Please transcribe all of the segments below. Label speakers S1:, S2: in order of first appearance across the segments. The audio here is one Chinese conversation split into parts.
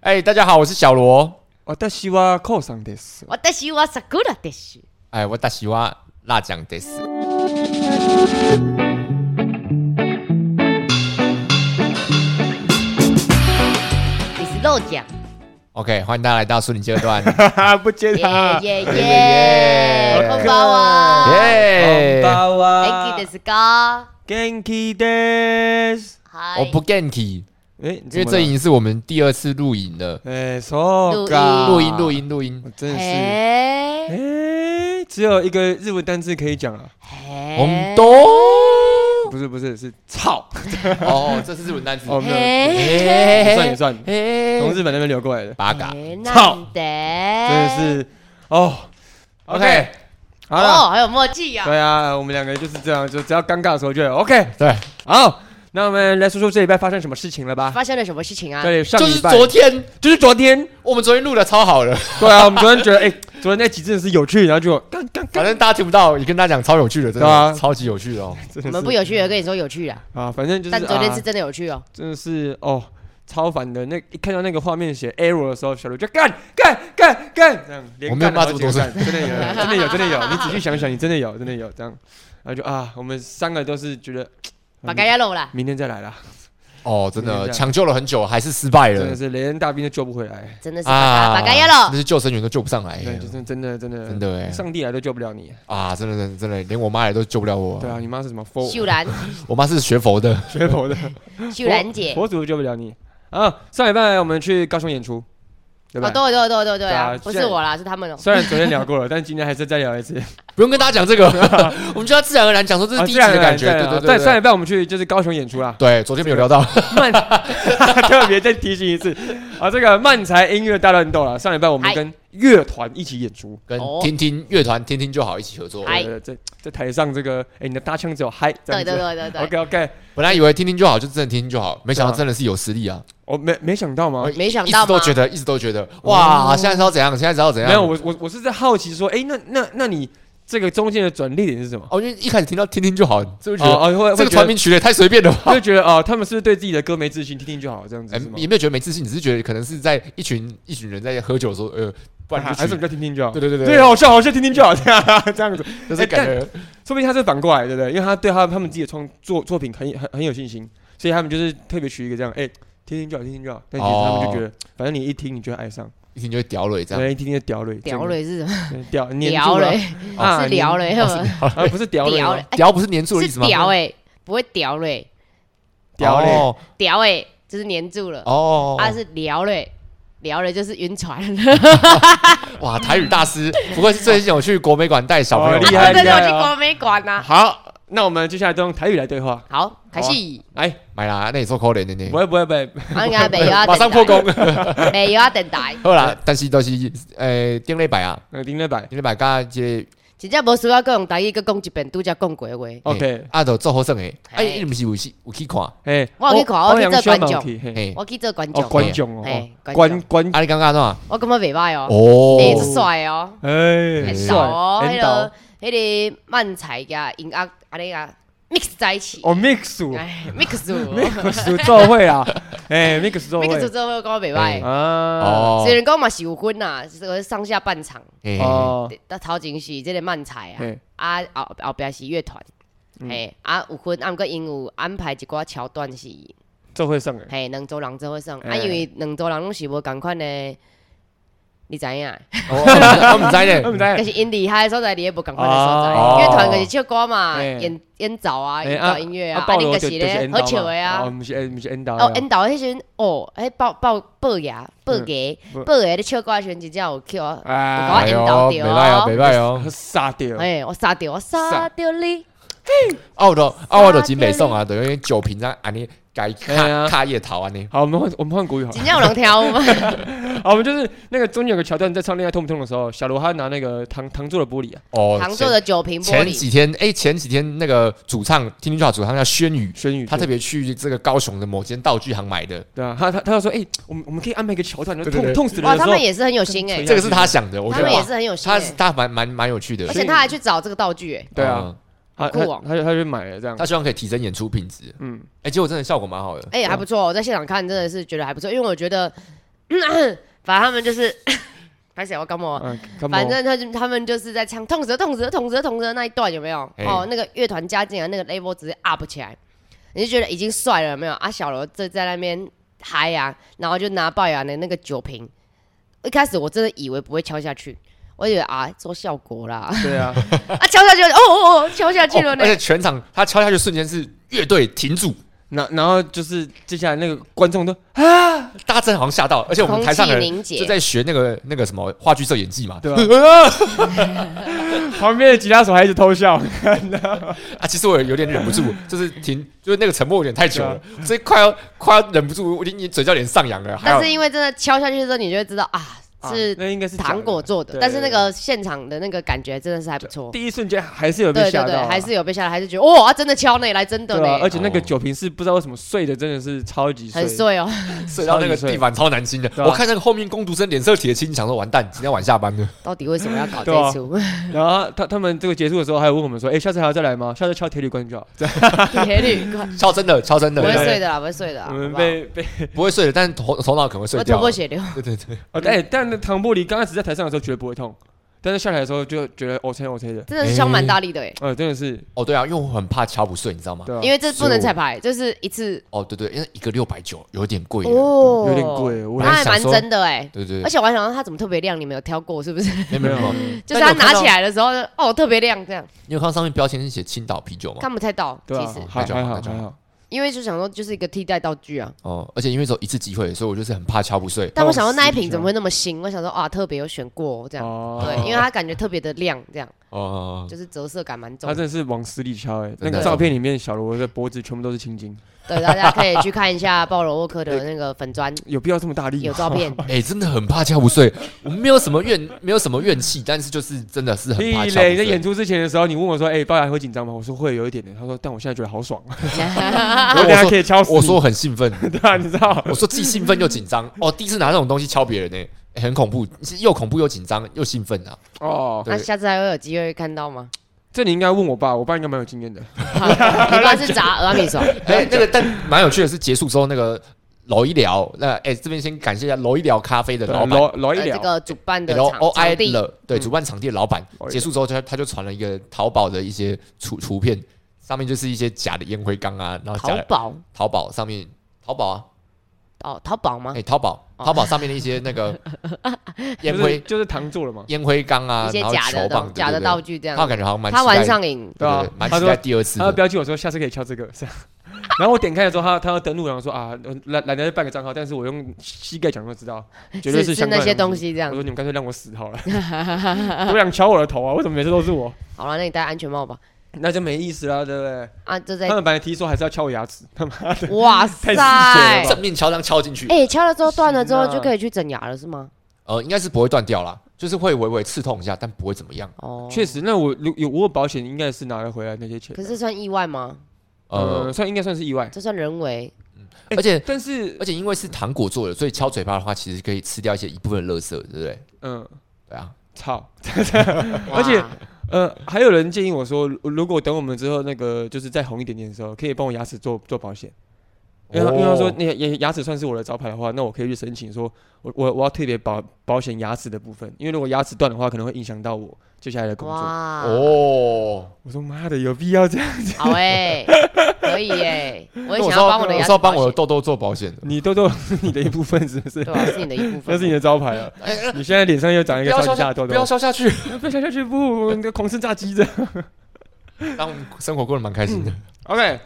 S1: 哎、大家好，我是小罗。
S2: 私はコウさんです。
S3: 私はさくらです。
S1: 哎，我大喜欢辣酱 this。
S3: 你是漏 讲，
S1: OK，欢迎大家来到树林阶 段。
S2: 哈哈，不接
S3: 耶
S2: 他。
S3: 耶
S1: 耶耶
S3: 耶，こんばんは。
S1: 耶、
S2: こんばん
S3: 元気ですか？
S2: 元気です。
S3: 嗨
S1: 我不 get 因
S2: 哎，因
S1: 为这已经是我们第二次录影了。
S2: 哎，そう
S3: 啊
S2: か。
S1: 录音，录，音，录音。
S2: 我真的是。
S3: 哎
S2: 哎，只有一个日文单字可以讲啊，
S3: 哎，
S1: 我们都
S3: 哦
S2: 不是不是是操，
S1: 哦，这是日文单词。
S2: 哦没有
S3: 哎
S2: 也算也算，
S1: 哎
S2: 从日本那边流过来的，
S1: 八嘎。
S3: 操，真
S2: 真
S3: 的
S2: 的是哦，
S1: OK，
S2: 好了，
S3: 哦，很有默契呀。
S2: 对啊，我们两个就是这样，就只要尴尬的时候就 OK。
S1: 对，
S2: 好，那我们来说说这礼拜发生什么事情了吧？
S3: 发生了什么事情啊？
S2: 对，上
S1: 就
S2: 礼
S1: 是
S2: 拜
S1: 昨天，
S2: 就是昨天，
S1: 我们昨天录的超 好了，
S2: 对啊，我们昨天觉得，哎、昨天那集真的是有趣，然后就干干
S1: 反
S2: 干，
S1: 正大家听不到，也跟大家讲超有趣的，真的、
S2: 对啊
S1: 超级有趣的哦。
S2: 真
S3: 我
S2: 的
S3: 们不
S2: 是
S3: 有趣的跟你说有趣啊，
S2: 啊，反正就是，
S3: 但昨天
S2: 啊
S3: 是真的有趣哦。
S2: 真的是哦，超烦的。那一看到那个画面写 error 的时候，小刘就干干干干，这样
S1: 我
S2: 连
S1: 没有
S2: 干
S1: 骂这
S2: 了
S1: 么
S2: 好几
S1: 多
S2: 个干，真的有，真的有，真的有。你仔细想想，你真的有，真的有这样，然后就啊，我们三个都是觉得，啊嗯
S3: 把该要弄啦，
S2: 明天再来啦，
S1: 哦，真
S2: 今
S1: 的
S2: 天这样
S1: 抢救了很久，还是失败
S2: 真的
S1: 了
S2: 是雷恩大兵都救不回来，
S3: 真的是
S2: 啊
S3: 把该要
S1: 啊那
S3: 弄。
S1: 些救生员都救不上来，
S2: 对，就是真的真的
S1: 哎真的哎
S2: 上帝来都救不了你。
S1: 啊，真的真的真的，连我妈也都救不了我。
S2: 对啊，你妈是什么佛
S3: 秀兰，
S1: 我妈是学佛的，
S2: 学佛 的？
S3: 秀兰姐，
S2: 佛祖救不了你啊！上礼拜我们去高雄演出，对吧？
S3: 哦，对对对对对啊
S2: 对啊，
S3: 不
S2: 现
S3: 是
S2: 在
S3: 我啦，是他们哦。
S2: 虽然昨天聊过了，但今天还是再聊一次。
S1: 不用跟大家讲这 个，我们就要自然而然讲说这是
S2: 啊
S1: 第一集
S2: 自然
S1: 的感觉，
S2: 而然
S1: 对对
S2: 对，上
S1: 对。，
S2: 礼拜我们去就是高雄演出啦
S1: 对，昨天没有聊到，
S2: 漫特别再提醒一次啊，这个漫才音乐大乱斗啦，上礼拜我们
S3: 嗨
S2: 跟乐团一起演出，
S1: 跟
S3: 哦哎
S1: 听听乐团听听就好一起合作。
S3: 嗨
S2: 对，在在台上这个，哎，你的搭腔只有嗨，这
S3: 对
S2: 样
S3: 对
S2: 子。
S3: 对对对，
S2: OK OK，
S1: 本来以为听听就好，就真的听听就好，没想到
S2: 对啊
S1: 真的是有实力啊！
S2: 我没没想到吗
S1: 我？
S3: 没想
S1: 一
S3: 到
S1: 直都
S3: 吗
S1: 觉得，一直都觉得，哇，
S2: 哦
S1: 现在是要怎样？现在是要怎样？
S2: 没有，我我我是在好奇说，哎，那那那你这个中间的转捩点是什么？
S1: 哦，因为一开始听到听听就好，就会觉
S2: 哦
S1: 得
S2: 哦，会
S1: 这
S2: 会
S1: 个
S2: 觉
S1: 团
S2: 得
S1: 名曲也太随便了吧？
S2: 就觉得哦，他们是不是对自己的歌没自信，听听就好这样子
S1: 哎
S2: 是，吗
S1: 也？没有觉得没自信，只是觉得可能是在一群一群人在喝酒的时候，呃，不然
S2: 还
S1: 就
S2: 还是
S1: 去
S2: 我们。叫听听就好
S1: 对。对对
S3: 哦
S2: 对，，好笑好笑，听听就好，这样这样子。
S1: 就是感
S3: 哎
S1: 觉
S2: 说不定他是反过来，对不对？因为他对他他们自己的创作作品很很很有信心，所以他们就是特别取一个这样，哎、听听就好，听听就好。但其实他们就觉得，反正你一听你就会爱上，
S1: 一听就会屌哦了这样。
S3: 哎
S2: 对，一听就屌嘞，
S3: 屌嘞是什么？
S2: 这样，屌黏
S3: 屌
S2: 住了
S3: 嘞，
S2: 啊，
S3: 是屌
S2: 嘞，
S3: 嘞，呵
S2: 啊，不是屌嘞
S3: 屌
S2: 哦
S3: 嘞，哎
S1: 屌不是粘住的意
S3: 是
S1: 思吗？
S3: 屌哎，不会屌嘞，
S2: 屌嘞，
S1: 哦
S3: 屌哎，就是黏住了。
S1: 哦，
S3: 啊是聊嘞，聊嘞就是晕船了。
S1: 哇，台语大师，不过是最近有去国美馆带小朋友
S2: 哦
S1: 玩，
S2: 厉害
S3: 啊对对
S2: 厉害
S3: 对我去
S2: 哦
S3: 国美馆呐。
S2: 好，那我们接下来都用台语来对话。
S3: 好，开始。
S2: 哎，
S1: 买啦，那你说可怜的呢
S2: 不？会不会不会，
S3: 我应 该没有要
S1: 马上破功，。
S3: 没有要等待
S1: 好啦，但是都是呃顶礼拜啊，
S2: 呃，林乐百
S1: 顶礼拜加这个
S3: 真正无需要再用台语去讲一遍，拄则讲过的话。
S2: ，OK，
S1: 啊，都做好胜诶，哎，
S3: 嘿
S1: 你不是有去有去看？
S2: 哎，
S3: 我有去看我去做观众
S2: 嘿
S1: 嘿，
S3: 我去做观
S1: 哎
S2: 哦，
S3: 众，
S2: 观众哦
S3: 嘿，
S2: 哦
S3: 观
S2: 观
S3: 众
S2: 观，
S1: 啊，你感觉怎样？
S3: 我感觉袂歹哦，哎，
S1: 哦
S3: 是帅哦，
S2: 哎，
S3: 很
S1: 帅
S3: 熟哦，
S2: 很
S3: 迄
S2: 导
S3: 个，迄个漫才甲音乐安尼啊 mix 在一起，
S2: 哦，mix 组
S3: 哎，mix
S2: ，mix 做会啊，哎，mix 做
S3: mix
S2: 会
S3: 做我感觉袂歹。
S2: 啊，
S1: 哦
S3: 虽然讲嘛是有分啦，就是上下半场，
S1: 嘿
S2: 哦，
S3: 但头前是即个漫才啊。
S2: 嘿。
S3: 啊后后壁是乐团，嘿、啊有分，啊毋过因有安排一寡桥段是，
S2: 这会上诶，
S3: 嘿两组人做伙耍，啊
S2: 哎
S3: 因为两组人拢是无共款的，你知影？
S1: 哦 我唔知
S2: 我
S1: 呢，
S2: 们在
S3: 但是因厉害的所在，你也无共款的所在。
S1: 哦
S3: 乐团就是唱歌嘛，
S2: 哎
S3: 演演奏啊，
S2: 哎
S3: 演
S2: 啊
S3: 奏音乐啊，
S2: 暴
S3: 你
S2: 龙
S3: 就是咧好笑的
S2: 我
S3: 啊。
S2: 们是 N，我们是 N 导
S3: 哦，演奏迄时阵，哦，迄爆爆爆牙，爆牙
S2: 嗯，
S3: 爆牙咧唱歌的时阵真正有哦叫我，
S2: 啊，
S3: 我
S1: 哎
S3: 引
S1: 呦，
S3: 导
S1: 袂
S3: 到
S1: 歹哦，袂歹哦。
S2: 杀掉，
S3: 哎，我杀掉，我杀掉你，
S1: 啊，我都啊，我都真袂爽啊，就因为酒瓶啊，安尼改卡卡叶头安尼。
S2: 好，我们换我们换国语好了，
S3: 真正有人听有吗？
S2: 好，我们就是那个中间有个桥段，在唱《恋爱痛不痛》的时候，小罗他拿那个糖糖做的玻璃啊，
S1: 哦，
S3: 常做的酒瓶玻
S1: 前
S3: 璃，
S1: 几天，哎、前几天那个主唱听听就好，主唱叫轩宇，
S2: 轩宇
S1: 他特别去这个高雄的某间道具行买的，
S2: 对啊，他他他就说，哎，我们我们可以安排一个桥段，
S1: 对对
S2: 痛
S1: 对
S2: 痛死人
S3: 哇，
S2: 的
S3: 他
S2: 时候
S3: 们，也是很有心哎、
S2: 对
S1: 这个是他想的，我觉
S3: 他
S1: 得
S3: 们也
S1: 哇，
S3: 是很有心、
S1: 他是
S3: 欸，
S1: 他蛮蛮蛮有趣的
S3: 而，且他还去找这个道具、欸，
S2: 对啊，
S1: 嗯，
S2: 他
S3: 酷
S2: 他
S3: 哦
S2: 他他就买了这样
S1: 他，希望可以提升演出品质，
S2: 嗯，
S1: 哎、结果真的效果蛮好的，
S3: 哎、还不错、我在现场看真的是觉得还不错，因为我觉得 反正他们就是， 拍谁我感冒啊。
S2: 嗯，干嘛
S3: 反？正他就他们就是在唱痛死痛死痛死痛死那一段有没有？
S1: 嘿
S3: 哦，那个乐团加进来，那个 level 直接 up 起来，你就觉得已经帅了有没有？啊，小罗就在那边嗨呀、然后就拿龅牙的那个酒瓶，一开始我真的以为不会敲下去，我以为啊做效果啦，
S2: 对啊，
S3: 啊敲下去了，哦哦哦敲下去了
S1: 哦
S3: 呢
S1: 而，且全场他敲下去瞬间是乐队停住，
S2: 然然后就是接下来那个观众都
S1: 大家真的好像吓到，而哎且我们
S3: 空
S1: 台上
S3: 气
S1: 的人
S3: 凝
S1: 就
S3: 结，
S1: 在学那个那个什么话剧社演技嘛，
S2: 对吧啊
S1: 吧？
S2: 旁边的吉他手还一直偷笑，
S1: 啊，其实我有点忍不 住，就是停，就是那个沉默有点太久了，
S2: 啊
S1: 所以快要快要忍不住，我已经嘴角有点上扬了。还
S3: 但是
S1: 有
S3: 因为真的敲下去之后，你就会知道啊
S2: 啊
S3: 是
S2: 那应该是假的
S3: 糖果。做的，
S2: 对
S3: 但是那个现场的那个感觉真的是还不错。
S2: 第一瞬间还是有被
S3: 对
S2: 吓
S3: 对
S2: 到
S3: 对，
S2: 啊，
S3: 还是有被吓到，还是觉得哇、啊真的敲呢，来真的
S2: 对啊，
S3: 呢
S2: 而，且那个酒瓶是不知道为什么碎的，真的是超级碎
S3: 很，碎哦。
S1: 睡到那个地板超难清的，
S2: 对啊
S1: 我看那个后面工读生脸色铁青，想说完蛋，今天晚下班了。
S3: 到底为什么要搞这
S2: 对啊
S3: 一出？
S2: 然后他他们这个结束的时候还有问我们说，哎，下次还要再来吗？下次敲铁铝罐 就好。
S3: 铁铝罐
S1: 超真的，超真
S3: 不
S1: 的，
S3: 会
S2: 对啊
S3: 碎的啦，不会碎的啦，
S2: 我
S3: 好
S2: 们
S3: 不好
S2: 被被
S1: 不会睡的，但头头脑可能会
S3: 会
S1: 碎
S3: 头
S1: 掉
S3: 破。血流。
S1: 对对对，
S2: 哦，哎，但那糖玻璃刚开始在台上的时候绝对不会痛，但是下来的时候就觉得 OK OK 的，
S3: 真的是敲蛮大力的哎、
S2: 呃，真的是
S1: 哦对啊，因为我很怕敲不碎，你知道吗？
S2: 对啊，
S3: 因为这不能彩排，就是一次
S1: 哦对对，因为一个六百九有点贵耶。
S3: 哦
S2: 啊有点贵我
S3: 他还
S1: 本来想
S3: 蛮
S1: 说
S3: 真的哎、
S1: 对对
S3: 而
S1: 对，
S3: 且我还想到他怎么特别亮，你没有挑过是 不是？
S1: 没有没有没有，
S2: 嗯
S3: 就是他拿起
S1: 来，
S3: 来的时候，哦，特别亮，这样
S1: 你有看到上面标签是写青岛啤酒吗？
S3: 看不太到。其
S2: 对啊
S3: 实，
S2: 还
S1: 那就
S2: 还
S1: 好
S2: 好
S1: 那就好
S2: 还好，
S3: 因为就想说就是一个替代道具啊，
S1: 哦，而且因为只有一次机会，所以我就是很怕敲不碎。
S3: 但
S2: 哦
S3: 我想说那
S2: 是
S3: 一瓶
S2: 是
S3: 怎么会那么新？我想说啊，特别有选过哦这样，
S2: 哦
S3: 对，因为他感觉特别的亮，这样
S1: 哦，
S3: 就是折射感蛮
S2: 他
S3: 重的。
S2: 真的是往死里敲哎、那
S1: 真
S2: 个
S1: 的
S2: 照片里面小罗的脖子全部都是青筋，
S3: 对，大家可以去看一下鲍罗沃克的那个粉砖，
S2: 有必要这么大力吗？
S3: 有照片。
S1: 哎、真的很怕敲不碎。我没有什么怨，没有什么怨气，但是就是真的是很
S2: 李
S1: 怕敲不
S2: 磊在演
S1: 碎。
S2: 出之前的时候，你问我说：“哎、包牙会紧张吗？”我说：“会有一点点。”他说：“但我现在觉得好爽，啊
S3: 啊
S2: 我
S1: 我
S2: 等下可以敲死你。”
S1: 我说我很兴奋，：“
S2: 对啊，你 知道
S1: 我说既兴奋又紧张。哦，第一次拿这种东西敲别人呢、欸很恐怖，是又恐怖又紧张又兴奋 啊！
S2: 哦，
S1: 对
S3: 那下次还会有机会看到吗？
S2: 这你应该问我爸，我爸应该蛮有经验的。
S3: 你爸是炸俄米爽，
S1: 哎、那个但蛮有趣的是，结束之后那个楼一聊，那哎、这边先感谢一下楼一聊咖啡的老哎板。
S2: 啊
S1: 哎
S2: 老老一
S3: 呃这
S2: 聊，
S3: 个主办的
S1: L
S3: 场
S1: O I
S3: 场地，嗯
S1: 了，对，主办场地的老板
S2: 哦
S1: 结束之后，他他就传了一个淘宝的一些图图片，上面就是一些假的烟灰缸啊，然后假
S3: 淘
S1: 的
S3: 宝
S1: 淘宝上面淘宝啊，
S3: 哦，淘宝吗
S1: 哎、？淘宝
S3: 哦
S1: 淘宝上面的一些那 个烟
S2: 就是
S1: 灰
S2: 就是糖做了嘛。
S1: 烟灰缸啊
S3: 一，些
S1: 然后
S3: 假
S1: 球
S3: 的
S1: 棒
S3: 东假的道
S1: 具，
S3: 具这
S1: 他
S3: 样，
S1: 感觉好像蛮
S3: 他
S1: 期
S3: 玩
S1: 待
S3: 上瘾，
S1: 对
S2: 对啊
S1: 对，蛮
S2: 他
S1: 期
S2: 说
S1: 待第二次
S2: 他的
S1: 的。
S2: 标记我说下次可以敲这个， 这样。然后我点开的时候，他他要登录，然后说啊，懒懒得办个账号，但是我用膝盖讲就知道，绝对
S3: 是
S2: 相关的
S3: 那些东
S2: 西。
S3: 西这
S2: 我
S3: 样
S2: 说。你们干脆让我死好 了，我想敲我的头啊，为什么每次都是我？
S3: 好了，那你戴安全帽吧。
S2: 那就没意思啦，对不对？
S3: 啊，这 在
S2: 他们本来提说还是要敲我牙齿，他妈的，
S3: 哇
S2: 太细
S3: 塞，
S2: 节了
S3: 哎
S2: 吧
S1: 正面敲这样敲进去，，
S3: 敲了之后断了之后
S2: 行啊
S3: 就可以去整牙了是吗？
S1: 呃，应该是不会断掉啦，就是会微微刺痛一下，但不会怎么样。
S3: 哦，
S2: 确。实。那我如有我有保险，应该是拿了回来那些钱
S3: 可。是这算意外吗？
S1: 呃
S2: 呃，，算应该算是意外，
S3: 这算人为
S1: 而且
S2: 但是
S1: 而且因为是糖果做的，所以敲嘴巴的话，其实可以吃掉一些一部分的垃圾，对不对？
S2: 嗯，
S1: 对啊，
S2: 操，
S3: 哇
S2: 而且呃，还有人建议我说，如果等我们之后那个就是再红一点点的时候，可以帮我牙齿做做保险。因为他因为他说
S1: 哦
S2: 那牙牙齿算是我的招牌的话，那我可以去申请说，我我我要特别保保险牙齿的部分，因为如果牙齿断的话，可能会影响到我接下来的工作。
S3: 哇
S1: 哦，
S2: 我说妈的，有必要这样？
S3: 好哎，可以哎，我
S1: 那
S3: 也想
S1: 我是
S3: 要
S1: 要
S3: 帮我
S1: 我
S3: 的牙
S1: 是
S3: 齿
S1: 要帮我的
S3: 保险，
S1: 痘痘做保险的。
S2: 你痘痘是你的一部分，是不是？
S3: 对啊 吧？是你的一部分。
S2: 那是你的招牌 了。你现在脸上又长一
S1: 哎不
S2: 个
S1: 要
S2: 超
S1: 消
S2: 级大
S1: 下，
S2: 的痘
S1: 不要
S2: 痘，
S1: 消下 去，
S2: 不要下去不，你的狂吃炸鸡的。
S1: 让我们生活过得蛮开心的。
S2: OK，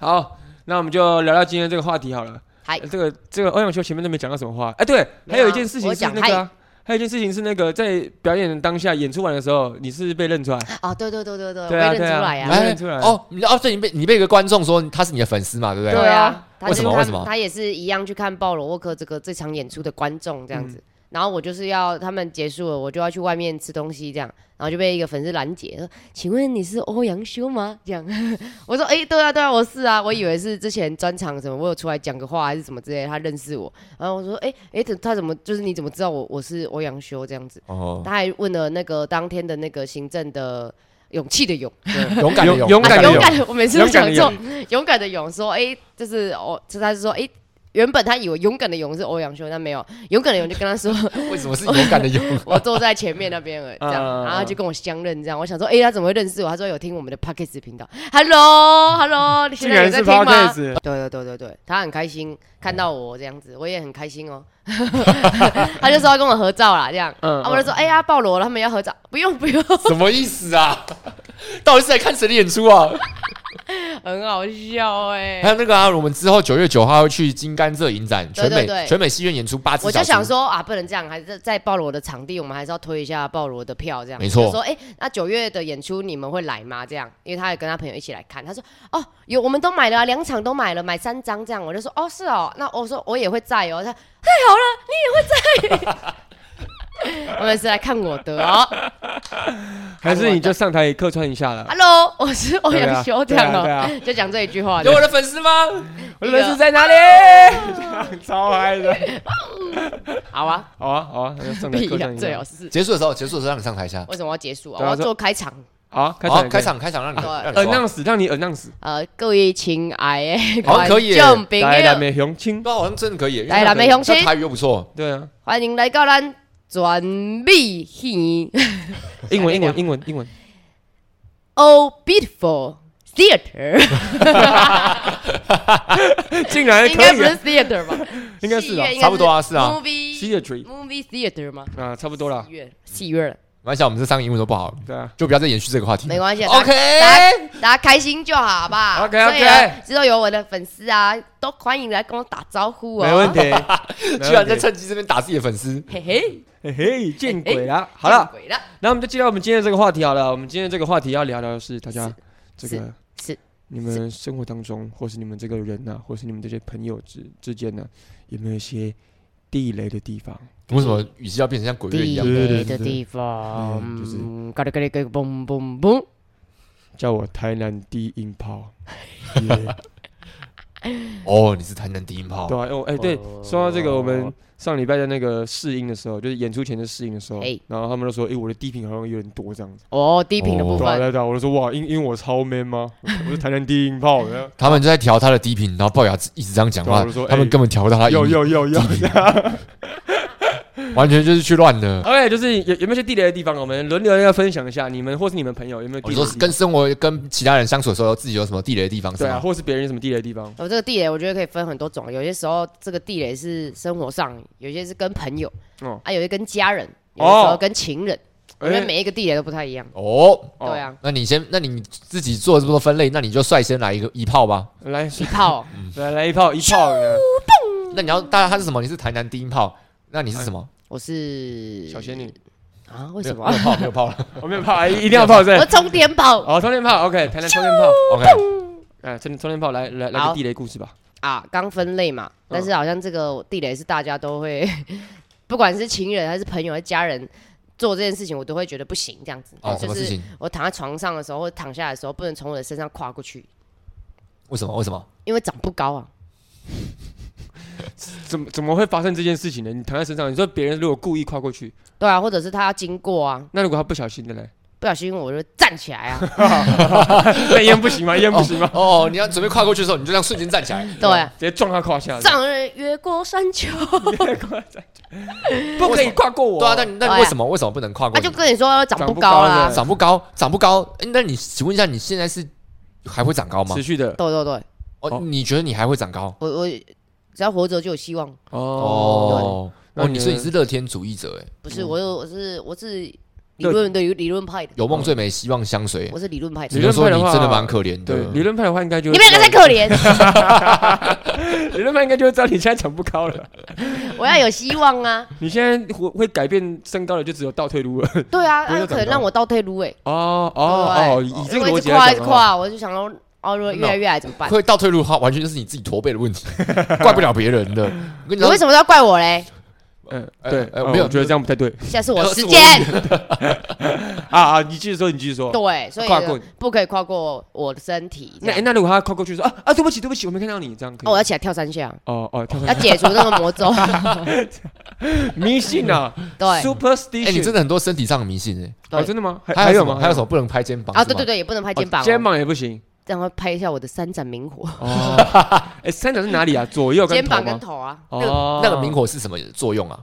S2: 好，那我们就聊聊今天这个话题好了。
S3: 嗨
S2: 这个这个欧阳修前面都没讲到什么话，哎，对，
S3: 没有
S2: 还有
S3: 啊
S2: 一件事情
S3: 我
S2: 是
S3: 讲
S2: 那个啊、还有一件事情是那个在表演当下演出完的时候，你是被认 出来，
S3: 哦，对对对对嗯对，我
S2: 对啊
S3: 也认出
S2: 对啊
S3: 来
S2: 哎
S3: 呀。
S2: 没认出来
S1: 哦，你哦，对，你被你被一个观众说他是你的粉丝嘛，对不对？
S3: 对啊，他
S1: 为
S3: 就是
S1: 什么
S3: 他
S1: 为什么
S3: 他也是一样去看鲍罗沃克这个这场演出的观众这样子。然后我就是要他们结束了，我就要去外面吃东西，这样，然后就被一个粉丝拦截，说：“请问你是欧阳修吗？”这样， 我说：“哎、对啊，对啊，我是啊，我以为是之前专场什么，我有出来讲个话还是什么之类的，他认识我。”然后我说：“哎、哎、他他怎么就是你怎么知道我我是欧阳修这样子？”
S1: 哦，
S3: 他还问了那个当天的那个行政的勇气的勇。
S1: 勇敢的
S2: 勇
S1: 勇，
S2: 勇
S3: 啊
S2: 敢的
S3: 勇敢，我每次都
S2: 勇敢
S3: 讲
S2: 的
S3: 哦错。勇敢的勇说，哎、就是我，就他就说，哎、原本他以为勇敢的勇是欧阳修，但没有勇敢的勇就跟他说
S1: 为什么是勇敢的勇？
S3: 我坐在前面那边而已，这样，
S2: 啊
S3: 然后他就跟我相认这样。我想说，哎、他怎么会认识我？他说有听我们的 p o c k e t 频道，Hello，Hello，你现
S2: 竟
S3: 在有
S2: 然
S3: 在
S2: 是
S3: 听吗？
S2: podcast，
S3: 对对对对对，他很开心看到我这样子，我也很开心哦。 他就说要跟我合照啦，这样，
S2: 嗯
S3: 然后我就说，哎、呀，鲍罗他们要合照，不用不用，
S1: 什么意思啊？ 到底是来看谁的演出啊？
S3: 很好笑哎、
S1: 还有那个啊，我们之后九月九号会去金甘蔗影展
S3: 对
S1: 全
S3: 对
S1: 美
S3: 对
S1: 全美戏院演出八次。
S3: 我就想，说啊，不能这样，还是在鲍罗的场地，我们还是要推一下鲍罗的票，这样。
S1: 没错
S3: 就说哎、那九月的演出你们会来吗？这样，因为他也跟他朋友一起来看，他说哦，有我们都买了啊，两场都买了，买三张这样。我就说哦，是哦，那我说我也会在哦。他 太好了，你也会在。我们是来看我的
S2: 啊
S3: 哦。
S2: 嗯还是你就上台客串一下了？
S3: Hello，我是啊欧
S2: 对
S3: 阳
S2: 啊
S3: 修，这
S2: 对啊
S3: 样
S2: 对
S3: 哦，
S2: 啊
S3: 就讲哎这一句话。
S1: 有我的粉丝吗？
S2: 我
S3: 一
S2: 的人
S3: 个
S2: 是在哪里？ 超嗨的！
S3: 好啊，
S2: 好啊，好啊，那就上台
S3: 必
S2: 客
S3: 哎呀
S2: 串，一
S3: 最好
S2: 下。
S3: 是
S1: 结束的时候，结束的时候让你上台一下。
S3: 为什么要结束啊？
S2: 对啊
S3: 我要
S2: 说
S3: 做开场。
S2: 好，开
S1: 好，
S2: 场，
S1: 开。场，开场，让你
S3: 对
S1: 让你说。
S2: announce 让你 announce，
S3: 呃，各位亲爱的
S2: 哦
S1: 好
S3: 观
S1: 可以耶
S3: 众朋
S2: 来
S3: 友
S2: 来。美雄亲，
S1: 对啊，好像真的可以，因为
S3: 来啦
S1: 那个
S3: 梅雄
S1: 这
S3: 青
S1: 台语又不错。
S2: 对啊，
S3: 欢迎来到咱全美戏
S2: 英文
S3: 来
S2: 英
S3: 来
S2: 文英文 英文，
S3: Oh Beautiful Theater，
S2: 竟然
S3: 应该
S2: 可
S3: 不
S2: 以
S3: 是
S2: 啊，
S3: Theater 吧？
S2: 应该是
S3: 戏
S2: 啊
S3: 院，应该
S1: 差不多啊是啊
S3: Movie
S2: Theatre
S3: Movie Theater 吗？
S2: 啊，差不多啦
S3: 戏，院戏院，
S1: 没关系啊，我们这三个英文都不好，
S2: 对啊，
S1: 就不要再延续这个话题。
S3: 没关系啊大
S1: OK，
S3: 家大家开心就好，好吧
S2: OK，OK
S3: 所以呢之后有我的粉丝啊，都欢迎来跟我打招呼哦。
S2: 没问题。
S1: 居然在
S2: 这，
S1: 趁机这边打自己的粉丝。
S3: 嘿嘿，
S2: 嘿嘿，见鬼啦！ 好了
S3: 见，鬼了，
S2: 那我们就进到我们今天的这个话题好了。我们今天这个话题要聊聊的是大家这个
S3: 是是
S2: 你们生活当中，或是你们这个人呐、或是你们这些朋友之之间呢、有没有一些地雷的地方？
S1: 为什么语气要变成像鬼月一
S3: 地
S1: 样？
S2: 对
S3: 雷
S2: 对对
S3: 的地方，
S2: 嗯就是
S3: 嗯，嘎哩嘎哩嘎哩嘣嘣嘣，
S2: 叫我台南低音炮。
S1: 哦，你是台南低音炮
S2: 对，啊，哦，哎、对，说到这个，我们上礼拜的那个试音的时候，就是演出前的试音的时候
S3: 哎，
S2: 然后他们都说，哎、我的低频好像有点多这样子。
S3: 哦，低频的部
S2: 对啊，
S3: 分
S2: 对啊对啊，我就说哇，因因为我超 man 吗？我是台南低音 炮啊的。
S1: 他们就在调他的低频，然后龅牙一直这样讲
S2: 对啊
S1: 话
S2: 我就说，
S1: 他们
S2: 哎
S1: 根本调不到他的
S2: 有
S1: 音
S2: 有有有。
S1: 完全就是去乱的。
S2: OK，就是有有没有一些地雷的地方，我们轮流要分享一下，你们或是你们朋友有没有地
S1: 你
S2: 雷的
S1: 说
S2: 地方？
S1: 跟生活、跟其他人相处的时候，自己有什么地雷的地方是
S2: 对啊，
S1: 吗？
S2: 或是别人有什么地雷的地方？
S3: 哦我这个地雷，我觉得可以分很多种。有些时候，这个地雷是生活上，有些是跟朋友，
S2: 哦哎
S3: 啊，有些跟家人，有些时候
S2: 哦
S3: 跟情人。我觉得每一个地雷都不太一样。
S1: 哦，
S2: 哦
S3: 对，啊，
S1: 那你先，那你自己做这么多分类，那你就率先来一个一炮吧。
S2: 哦来
S3: 一 炮
S2: 来来一炮一炮的，
S1: 那你要，大家他是什么？你是台南低音炮，那你是什么？
S3: 我是
S2: 小仙 女，
S3: 啊，为什么
S1: 没？有没有炮，没有炮 了。
S2: 我没有炮，哎一定要炮
S3: 我
S2: 声。
S3: 冲天炮
S2: 哦，充电炮，OK，台南充电 炮，
S1: OK，
S2: 哎，充充电炮，来来来
S3: 好
S2: 个地雷故事吧。
S3: 啊，刚分类嘛，
S2: 嗯
S3: 但是好像这个地雷是大家都会， 不管是情人还是朋友还是家人。做这件事情，我都会觉得不行，这样子。
S2: 哦
S1: 啊，什
S3: 就
S1: 么事
S3: 是
S1: 情？
S3: 我躺在床上的时候，或者躺下来的时候，不能从我的身上跨过去，
S1: 为什么？为什 么？
S3: 因为长不高啊。
S2: 怎么怎么会发生这件事情呢？你躺在身上，你说别人如果故意跨过去，
S3: 对啊，或者是他要经过啊，
S2: 那如果他不小心的嘞，
S3: 不小心我就站起来啊，
S2: 那烟不行吗？烟不行 吗？
S1: 哦，哦你要准备跨过去的时候，你就这样瞬间站起来。
S3: 对啊，
S2: 直接撞他胯下。
S3: 丈人越过山丘，
S2: 不可以跨过我。
S1: 对啊，那你
S3: 对啊
S1: 那为什么为什么不能跨过
S3: 他
S1: 去？
S3: 就跟你说长不
S2: 不
S3: 高
S2: 高
S3: 啦
S2: 的，
S1: 长不高，长不高。诶那你请问一下，你现在是还会长高吗
S2: 持？续的
S3: 对对对，
S1: 哦
S2: 哦，
S1: 你觉得你还会长高？
S3: 我我只要活着就有希望，
S2: 哦，
S1: 哦，
S2: 对
S1: 哦，
S2: 那
S1: 你
S2: 你
S1: 说你是乐天主义者，哎，
S3: 不是
S2: 嗯
S3: 我有我是我是理
S2: 对
S3: 论的理论派的，
S1: 有梦最美，希望相随。
S3: 我是理论派的，
S1: 只
S2: 理
S1: 能
S2: 论
S1: 说
S2: 派的
S1: 你
S2: 话
S1: 真的蛮可怜的
S2: 对，。理论派的话应该就
S3: 嗯你们两个太可怜，
S2: 理论派应该就会知道你现在长不高了。
S3: 我 要有希望啊，
S2: 你现在会会改变身高的就只有倒退路 了。
S3: 对啊，
S2: 不是
S3: 他
S2: 说
S3: 可能
S2: 长高
S3: 让我倒退路哎，
S2: 哦哦哦，以这
S3: 因
S2: 个
S3: 为
S2: 逻
S3: 一
S2: 辑
S3: 直
S2: 来
S3: 跨一直
S2: 讲的话，
S3: 跨，我就想说，哦，如果越来越矮怎么 办？
S1: 会倒退路的话，完全就是你自己驼背的问题，怪不了别人的。我跟你
S3: 你
S1: 讲
S3: 为，什么要怪我嘞？
S2: 嗯，
S1: 呃
S2: 对，
S1: 呃
S2: 呃
S1: 没有
S2: 我觉得这样不太 对
S3: 下次我
S1: 呃
S3: 时
S1: 是我
S3: 间，
S2: 啊啊！你继续说，你继续说。
S3: 对，所以
S2: 跨过
S3: 不可以跨过我的身体。这
S2: 那哎
S3: 样
S2: 诶那如果他跨过去说啊啊，对不起对不起，我没看到你，这样可以
S3: 哦，我
S2: 吗？
S3: 要起来跳三下，
S2: 哦哦，跳出
S3: 要解除那个魔 咒。
S2: 迷信啊
S3: 对，
S1: 哎，你真
S2: ，superstition。
S1: 的很多身体上的迷信哎。
S3: 对
S2: 哦，真的吗？还
S1: 还
S2: 有
S1: 有什
S2: 吗？
S1: 么？还有什么不能拍肩膀
S3: 啊，
S1: 是
S3: 对
S1: 吗
S3: 对对，也不能拍
S2: 哦
S3: 肩膀哦，
S2: 肩膀也不行。
S3: 让他拍一下我的三盏明火，
S2: 哦，哎，三角是哪里啊？左右跟
S3: 肩
S2: 头
S3: 膀跟
S2: 吗？
S3: 头啊，
S1: 那个
S2: 哦
S1: 那个明火是什么作用啊？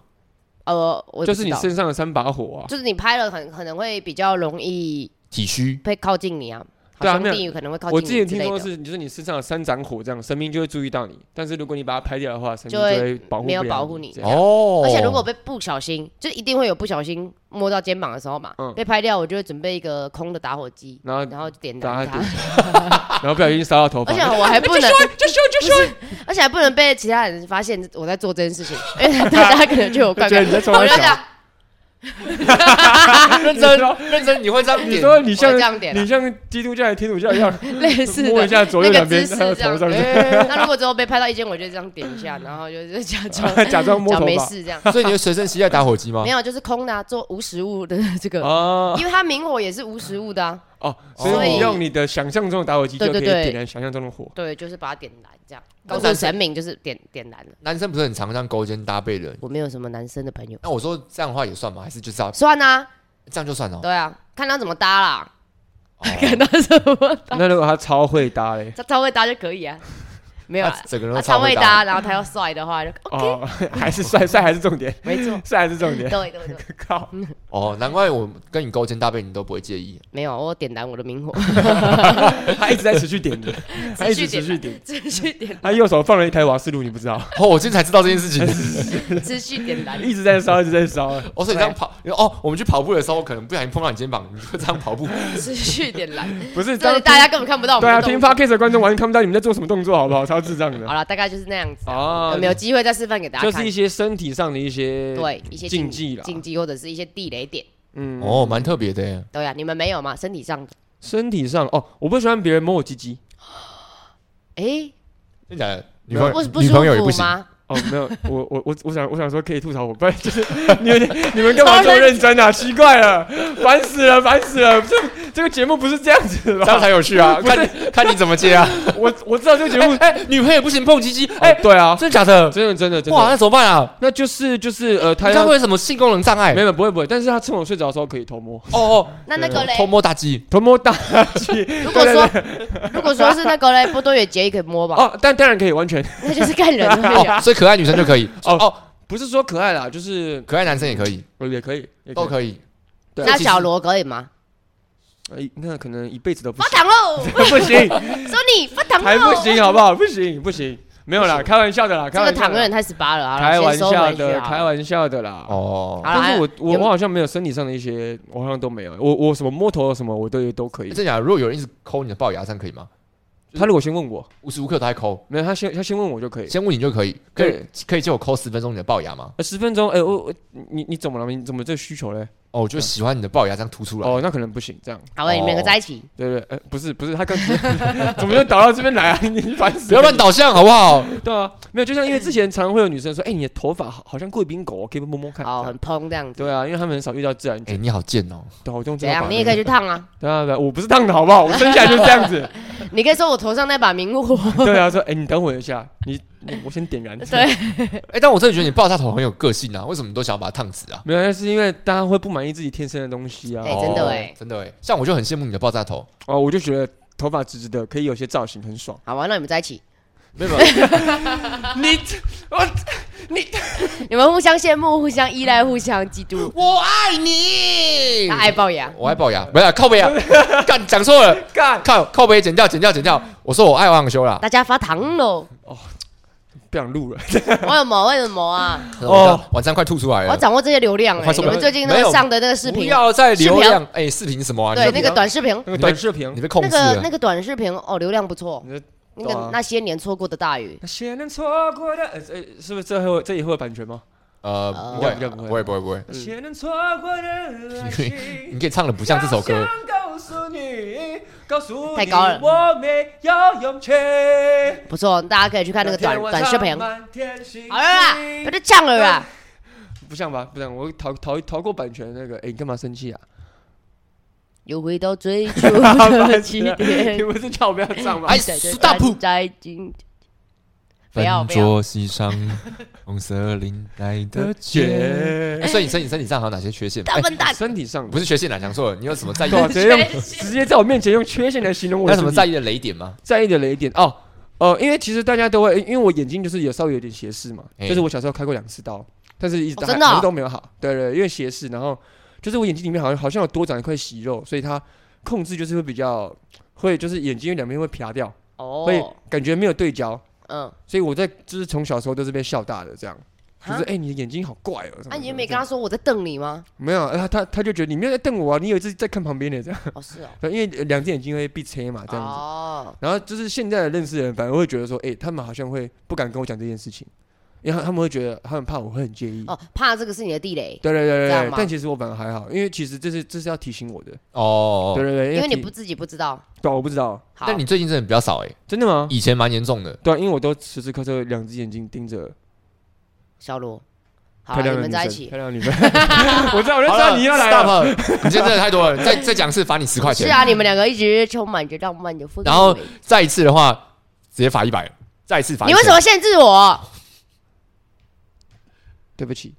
S3: 呃，我
S2: 就
S3: 也不
S2: 是
S3: 知
S2: 你
S3: 道
S2: 身上的三把火啊。
S3: 就是你拍了很可能会比较容易
S1: 体虚
S3: 被靠近你啊，好
S2: 对啊
S3: 兄
S2: 没有
S3: 弟可能会靠近
S2: 我
S3: 你
S2: 之前
S3: 之
S2: 听
S3: 类
S2: 说
S3: 的。
S2: 是，就是你身上有三盏火，这样神明就会注意到你。但是如果你把它拍掉的话，神明
S3: 就会
S2: 会保护
S3: 没有
S2: 不了
S3: 保护你
S2: 这样
S1: 哦。
S3: 而且如果被不小心，就一定会有不小心摸到肩膀的时候嘛，
S2: 嗯
S3: 被拍掉，我就会准备一个空的打火机，
S2: 然后
S3: 然后点
S2: 打
S3: 燃
S2: 它
S3: 它。
S2: 然后不小心烧到头发
S3: 而且，我 还不能，不是而且还不能被其他人发现我在做这件事情，因为大家可能觉得我 怪
S2: 觉得
S3: 怪的。
S2: 你在冲
S3: 我就
S2: 他
S3: 这
S1: 认
S2: 笑，
S3: 样
S2: 你
S1: 真
S2: 说
S1: 认真，你会这样
S2: 你
S1: 点？
S2: 说你
S3: 我就这
S2: 像
S3: 样点
S2: 你
S3: 啊，
S2: 像基督教还是天主教 一样，
S3: 类似
S2: 摸一
S3: 的。
S2: 下左右
S3: 那
S2: 两
S3: 个
S2: 边
S3: 姿势
S2: 他的
S3: 这样
S2: 头上，
S1: 哎
S3: 那如果之后被拍到一间，我就这样点一下，然后就是假装
S2: 假装 摸
S3: 假
S2: 头
S3: 没
S2: 发。
S3: 事这样。
S1: 所以你会随身携带打火机吗
S3: 没？有，就是空的、啊，做无实物的 这个，
S2: 哦
S3: 因为它明火也是无实物的啊。
S2: 哦，所以你用你的想象中的打火机就
S3: 对
S2: 可以
S3: 对对
S2: 点燃想象中的火。
S3: 对，就是把它点燃，这样
S1: 那
S3: 告诉
S1: 男生
S3: 神明就是点点燃了。
S1: 男生不是很常这样勾肩搭背的？
S3: 我没有什么男生的朋友，
S1: 那我说这样的话也算吗？还是就这样
S3: 算啊，
S1: 这样就
S2: 哦
S1: 算了？
S3: 对啊，看他怎么搭啦，
S1: 哦
S3: 看他怎么搭，
S2: 那如果他超会搭嘞，
S3: 他超会搭就可以啊，没有
S1: 他
S3: 啊，
S1: 整个人
S3: 他
S1: 都
S3: 超会
S1: 搭
S3: 搭，。然后他要帅的话就 OK，
S2: 哦， 还是帅帅还是重点，
S3: 没 错，
S2: 帅还是重点。
S3: 对对对，
S2: 靠，
S1: 哦，难怪我跟你勾肩搭背，你都不会介意。
S3: 没有，我点燃我 的明火，
S2: 他一直在持续点的， 他一直持
S3: 持续
S2: 续点。
S3: 持续点，
S2: 他右手放了一台瓦斯炉，你不 知道，
S1: 哦，我今天才知道这件事情。
S3: 持续点燃，
S2: 一直在烧，一直在烧。
S1: 哦，所以你这样跑，哦，我们去跑步的时候，可能不小心碰到你肩膀，你就这样跑步。
S3: 持续点燃，
S2: 不是，这
S3: 这
S2: 样
S3: 里大家根本看不到我
S2: 对
S3: 们
S2: 啊，
S3: 的
S2: 听
S3: 动作。
S2: podcast 的观众完全看不到你们在做什么动作，好不好？超智障的
S3: 好。了，大概就是那样子啊。
S2: 哦
S3: 有没有机会再示范给大
S2: 就
S3: 家看
S2: 是一？些身体上的一些，
S3: 对，一些
S2: 禁忌啦
S3: 禁忌或者是一些地雷点。
S2: 嗯，
S1: 哦，蛮特别的耶。
S3: 对啊呀，你们没有吗？身体上的，
S2: 身体上哦，我不喜欢别人摸我鸡鸡。
S3: 哎，
S1: 真假的？女
S2: 没有
S1: 朋
S3: 不
S1: 友
S3: 不
S1: 女
S3: 舒
S1: 朋友也不
S3: 服
S1: 行。
S3: 吗？
S2: 哦，没有，我我我我想我想说可以吐槽我，不 然就是你们你们干嘛这么认真 啊？奇怪了，烦死了，烦死了！这这个节目不是这样子的
S1: 这样
S2: 吧？
S1: 才有趣啊！
S2: 不是
S1: 看你看你怎么接啊！
S2: 我我知道这个节 目，
S1: 哎， 女朋友也不行碰鸡鸡，
S2: 哎，对啊，
S1: 真的假的？
S2: 真的真的真
S1: 哇，
S2: 的，
S1: 那怎么办啊？
S2: 那就是就是呃，他
S1: 他
S2: 要
S1: 会有什么性功能障碍
S2: 没？有不会不会，但是他趁我睡着的时候可以偷摸，
S1: 哦哦，
S3: 那那个嘞，
S1: 偷摸大鸡，
S2: 偷摸大鸡。
S3: 如果说 如果说是那个嘞，波多野结也可以摸吧，
S2: 哦，但当然可以，完全
S3: 那就是看人而已啊。
S1: 哦，所以可爱女生就可以，
S2: 哦
S1: 哦，
S2: 不是说可爱啦，就是
S1: 可爱男生也可以，
S2: 呃也可以，也
S1: 都
S2: 可以
S1: 可以。
S2: 对
S3: 那
S2: 其实
S3: 小罗可以吗？
S2: 呃那可能一辈子都不
S3: 发
S2: 行，
S3: 糖喽！
S2: 不 行，
S3: 说你发糖喽！
S2: 还不行，好不好？不行不行，没有啦，开玩笑的啦，开
S3: 这个
S2: 玩笑
S3: 糖有
S2: 的啦
S3: 点。太十八了，好了
S2: 开玩
S3: 先收
S2: 笑
S3: 回去
S2: 的，
S3: 好了
S2: 开玩笑的啦。
S1: 哦
S3: 好，
S2: 但是我我
S3: 有
S2: 我好像没有身体上的一些，我好像都没有。我我什么摸头什么我都都可以。
S1: 哎真假的？如果有人一直抠你的龅牙，这样可以吗？
S2: 他如果先问我，
S1: 无时无刻都在抠，
S2: 没有他先他先问我就可以。
S1: 先问你就可以，可以
S2: 对
S1: 可以借我抠十分钟你的龅牙吗？
S2: 呃十分钟，哎、我我你你怎么了？你怎么这需求嘞？
S1: 哦，我就喜欢你的龅牙这样凸出来。
S2: 哦，那可能不行，这样
S3: 好了，你们
S2: 哦
S3: 两个在一起，
S2: 对对，呃，不是不是，他刚怎么就倒到这边来啊？你烦死！
S1: 不要乱。倒象好不好？
S2: 对啊，没有，就像因为之前常会有女生说，哎、你的头发好好像贵宾狗，可以摸摸看。
S3: 哦，
S2: 这样
S3: 很蓬这样子。
S2: 对啊，因为他们很少遇到自然
S1: 哎，
S2: 卷，
S1: 你好贱哦！
S2: 对啊，我用
S3: 怎
S2: 这
S3: 样？你也可以去烫啊！
S2: 对啊，对啊，我不是烫的好不好？我生下来就这样 子。
S3: 你可以说我头上那把明火，
S2: 对啊，说，哎、你等我一下，你你我先点燃。
S3: 对，
S1: 哎，但我真的觉得你爆炸头很有个性啊，为什么你都想要把它烫死啊？
S2: 没有，那是因为大家会不满意自己天生的东西啊。
S3: 哎真的
S1: 哦
S3: 哎
S1: 真的哎，像我就很羡慕你的爆炸头，
S2: 哦，我就觉得头发直直的，可以有些造型很爽。
S3: 好吧？那你们在一起，
S1: 没有 没有
S2: 你
S3: 你们互相羡慕，互相依赖，互相嫉妒。
S1: 我爱你
S3: 那，爱龅牙，
S1: 我爱龅牙，不是啊靠背啊，干讲错了，
S2: 干
S1: 靠靠背剪掉剪掉剪掉，我说我爱王修啦，
S3: 大家发糖 喽！
S2: 不想录了，
S3: 为什么？为什么啊？
S1: 哦，晚上快吐出来
S3: 我要
S1: 了，
S3: 掌握这些流量
S1: 我
S3: 哎、
S1: 快受
S3: 你
S1: 不了
S3: 们最近那
S1: 没有
S3: 个上的那个视
S1: 不
S3: 频，
S1: 要再流
S3: 视
S1: 量，哎，视频什么啊？
S3: 对
S1: 你
S3: 那个短视频，
S1: 你
S2: 那个
S1: 被
S2: 短视频
S1: 你，被控
S3: 那
S1: 制
S3: 个
S1: 了
S3: 那，个短视频哦，流量不错。
S2: 你这
S3: 那个
S2: 啊
S3: 那些年错过的大雨，
S2: 那些年错过的，呃，呃是不是这会有这也会有版权吗？
S1: 呃，
S3: 呃
S1: 不会
S2: 应该不会
S1: 不会不会不会，
S2: 那些年错过的爱
S1: 嗯 你
S2: 情。
S1: 可以唱的不像这首歌，
S2: 我想告诉你，告诉你
S3: 太高了
S2: 我没有勇气。
S3: 不错，大家可以去看那个短短视频。好
S2: 好
S3: 了啦，不要再唱了啦。
S2: 不像吧？不像，我逃逃逃过版权那个。哎，你干嘛生气啊？
S3: 又回到最初的起
S2: 你
S3: 点，
S2: 不是叫我不要唱吗？
S1: 哎
S3: 在这
S1: 苏大普
S3: 站在今不要
S4: 笨
S3: 不要
S4: 拙系上红色领带的 结。
S1: 哎 所以你身体身体上还有哪些缺陷吗？
S3: 大
S1: 哎，
S3: 笨蛋，
S2: 身体上
S1: 不是缺陷啊，讲错了，你有什么在意
S2: 对？啊，直接用
S3: 缺陷
S2: 直接在我面前用缺陷来形容我
S1: 那
S2: 的
S1: 什么
S2: 身体
S1: 在意的雷点吗？
S2: 在意的雷点哦。呃，因为其实大家都会，因为我眼睛就是有稍微有点斜视嘛，
S1: 哎
S2: 就是我小时候开过两次刀，但是一直
S3: 哦
S2: 还
S3: 真的哦
S2: 还是都没有好。对对，对因为斜视，然后就是我眼睛里面好像好像有多长一块息肉，所以它控制就是会比较会就是眼睛两边会撇掉，会
S3: 哦，
S2: 感觉没有对焦，
S3: 嗯，
S2: 所以我在就是从小时候都是被笑大的这样。就是哎、你的眼睛好怪哦、什么
S3: 啊，你就没
S2: 什
S3: 跟
S2: 么
S3: 他说我在瞪 你吗？
S2: 没有，呃、他他就觉得你没有在瞪我啊，你有一次在看旁边的这样，
S3: 哦，是哦，
S2: 因为两只眼睛会闭切嘛，这样子。
S3: 哦，
S2: 然后就是现在的认识的人，反而会觉得说，哎、他们好像会不敢跟我讲这件事情，因为他他们会觉得他们怕我会很介
S1: 嗯
S2: 意。
S3: 哦，怕这个是你的地雷，
S2: 对对对
S3: 这
S2: 对
S3: 样
S2: 对
S3: 吗，
S2: 但其实我反而还好，因为其实这是这是要提醒我的。
S1: 哦
S2: 对，对对，
S3: 因为你
S2: 提
S3: 不自己不知道。
S2: 对啊，我不知道，
S3: 好，
S1: 但你最近真的比较少哎，
S2: 真的吗？
S1: 以前蛮严重的。
S2: 对啊，因为我都时时刻刻两只眼睛盯着
S3: 小罗，好，啊
S2: 漂
S3: 你
S2: 亮的
S3: 们
S2: 女
S3: 在一
S2: 生，
S3: 起。
S2: 漂亮的女生， 我知道，我就知道你要来啊了。
S1: 好了，stop 了你今天真的太多了，再再讲是罚你十块
S3: 是
S1: 钱，
S3: 啊，你们两个一直充满着浪漫的氛围。
S1: 然后再一次的话直接罚一百，再一次罚1000。
S3: 你为什么限制我？
S2: 对不起，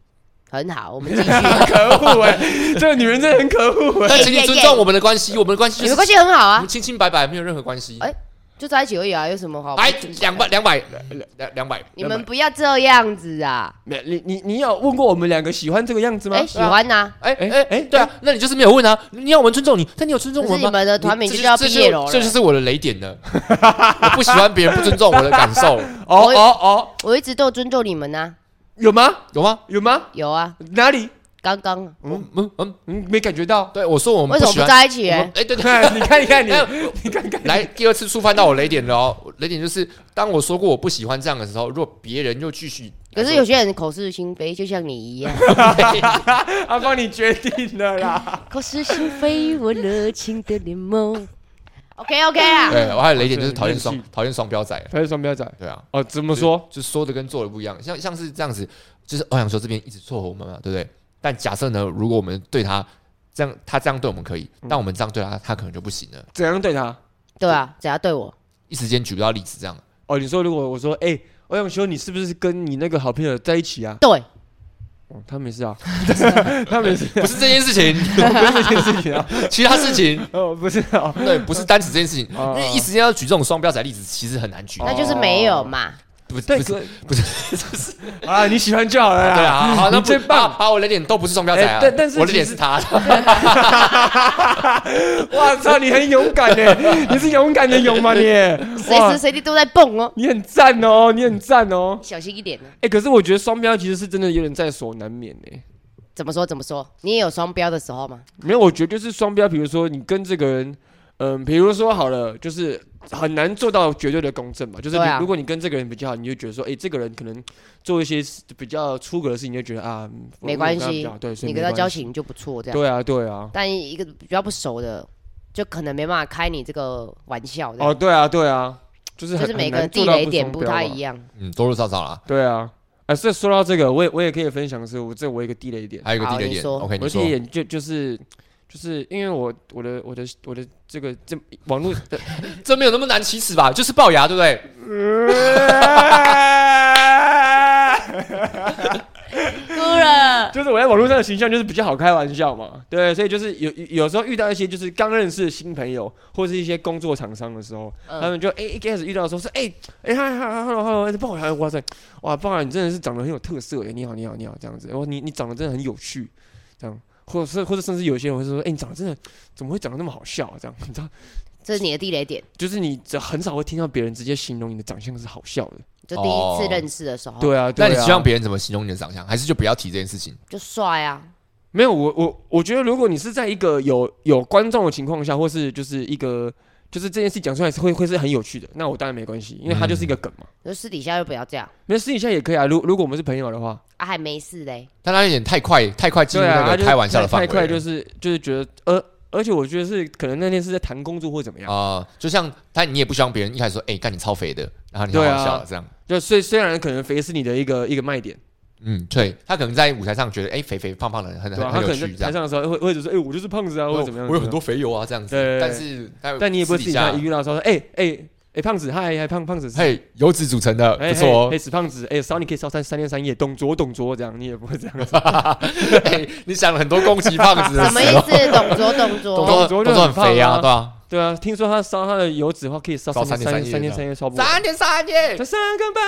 S3: 很好，我 们继续。
S2: 可恶哎、
S3: 欸
S2: 这个女人真的很可 恶哎、
S1: 但请你尊重我们的关系，我们的关系就
S3: 你
S1: 是
S3: 们关系很好
S1: 我
S3: 啊
S1: 们，清清白白，没有任何关系。
S3: 哎就在一起而已啊，有什么好？
S1: 来两百，两百两两两百，
S3: 你们不要这样子啊！
S2: 没你你你有问过我们两个喜欢这个样子吗？
S3: 哎，喜欢呐，
S1: 哎
S2: 哎
S1: 哎哎
S2: 哎，
S1: 对啊，那你就是没有问啊，你要我们尊重你，但你有尊重
S3: 可
S1: 我
S3: 是你
S1: 们吗？
S3: 们的团
S1: 你
S3: 名
S1: 这
S3: 就叫
S1: 这
S3: 毕业楼
S1: 这
S3: 了
S1: 就。是我的雷点了，我不喜欢别人不尊重我的感受，
S2: 哦哦哦，
S3: 我一直都尊重你们呐，
S2: 有吗？
S1: 有吗？
S2: 有吗？
S3: 有啊，
S2: 哪里？
S3: 刚刚
S1: 嗯嗯嗯，
S2: 嗯，没感觉到。
S1: 对，我说我们
S3: 为什
S1: 不
S3: 么
S1: 喜
S3: 不
S1: 欢，
S3: 在一起？
S1: 我
S3: 哎
S1: 们哎对对，
S2: 看， 你看，你看，你
S1: 哎
S2: 你看看，
S1: 来第二次触犯到我雷点了哦，雷点就是当我说过我不喜欢这样的时候，如果别人又继续，
S3: 可是有些人口是心非，就像 你一样，
S2: 他帮你决定了啦。
S3: 口是心非，我热情的联盟。OK OK 啊，
S1: 对，我还有雷点就是讨厌
S2: 哦
S1: 双
S2: 这个
S1: 讨厌双标仔，
S2: 他是双标仔
S1: 对啊，
S2: 哦，怎么说？
S1: 就说的跟做的不一样，像像是这样子，就是欧阳修这边一直撮合我们嘛，对不对？但假设呢，如果我们对他这样，他这样对我们可以，
S2: 嗯
S1: 但我们这样对他，他可能就不行了。
S2: 怎样对他？
S3: 对啊，只要对我，
S1: 一时间举不到例子，这样
S2: 哦，你说如果我说，哎，欧阳修，你是不是跟你那个好朋友在一起啊？
S3: 对，
S2: 哦，他没事 啊，他没事，
S1: 不是这件事情，
S2: 不是这件事情啊。
S1: 其他事情，
S2: 哦，不是啊，
S1: 对，不是单指这件事情，因
S2: 哦
S1: 为一时间要举这种双标仔例子，其实很难举。
S3: 那就是没有嘛。
S1: 不是
S2: 对，
S1: 不是
S2: 可 啊，你喜欢就好了啦。
S1: 对啊，好，那
S2: 你最
S1: 不
S2: 棒
S1: 好好，我的脸都不是双标仔啊
S2: 哎，但但是
S1: 我的脸
S2: 其
S1: 是
S2: 实
S1: 他，
S2: 哇操，你很勇敢 呢，你是勇敢的勇吗你？
S3: 随
S2: 哇
S3: 时随地都在蹦哦，
S2: 你很赞哦，你很赞哦。
S3: 小心一点呢。
S2: 哎，可是我觉得双标其实是真的有点在所难免呢。
S3: 怎么说怎么说？你也有双标的时候吗？
S2: 没有，我觉得就是双标。比如说，你跟这个人，嗯，比如说好了，就是很难做到绝对的公正嘛。就是你、
S3: 对啊
S2: 如果你跟这个人比较好，你就觉得说，哎、这个人可能做一些比较出格的事情，你就觉得啊，嗯我
S3: 没关
S2: 我跟他比
S3: 系
S2: 较好对，所以
S3: 你跟
S2: 没
S3: 他
S2: 关
S3: 交
S2: 系。
S3: 情就不错，这样。
S2: 对啊，对啊。
S3: 但一个比较不熟的，就可能没办法开你这个玩笑，这样
S2: 哦，对啊，对啊，就是
S3: 就
S2: 很
S3: 是每
S2: 很
S3: 个人
S2: 难做
S3: 地
S2: 到
S3: 雷点
S2: 不
S3: 不
S2: 双标啊
S3: 太
S2: 嘛
S3: 一样。
S1: 嗯，多多少少啦，
S2: 对啊，啊，这说到这个，我也我也可以分享是，我这我有一个地雷点。
S1: 还有一个地雷点
S3: 好你说
S1: 啊，OK，
S2: 我
S1: 你
S2: 地
S1: 说
S2: 雷点就就是就是因为我我的我的我的这个这网络
S1: 这没有那么难启齿吧？就是龅牙，对不对？
S3: 哭了，
S2: 就是我在网络上的形象就是比较好开玩笑嘛，对，所以就是有有有时候遇到一些就是刚认识的新朋友或是一些工作厂商的时候，
S3: 嗯
S2: 他们就哎、一开始遇到的时候是哎哎嗨嗨嗨 hello hello，哎不好意思，哇塞，哇不好意思，你真的是长得很有特色哎，你好你好你好这样子，哇你你长得真的很有趣，这样，或者是或者甚至有些人会说，哎、你长得真的怎么会长得那么好笑、这样，你知道，
S3: 这是你的地雷点，
S2: 就是你这很少会听到别人直接形容你的长相是好笑的，
S3: 就第一次认识的时候，
S2: 对啊，对
S1: 那
S2: 啊
S1: 你希望别人怎么形容你的长相？还是就不要提这件事情？
S3: 就帅啊，
S2: 没有，我我我觉得，如果你是在一个有有观众的情况下，或是就是一个就是这件事讲出来是会会是很有趣的，那我当然没关系，因为它就是一个梗嘛。
S3: 就私底下就不要这样。
S2: 没私底下也可以啊，如如果我们是朋友的话，
S3: 啊，还没事嘞，
S1: 但他有点太快，太快进入
S2: 对啊，
S1: 那
S2: 他
S1: 个
S2: 就
S1: 开玩笑的范围
S2: 太太
S1: 了，
S2: 快就是就是觉得，呃，而且我觉得是可能那天是在谈工作或怎么样，
S1: 啊、就像但你也不希望别人一开始说，哎、干你超肥的，然后你好
S2: 对啊
S1: 好笑、这样，
S2: 就虽虽然可能肥是你的一个一个卖点，
S1: 嗯，对他可能在舞台上觉得，哎、肥肥胖胖的很
S2: 对吧、
S1: 很很
S2: 他可
S1: 有
S2: 能在
S1: 趣，这样，
S2: 台
S1: 哦
S2: 上的时候会会者说，哎、我就是胖子啊，或者怎么样，
S1: 我有很多肥油啊，这样子，
S2: 对对对
S1: 但是
S2: 但你也不会私
S1: 私底
S2: 底下
S1: 下
S2: 一遇到的时候说，哎哎哎，胖子，嗨嗨，胖胖子，
S1: 嘿，油脂组成的，
S2: 哎
S1: 不错哦
S2: 哎，。死胖子，哎，烧你可以烧三三天三夜，董卓董卓这样，你也不会这样子。
S1: 嘿你想了很多攻击胖
S2: 啊
S1: 子的
S3: 什么意
S1: 词哦。
S3: 思？董卓，董
S1: 董
S3: 卓，
S1: 卓，董
S2: 卓就
S1: 卓很
S2: 很胖
S1: 肥啊，
S2: 啊
S1: 对吧？
S2: 对啊，听说他烧他的油脂的话，可以烧
S1: 烧
S2: 三
S1: 三天
S2: 天
S1: 三
S2: 三
S1: 夜
S2: 天三夜烧不完。
S1: 三天三夜
S2: 他，三更半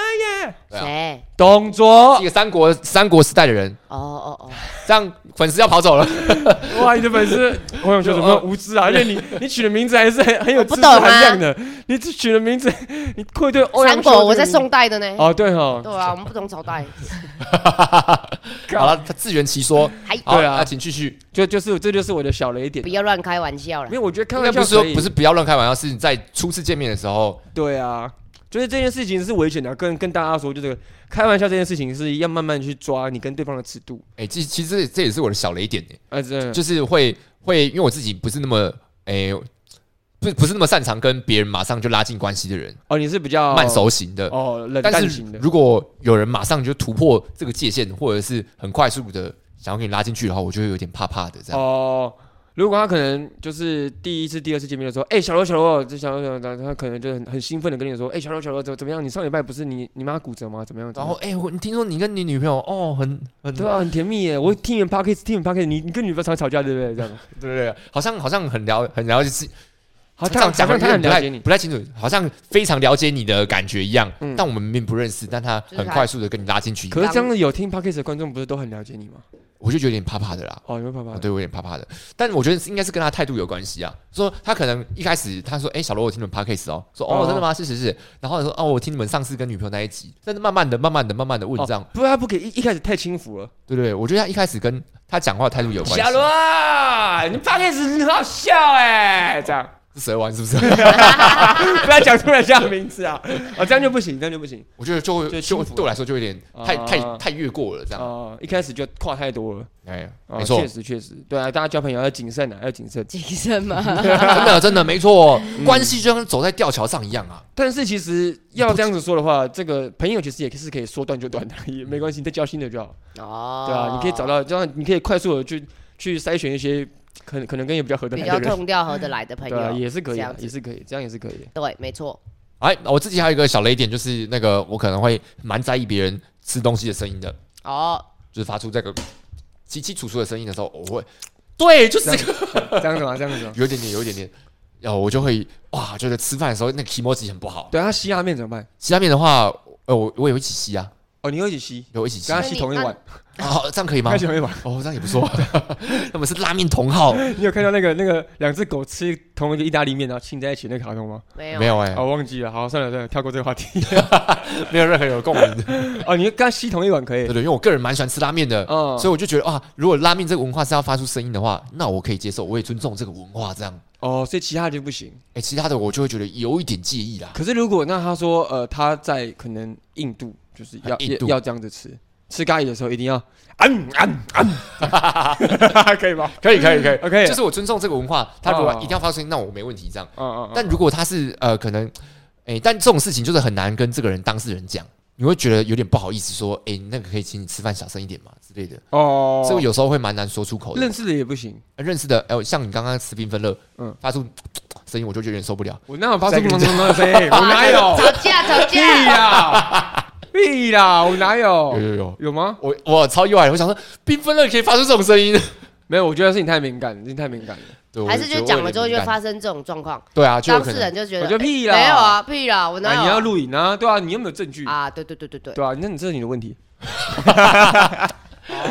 S2: 夜，
S1: 对啊
S3: 谁？
S2: 董卓
S1: 一，个三国三国时代的人，
S3: 哎哦哦哦，
S1: 这样粉丝要跑走 了。
S2: 哇，你的粉丝， 我想说什么无知啊？而且 你你取的名字还是很很有
S3: 我不
S2: 知识
S3: 懂啊
S2: 含量的，你这取的名字，你愧对欧阳
S3: 三
S2: 修
S3: 国
S2: 这
S3: 我
S2: 个
S3: 在
S2: 名
S3: 宋代的呢。
S2: 哦，对哦，
S3: 对啊，我们不同 朝代。
S1: 好了，他自圆其说。
S3: 还
S1: 好
S2: 对啊
S1: 那请继续。
S2: 就就是这就是我的小雷点
S3: 不。要乱开玩笑了
S2: 没。有，我觉得开
S1: 应该
S2: 玩
S1: 不
S2: 笑
S1: 是说
S2: 可以
S1: 不是不要乱开玩笑，是你在初次见面的时候，
S2: 对啊，就是这件事情是危险的啊，跟跟大家说，就这个开玩笑这件事情是要慢慢去抓你跟对方的尺度。
S1: 哎，其其实这也是我的小雷点耶
S2: 啊，真的，
S1: 就是会会因为我自己不是那么哎。不不是那么擅长跟别人马上就拉近关系的人，
S2: 哦，你是比较
S1: 慢熟型的，
S2: 哦，冷淡
S1: 但是
S2: 型的。
S1: 如果有人马上就突破这个界限，或者是很快速的想要给你拉进去的话，我就会有点怕怕的这样。
S2: 哦，如果他可能就是第一次、第二次见面的时候，哎、小罗、小罗，这小罗、小罗，他他可能就很很兴奋的跟你说，哎、小罗、小罗，怎么怎么样？你上礼拜不是你你妈骨折吗？怎么样？怎
S1: 然
S2: 么
S1: 后，
S2: 样
S1: 哎、我你听说你跟你女朋友哦，很很
S2: 对啊，很甜蜜耶！我听你们 p o d c a s t 听你们 p o d c a s t 你你跟女朋友常吵架对不对？这样，
S1: 对对对，好像好像很了很了解自，
S2: 好，
S1: 这
S2: 他
S1: 样
S2: 讲
S1: 讲
S2: 他
S1: 的
S2: 很
S1: 不
S2: 了
S1: 太
S2: 解你，
S1: 不太清楚，好像非常了解你的感觉一样。
S2: 嗯
S1: 但我们并不认识，但他
S3: 就是
S1: 很
S3: 他
S1: 快速的跟你拉进去，
S2: 可是这样的有听 p o d c a s t 的观众不是都很了解你吗？
S1: 我就觉得有点怕怕的啦。
S2: 哦，有爸爸
S1: 啊，，对我有点怕怕的，但我觉得是应该是跟他态度有关系啊。说他可能一开始他说：“哎、小罗，我听你们 podcast 哦。”说：“哦，
S2: 哦
S1: 真的吗？是是是。”然后说：“哦，我听你们上次跟女朋友那一集。”但是慢慢的、慢慢的、慢慢的
S2: 哦
S1: 问这样，
S2: 不，他不给一一开始太轻浮了。
S1: 对对对，我觉得他一开始跟他讲话的态度有关系。
S2: 小罗，你 p o d c a s t 很好笑哎，这样
S1: 是蛇丸是不 是？
S2: 不要讲出来这样的名字啊！ 哦，这样就不行，这样就不行
S1: 我觉得就会
S2: 就
S1: 就
S2: 轻
S1: 会
S2: 浮
S1: 对我来说就有点太
S2: 啊
S1: 太太越过了这样。
S2: 哦，一开始就跨太多了。
S1: 哎，
S2: 哦
S1: 没错
S2: 确，实确实，对啊，大家交朋友要谨慎啊，要谨慎。
S3: 谨慎 吗？
S1: 真的真的没 错，哦关系就像走在吊桥上一样啊。
S2: 但是其实要这样子说的话，这个朋友其实也是可以说断就断的，也没关系，你再交新的就好，
S3: 哦，
S2: 对啊，你可以找到，这样你可以快速的去去筛选一些可能可能跟你比较合得
S3: 比
S2: 来
S3: 较
S2: 的人，
S3: 痛掉合得来的朋
S2: 对啊，
S3: 友。
S2: 也是可以
S3: 这
S2: 啊
S3: 样，子
S2: 也是可以，这样也是可以的。
S3: 对，没错。
S1: 哎，我自己还有一个小雷点，就是那个我可能会蛮在意别人吃东西的声音的，
S3: 哦，
S1: 就是发出这个凄凄楚楚的声音的时候，我会，对，就是这个
S2: 这样子嘛，这样子嘛。
S1: 有一点点，有一点点，然后我就会哇，觉得吃饭的时候那个 e m o 很不好。
S2: 对啊，他吸拉面怎么办？
S1: 其他面的话，呃，我我有一起吸啊，
S2: 哦，你会一起吸，
S1: 有一起吸
S2: 跟他
S3: 那
S2: 吸
S3: 你
S2: 同一
S3: 按
S2: 碗，
S1: 哦，这样可以
S2: 跟
S1: 吗
S2: 他？吸同一碗。
S1: 哦，这样也不错， 他们是拉面同号，
S2: 你有看到那个那个两只狗吃同一个意大利面，然后亲在一起那个卡通吗？
S3: 没有啊
S1: 没有哎、
S2: 哦，忘记了，好，算了算了，跳过这个话 题。
S1: 没有任何有共鸣。
S2: 哦，你跟他吸同一碗可以
S1: 对。对，因为我个人蛮喜欢吃拉面的，
S2: 嗯
S1: 所以我就觉得啊，如果拉面这个文化是要发出声音的话，那我可以接受，我也尊重这个文化。这样，
S2: 哦，所以其他就不行。
S1: 哎、其他的我就会觉得有一点介意啦。
S2: 可是如果那他说呃他在可能印度就是要
S1: 啊印度
S2: 要要这样子吃，吃咖喱的时候一定要嗯嗯嗯， 可以吗？
S1: 可以，可以，可以
S2: OK
S1: 就是我尊重这个文化，他如果
S2: 哦
S1: 一定要发出声音，那我没问题。这样，
S2: 嗯嗯，
S1: 但如果他是呃，可能，哎、但这种事情就是很难跟这个人当事人讲，你会觉得有点不好意思说，哎、那个可以请你吃饭小声一点嘛之类的。
S2: 哦，
S1: 所以我有时候会蛮难说出口的。
S2: 认识的也不行。
S1: 呃认识的，哎、像你刚刚吃缤纷乐，嗯
S2: 嗯，
S1: 发出声音我就觉得有点受不了。
S2: 我哪有发出咚咚咚的声 音？我哪有？
S3: 吵架，吵
S2: 屁
S3: 架。
S2: 啦，屁啦，我哪
S1: 有
S2: 有？
S1: 有有，
S2: 有吗？
S1: 我我超意外的，我想说缤纷乐可以发出这种声音，
S2: 没有，我觉得是你太敏感，你太敏感了。
S1: 对
S3: 还是
S1: 我
S3: 就
S1: 觉得
S3: 讲
S1: 我
S3: 了
S1: 有点
S3: 之后就
S1: 敏感
S3: 发生这种状况，
S1: 对啊，就有
S3: 当
S1: 可
S3: 事
S1: 能
S3: 人就觉
S2: 我
S3: 得
S2: 觉得屁啦，
S3: 没有啊，屁啦，我哪
S2: 啊，
S3: 有啊？
S2: 你要录影啊，对啊，你有没有证据？
S3: 啊？对对对对对，
S2: 对啊，那你这是你的问题。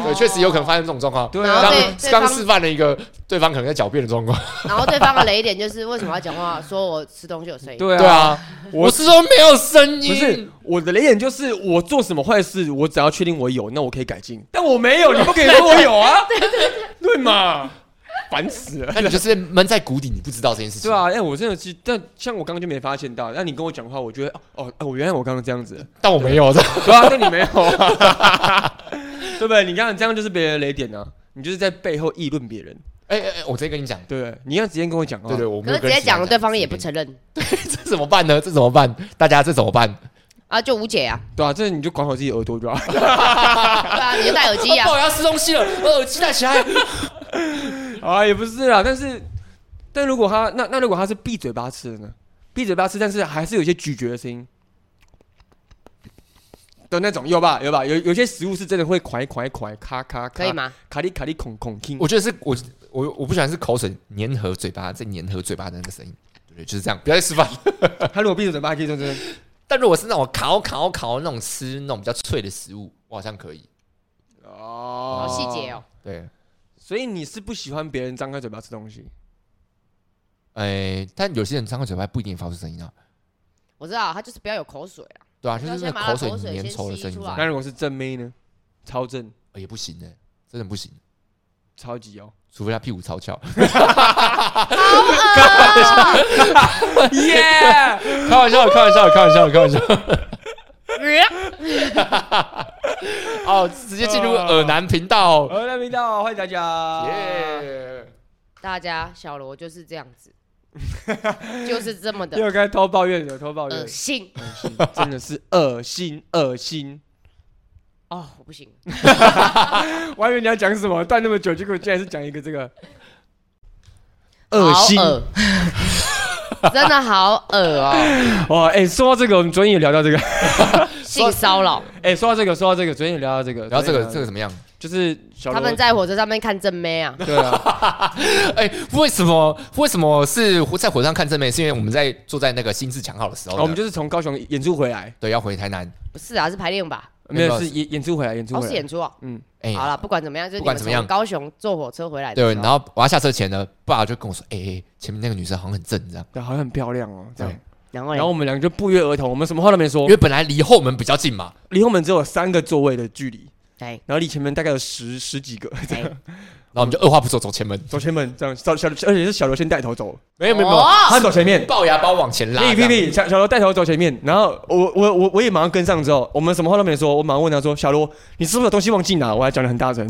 S1: 对，确实有可能发生这种状况。
S2: 对
S3: 然
S2: 啊
S3: 后
S1: 刚
S3: 对对
S1: 刚
S3: 方
S1: 示范了一个对方可能在狡辩的状况，
S3: 然后对方的雷点就是为什么要讲话，说我吃东西有声音，
S2: 对
S1: 对
S2: 啊，
S1: 啊，我是说没有声
S2: 不是
S1: 音，
S2: 我的雷点就是我做什么坏事，我只要确定我有，那我可以改进。但我没有，你不可以说我有啊？ 对对对，对嘛，烦死了。
S1: 那你就是闷在谷底，你不知道这件事情。
S2: 对，啊，哎、我真的是，但像我刚刚就没发现到，那你跟我讲话，我觉得哦哦，哦原来我刚刚这样子，
S1: 但我没有的，
S2: 对啊，那你没有啊， 对不对？你刚刚这样就是别人的雷点啊，你就是在背后议论别人，
S1: 哎哎，哎我直接跟你讲，
S2: 对不对？你要直接跟我啊讲话，
S1: 对对，我没有
S3: 可是直
S1: 跟
S3: 接讲了对方
S1: 直接
S3: 也不
S1: 跟
S3: 承认
S1: 这怎么办呢？这怎么办？大家这怎么 办？
S3: 啊，就无解啊，
S2: 对啊，这你就管好自己耳朵就好。
S3: 对啊，你就戴耳机
S1: 啊
S3: 啊
S1: 不，好要吃东西了，我耳机戴起来。
S2: 啊啊，也不是啦，但是，但如果他那那如果他是闭嘴巴吃的呢？闭嘴巴吃，但是还是有一些咀嚼的声音的那种，有吧？有吧？有有些食物是真的会快快快咔咔咔，
S3: 可以？吗？
S2: 卡里卡里孔孔听，
S1: 我觉得是我我我不喜欢是口水粘合嘴巴，再粘合嘴巴的那个声音，对，就是这样，不要再吃饭。
S2: 他如果闭着嘴巴还可以这样子，
S1: 但如果是那种烤烤烤那种吃那种比较脆的食物，我好像可以。
S2: 哦
S3: 好细节哦。。
S1: 对，
S2: 所以你是不喜欢别人张开嘴巴吃东西？
S1: 哎、但有些人张开嘴巴不一定发出声音啊，
S3: 我知道，他就是不要有口水 啊。
S1: 对啊，就是那
S3: 先
S1: 个
S3: 把它
S1: 口水
S3: 口水
S1: 粘
S3: 先
S1: 稠的
S3: 吸
S1: 声音
S3: 出
S1: 这样，
S2: 那如果是正妹呢？超正，
S1: 呃也不行呢、真的不行，
S2: 超级哦。
S1: 除非他屁股超翘。
S2: 耶！
S1: 开玩笑，开玩笑，开玩笑，开玩笑。
S3: 呃
S1: 哦，直接进入
S2: 呃
S1: 耳男频道哦。
S2: 好，那频道欢迎大家。
S1: 耶！
S2: 呃
S3: 大家，小罗就是这样子，就是这么的
S2: 又该偷抱怨了，偷抱怨
S3: 恶，心
S2: 恶心真的是恶心，恶心。
S3: 哦，我不行。
S2: 我还以为你要讲什么，断那么久，结果竟然是讲一个这个恶
S3: 好
S2: 心
S3: 恶，真的好恶 哦！
S2: 哦。哎、说到这个，我们昨天也聊到这个。
S3: 性骚扰，
S2: 哎、说到这个，说到这个，昨天也聊到这个，
S1: 然后这个这
S2: 昨天也聊到
S1: 个怎么样？
S2: 就是小
S3: 他
S2: 罗
S3: 们在火车上面看正妹啊，
S2: 对啊，
S1: 哎，为什么为什么是在火车上看正面？是因为我们在坐在那个心智强好的时候呢，
S2: 哦我们就是从高雄演出回来，
S1: 对要回台南。
S3: 不是啊，是排练吧？
S2: 没
S1: 哎没
S2: 有
S1: 有
S2: 是演演出回来，演出
S3: 哦，
S2: 回
S3: 是
S2: 来
S3: 演。出哦。
S1: 哎，
S3: 好了，不管怎么样，就是
S1: 不
S3: 你
S1: 管
S3: 们
S1: 怎么样
S3: 从高雄坐火车回来的
S1: 对，
S3: 时
S2: 啊
S3: 候。
S1: 然后我要下车前呢，爸就跟我说：“哎哎，哎前面那个女生好像很正，这样。
S2: 对，好像很漂亮哦，这样。
S1: 哎
S3: 然后嘞
S2: 然后我们两个就不约而同，我们什么话都没说
S1: 因，为本来离后门比较近嘛，
S2: 离后门只有三个座位的距离，
S3: 哎
S2: 然后离前门大概有十十几个，这样。
S1: 然后我们就二话不说走前门，
S2: 走前门这样，小小而且是小罗先带头走，
S1: 没有没有没有，
S3: 哦
S2: 他走前面，
S1: 龅牙把我往前拉。
S2: 屁
S1: 这
S2: 屁
S1: 样
S2: 屁，小小罗带头走前面，然后我我我我也马上跟上之后，我们什么话都没说，我马上问他说：“小罗，你是不是有东西忘记拿？”我还讲的很大声。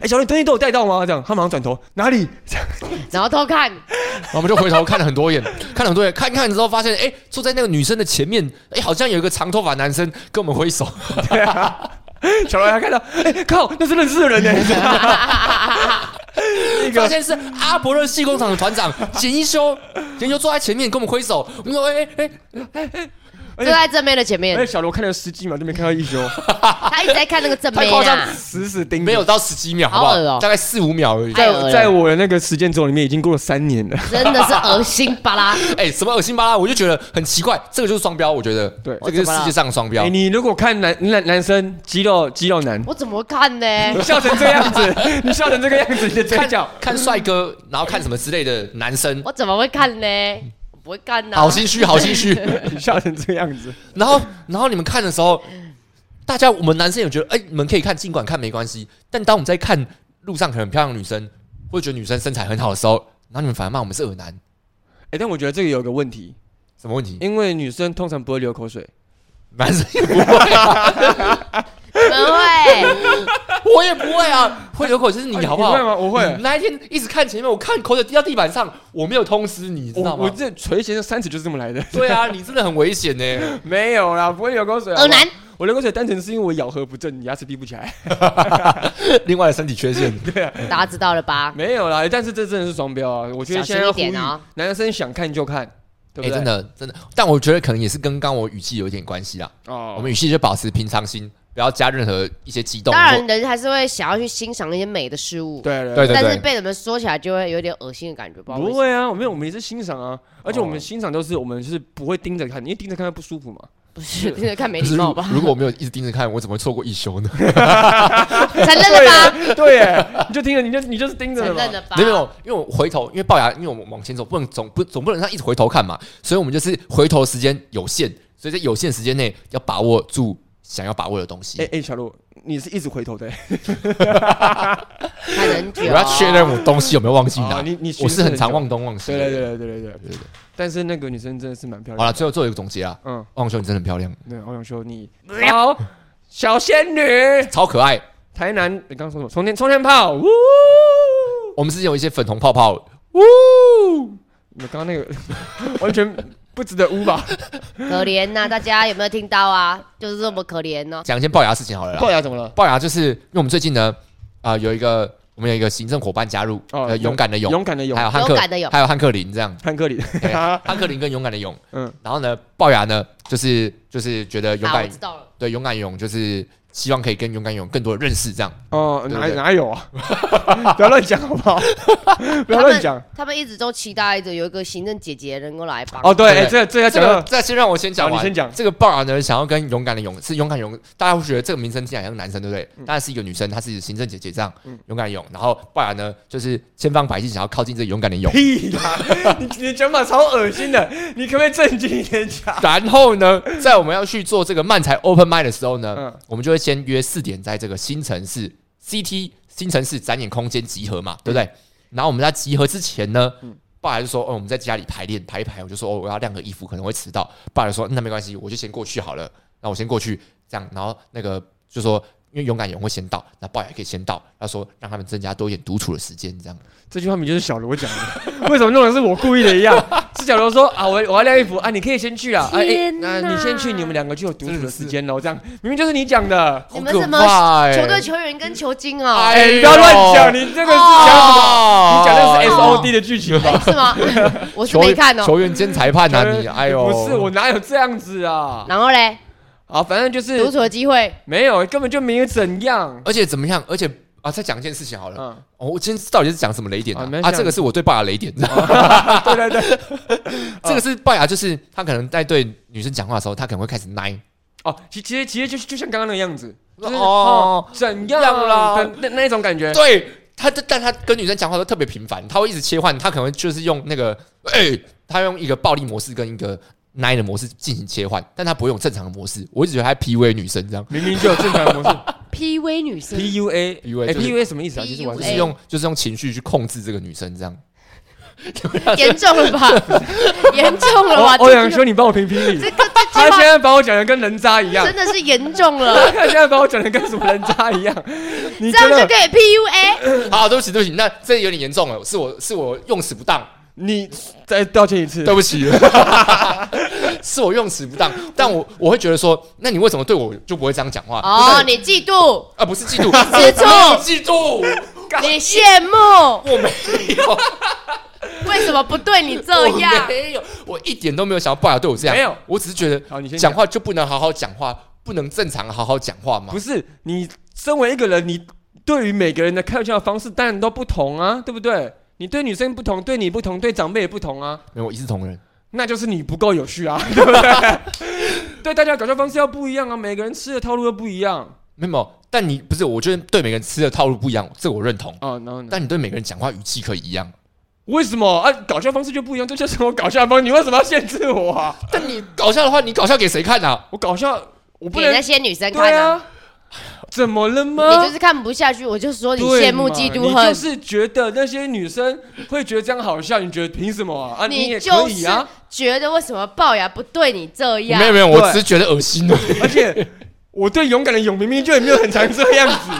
S2: 哎、小罗，你东西都有带到吗？这样，他马上 转头，哪里？
S3: 然后偷看，
S1: 然后我们就回头看了很多眼， 看了很多眼，看一看之后发现，哎，坐在那个女生的前面，哎，好像有一个长头发男生跟我们挥手，
S2: 对啊，小罗还看到，哎、靠，那是认识的人呢、 那
S1: 发
S2: 个
S1: 现是阿伯勒系工厂的团长简一修，简一修坐在前面跟我们挥手，我们说，哎哎哎，
S2: 而
S3: 坐
S2: 且
S3: 在正妹的前
S2: 而且
S3: 面，
S2: 哎小罗看了十几秒就没看到一休，
S3: 他一直在看那个正
S1: 太
S3: 妹
S1: 夸张
S3: 啊。
S2: 死死盯着
S1: 没有。到十啊几秒，好不
S3: 好恶
S1: 好？
S3: 哦
S1: 大概四五秒而已。
S3: 哎
S2: 在
S3: 太恶
S2: 我
S3: 了
S2: 在我的那个时间轴里面，已经过了三年了。
S3: 真的是恶心巴拉。
S1: 哎，什么恶心巴拉，我就觉得很奇怪，这个就是双标，我觉得，
S2: 对
S1: 这个是世界上的双标
S2: 哎，。你如果看男男男生肌肉肌肉男，
S3: 我怎么看呢？
S2: 你笑成这样子， 你笑成这个样子，你的嘴角
S1: 看帅哥，然后看什么之类的男生，
S3: 我怎么会看呢？我不会看呐、
S1: 好心虚，好心虚。
S2: 你笑成这样子，
S1: 然后，然后你们看的时候，大家我们男生有觉得，哎，你们可以看，尽管看没关系。但当我们在看路上可能很漂亮的女生，或者觉得女生身材很好的时候，然后你们反而骂我们是恶男，
S2: 哎、但我觉得这个有个问题，
S1: 什么问题？
S2: 因为女生通常不会流口水，
S1: 男生也不会啊，
S3: 不会，
S1: 我也不会啊，会流口水是你好不好？
S2: 会吗？我会，
S1: 你那一天一直看前面，我看口水滴到地板上，我没有通知你，知
S2: 我
S1: 道
S2: 我
S1: 吗？
S2: 这垂涎的三尺就是这么来的，
S1: 对啊，你真的很危险呢、
S2: 没有啦，不会流口水。
S3: 恶男，
S2: 我流口水单纯是因为我咬合不正，牙齿闭不起来。
S1: 另外的身体缺 陷，
S3: 大家知道了吧？
S2: 没有啦，但是这真的是双标啊！我觉得
S3: 小心
S2: 现在要
S3: 一
S2: 呼
S3: 点
S2: 吁
S3: 啊
S2: 男生想看就看，对
S1: 哎、
S2: 不对？
S1: 真的真的，但我觉得可能也是跟刚我语气有一点关系啦。
S2: 哦，
S1: 我们语气就保持平常心，不要加任何一些激动。
S3: 当然，
S1: 或
S3: 人还是会想要去欣赏一些美的事物，
S2: 对对
S1: 对对
S3: 但是被你们说起来就会有点恶心的感觉，不知道为
S2: 不
S3: 什么。
S2: 会啊，我没有，我们也是欣赏啊，而且我们
S1: 哦
S2: 欣赏都是我们就是不会盯着看，因为盯着看不舒服 嘛。
S3: 不是，真的看没
S1: 可
S3: 礼
S1: 是如
S3: 貌吧？
S1: 如果我没有一直盯着看，我怎么会错过一休呢？啊
S3: 承认了吧？
S2: 对耶，对耶，你就盯着，你就你就是盯着了
S3: 承
S2: 嘛
S3: 认。了吧？
S1: 没有没有，因为我回头，因为龅牙，因为我们往前走，不能总不总不能让一直回头看嘛，所以我们就是回头时间有限，所以在有限时间内要把握住想要把握的东西。
S2: 哎哎，小鹿，你是一直回头的耶，
S3: 看很久。
S1: 我要确认我东西有没有忘记拿
S2: 哦，你你
S1: 我是很常
S2: 望。
S1: 忘东忘西。
S2: 对对。对对对
S1: 对
S2: 对
S1: 对
S2: 对。但是那个女生真的是蛮漂
S1: 好
S2: 亮的。
S1: 了，最后做一个总结啊，
S2: 嗯，
S1: 望兄你真的很漂亮，
S2: 对，我想说你好，小仙女，
S1: 超可爱。
S2: 台南，你刚刚说什么？冲天冲天炮，
S1: 嗯
S2: 呜！
S1: 我们之前有一些粉红泡泡，
S2: 呜！你刚刚那个 完全不值得污吧？
S3: 可怜呐、大家有没有听到啊？就是这么可怜呢、哦
S1: 讲一件龅牙的事情好了啦。
S2: 牙怎么了？
S1: 龅牙就是因为我们最近呢，啊、有一个我们有一个行政伙伴加入，
S2: 哦
S1: 呃，勇敢的勇，
S2: 勇敢的勇
S1: 还，有汉
S3: 勇
S1: 克
S3: 敢的勇，
S1: 还有汉克林这 样，
S2: 汉克里，
S1: 对汉克林跟勇敢的勇，
S2: 嗯，
S1: 然后呢，龅牙呢，就是就是觉得勇
S3: 好，我
S1: 敢
S3: 知道了。
S1: 对勇敢勇，就是希望可以跟勇敢勇更多的认识，这样
S2: 哦，
S1: 对
S2: 哪
S1: 对
S2: 哪有 啊？不要乱讲好不好？不要乱讲。
S3: 他们一直都期待着有一个行政姐姐能够来帮。
S2: 哦，对，
S1: 对
S2: 哎，这个这个要
S1: 这
S2: 讲
S1: 个
S2: 到，
S1: 这先让我先讲
S2: 好
S1: 完，
S2: 你先讲
S1: 这个龅牙呢，想要跟勇敢的勇是勇敢勇，大家会觉得这个名称听起来像男生，对不对？当然是一个女生，她是行政姐姐这样
S2: 嗯，
S1: 勇敢的勇。然后龅牙呢，就是千方百计想要靠近这个勇敢的勇。
S2: 屁啦！ 你你的讲法超恶心的，你可不可以正经一点 讲？
S1: 然后呢，在我们要去做这个漫才 open m i d 的时候呢，
S2: 嗯
S1: 我们就会先约四点在这个新城市 CT 新城市展演空间集合嘛，对不对？然后我们在集合之前呢
S2: 嗯，
S1: 爸还就说，哦，我们在家里排练排一排，我就说，哦，我要晾个衣服，可能会迟到。爸就说，嗯那没关系，我就先过去好了。那我先过去，这样，然后那个就说。因为勇敢勇会先到，那龅牙也可以先到。他说让他们增加多一点独处的时间，这样。
S2: 这句话明明就是小罗讲的， 为什么弄的是我故意的一样？ 是小罗说啊，我我要晾衣服啊，你可以先去啦，啊，哎，
S3: 天
S2: 那
S3: 哪
S2: 你先去，你们两个就有独处的时间喽。这样明明就是你讲的，
S3: 你们什么球
S1: 欸
S3: 队球员跟球经哦？
S1: 哎
S2: 哎，
S1: 呦
S2: 不要乱讲，你这个是讲什么？
S1: 么
S2: 你讲的是
S3: 哦
S2: S O D 的剧情 吧？
S3: 是吗？我是
S1: 球
S3: 没看哦。
S1: 球员兼裁判 啊，你哎呦，
S2: 不是我哪有这样子啊？
S3: 然后嘞，
S2: 啊，反正就
S3: 独
S2: 是
S3: 处的机会，
S2: 没有，根本就没有怎样。
S1: 而且怎么样？而且啊，再讲一件事情好了。
S2: 嗯，
S1: 哦，我今天到底是讲什么雷点
S2: 啊哦
S1: 啊
S2: 没？事
S1: 啊，这个是我对龅牙雷点，
S2: 对啊对对，
S1: 这个是龅牙，就是他可能在对女生讲话的时候，他可能会开始奶。
S2: 哦，其其实其实就就像刚刚那个样子，就是
S1: 哦
S2: 哦怎样
S1: 样啦
S2: 的那那一种 感觉，
S1: 对，他但他跟女生讲话都特别频繁，他会一直切换，他可能就是用那个，哎、他用一个暴力模式跟一个奶的模式进行切换，但他不会用正常的模式。我一直觉得他 PUA 女生这样，
S2: 明明就有正常的模式。
S3: PV 女生
S2: P U A
S1: PUA
S2: 哎
S1: 就是
S2: P U A 什么意思啊？就是玩
S1: 就
S3: PUA
S1: 是用就是用情绪去控制这个女生这样。
S3: 严重了 吧？严重 了吧？
S2: 哦欧阳
S3: 这句
S2: 修，你帮我评评理。
S3: 这个这
S2: 他
S3: 句
S2: 现
S3: 话
S2: 在把我讲的跟人渣一样，
S3: 真的是严重了，
S2: 他现在把我讲的跟什么人渣一样？ 你
S3: 这
S2: 真
S3: 样就
S2: 的
S3: 可 以 PUA。
S1: 好，对不起，对不起，那这有点严重了，是我是我用词不当。
S2: 你再道歉一次
S1: 对。不起， 是我用词不当，但我我会觉得说，那你为什么对我就不会这样讲话？
S3: 哦，你嫉妒，
S1: 啊，不是嫉妒，
S3: 吃醋
S1: 我没有嫉妒，
S3: 你羡慕，
S1: 我没有，
S3: 为什么不对你这
S1: 我
S3: 样？
S1: 没有，我一点都没有想要爸爸对我这样，
S2: 没有
S1: 我只是觉得
S2: 好，你先
S1: 讲。话就不能好好讲话，不能正常好好讲话嘛
S2: 不。是你身为一个人，你对于每个人的开玩笑的方式当然都不同啊，对不对？你对女生不同，对你不同，对长辈也不同啊，
S1: 没有，我一视同仁。
S2: 那就是你不够有趣啊， 对不对？对大家搞笑方式要不一样啊，每个人吃的套路又不一样
S1: 没有，但你不是，我觉得对每个人吃的套路不一样，这个我认同。
S2: 啊。然后呢？
S1: 但你对每个人讲话语气可以一样，
S2: 为什么啊？搞笑方式就不一样，这就是我搞笑方式，你为什么要限制我啊？
S1: 但你搞笑的话，你搞笑给谁看啊？
S2: 我搞笑，我不
S3: 给那
S2: 能
S3: 些女生看
S2: 对
S3: 啊！
S2: 啊，怎么了吗？
S3: 你就是看不下去，我就说你
S2: 对
S3: 羡慕、
S2: 嘛
S3: 嫉妒、
S2: 你就
S3: 恨。
S2: 是觉得那些女生会觉得这样好笑，你觉得凭什么啊？啊，你
S3: 你
S2: 也
S3: 就
S2: 可以
S3: 是
S2: 啊。
S3: 觉得为什么龅牙不对你这样
S1: 没？有没有，我
S2: 对
S1: 只是觉得恶心而已。
S2: 而且我对勇敢的勇明明就也没有很常这样 子，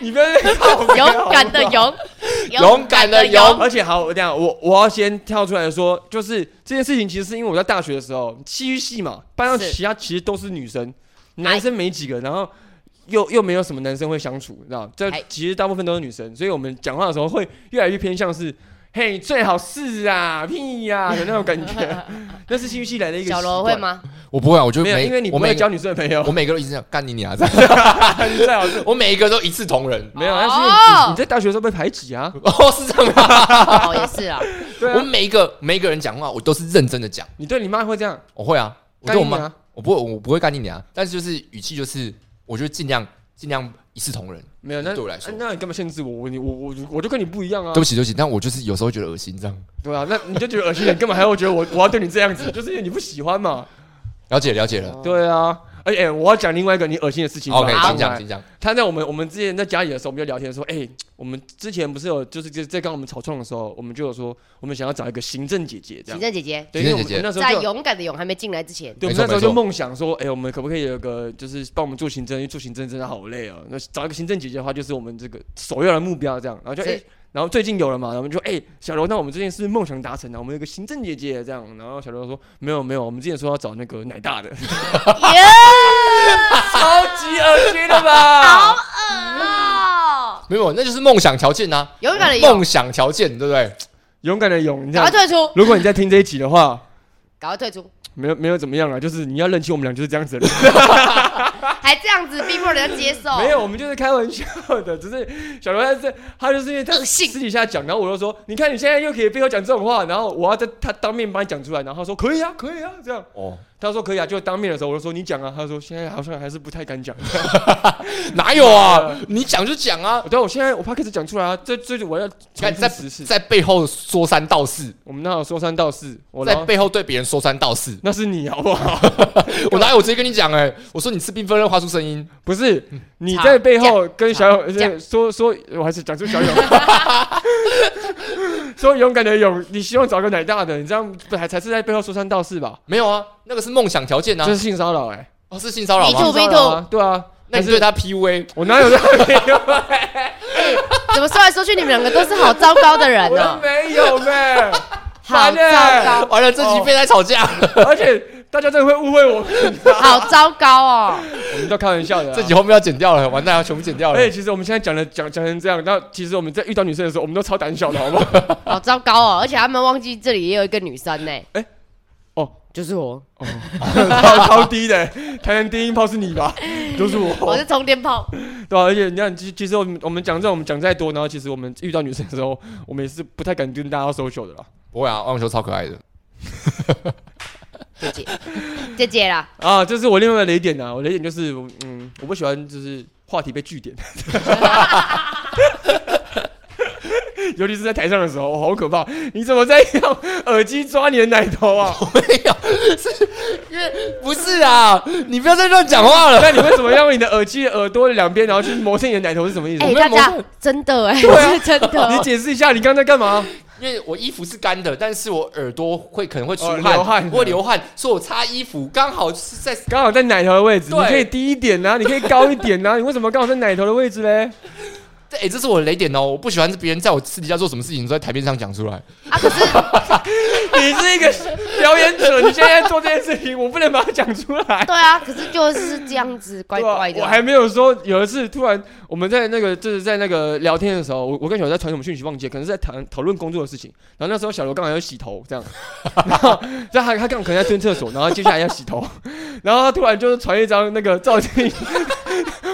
S2: 你不要在那边靠北
S3: 勇敢的。
S2: 好不好
S3: 勇，
S1: 勇敢的勇
S2: 而且好，我这样，我我要先跳出来说，就是这件事情，其实是因为我在大学的时候，戏剧系嘛，班上
S3: 是哎
S2: 其他其实都是女生，男生没几个，然后又又没有什么男生会相处，你知道，这
S3: 哎
S2: 其实大部分都是女生，所以我们讲话的时候会越来越偏向是，嘿，最好是啊，屁呀、的那种感 觉，那是戏剧系来的 一个
S3: 小罗
S2: 习
S3: 会
S2: 惯？
S3: 吗？
S1: 我不会啊，我就
S2: 没有，
S1: 每
S2: 因为你
S1: 我
S2: 不
S1: 每
S2: 会
S1: 个
S2: 交女生的朋友
S1: 我，每个都一直讲干你娘啊这样。
S2: 你 最好是。
S1: 我每一个都一视同仁。
S2: 没有，但是因为
S3: 哦
S2: 你你在大学的时候被排挤啊。
S1: 哦，是这样吗？
S3: 哦，也是啊，
S2: 对
S1: 我
S2: 啊，
S1: 每一个每一个人讲话，我都是认真的讲。
S2: 你对你妈会这样，
S1: 我会啊，我
S2: 干
S1: 对
S2: 你
S1: 我妈，
S2: 娘
S1: 我不会，我不会干你娘，啊但是就是语气就是，我就尽量尽量一视同仁。
S2: 没有，那哎
S1: 对我来说
S2: 那你干嘛限制我？我你我我我就跟你不一样啊
S1: 对。不起，对不起，但我就是有时候会觉得恶心这样。
S2: 对啊，那你就觉得恶心，你干嘛还要觉得我我要对你这样 子？就是因为你不喜欢嘛。
S1: 了解了解了。
S2: 对啊，而且我要讲另外一个你恶心的事情。
S1: 哦 OK，
S2: 好
S1: 请讲，
S2: 来
S1: 请讲。
S2: 他在我们我们之前在家里的时候，我们就聊天说，哎、我们之前不是有就是在在刚我们草创的时候，我们就有说我们想要找一个行政姐姐 这
S3: 行
S2: 样。
S3: 政姐姐
S2: 对，因为我们
S1: 行政姐姐
S2: 那时候
S3: 在
S2: 就有
S3: 勇敢的勇还没进来 之前，
S2: 对，我
S1: 没
S2: 们
S1: 错
S2: 那时候
S1: 没错
S2: 就梦想说，哎、我们可不可以有个，就是帮我们做行政，因为做行政真的好累哦。那找一个行政姐姐的话，就是我们这个首要的目标，这样。然后就是哎、然后最近有了嘛，然后我们就哎、小罗，那我们最近是不是梦想达成了，我们有个行政姐姐这样。然后小罗说，没有没有，我们之前说要找那个奶大 的，
S3: 耶，
S2: 超级恶心的吧？
S3: 好恶哦！
S1: 没有，那就是梦想条件呐、
S3: 勇敢的勇
S1: 梦，想条件，对不对？
S2: 勇敢的勇，你这
S3: 赶快
S2: 样。
S3: 退出，
S2: 如果你在听这一集的话，
S3: 赶快退出，
S2: 没有没有怎么样啊，就是你要认清我们俩就是这样子的人。
S3: 还这样子逼迫人家接受，
S2: 没有，我们就是开玩笑的， 只是小罗他这他就是因为他
S3: 恶性
S2: 私底下讲，然后我就说，你看你现在又可以背后讲这种话，然后我要在他当面帮你讲出来，然后他说可以啊，可以啊，这样
S1: 哦，
S2: 他说可以啊，就当面的时候我就说你讲啊，他说现在好像还是不太敢讲，
S1: 哪有啊？你讲就讲啊，
S2: 但我现在我怕开始讲出来啊，这这我要
S1: 看你
S2: 重新
S1: 在
S2: 实事，
S1: 在背后说三道四，
S2: 我们那有说三道四，我
S1: 在
S2: 然后
S1: 背后对别人说三道四。
S2: 那是你好不好？
S1: 我哪有我直接跟你讲哎、我说你吃缤纷乐发出声音，
S2: 不是你
S3: 吵
S2: 在背后跟小
S3: 吵架
S2: 勇说说，我还是讲出小勇， 说勇敢的勇，你希望找个奶大的，你这样不还才是在背后说三道四吧？
S1: 没有啊？那个是梦想条件呐、
S2: 这是性骚扰哎，
S1: 哦，是性骚扰
S3: 你就
S1: 吗？
S3: Me too,
S2: 性骚扰啊对啊，
S1: 那你
S2: 但
S1: 对他 PUA？
S2: 我哪有这样没有？
S3: 怎么说来说去，你们两个都是好糟糕的人 啊
S2: 我
S3: 呢、
S2: 又没 有呗，
S3: 好
S2: 烦欸
S3: 糟
S1: 完了，这集被他吵架了，
S2: 而且大家真的会误会我们，
S3: 糕，好糟糕哦！
S2: 我们都开玩笑的啊。 哎
S1: 这集后面要剪掉了，完蛋，要全部剪掉
S2: 而
S1: 了
S2: 且。其实我们现在讲的讲讲成这样，那其实我们在遇到女生的时候，我们都超胆小的，好不好？
S3: 好糟糕哦！而且他们忘记这里也有一个女生呢、
S2: 哎哦，
S3: 就是我，
S2: 超超低的，欸台南第一炮是你吧？就是我，
S3: 我是充电炮，
S2: 对啊，而且你看，其其实我们我们讲这种，我们讲再多，然后其实我们遇到女生的时候，我们也是不太敢跟大家 social 的啦。
S1: 不会啊，汪球超可爱的。
S3: 姐姐，姐姐啦，
S2: 啊，这是我另外的雷点啊，我雷点就是，嗯，我不喜欢就是话题被据点， 尤其是在台上的时候，好可怕！你怎么在用 耳机抓你的奶头啊？
S1: 不是啊，你不要再乱讲话了。
S2: 那你为什么要用你的耳机的耳朵的两边，然后去磨蹭你的奶头是什么意思？
S3: 哎、
S1: 没有
S3: 大家
S1: 谋
S3: 真的哎、
S2: 对啊
S3: 是真的
S2: 你
S3: 哦，
S2: 解释一下，你刚才干嘛？
S1: 因为我衣服是干的，但是我耳朵会可能会出汗，
S2: 哦流汗
S1: 会流汗，所以我擦衣服刚好是在
S2: 刚好在奶头的位置，你
S1: 对
S2: 可以低一点呐、啊，你可以高一点呐、啊，你为什么刚好在奶头的位置嘞？
S1: 哎、这是我的雷点哦！我不喜欢别人在我私底下做什么事情，都在台面上讲出来。
S3: 啊，可是
S2: 你是一个表演者，你现在做这件事情，我不能把它讲出来。
S3: 对啊，可是就是这样子，乖
S2: 对吧
S3: 乖？的。
S2: 我还没有说，有一次突然我们在那个就是在那个聊天的时候，我我跟小刘在传什么讯息忘记了，可能是在谈讨论工作的事情。然后那时候小刘刚好要洗头，这样， 然后然后他他刚好可能在蹲厕所，然后接下来要洗头，然后他突然就是传一张那个照镜，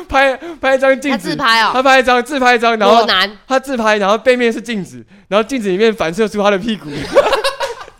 S2: 拍拍一张镜
S3: 他
S2: 子，
S3: 自拍哦，
S2: 他拍一张自拍一张，然
S3: 裸
S2: 后
S3: 男，
S2: 他自拍，然后背面是镜子，然后镜子里面反射出他的屁股，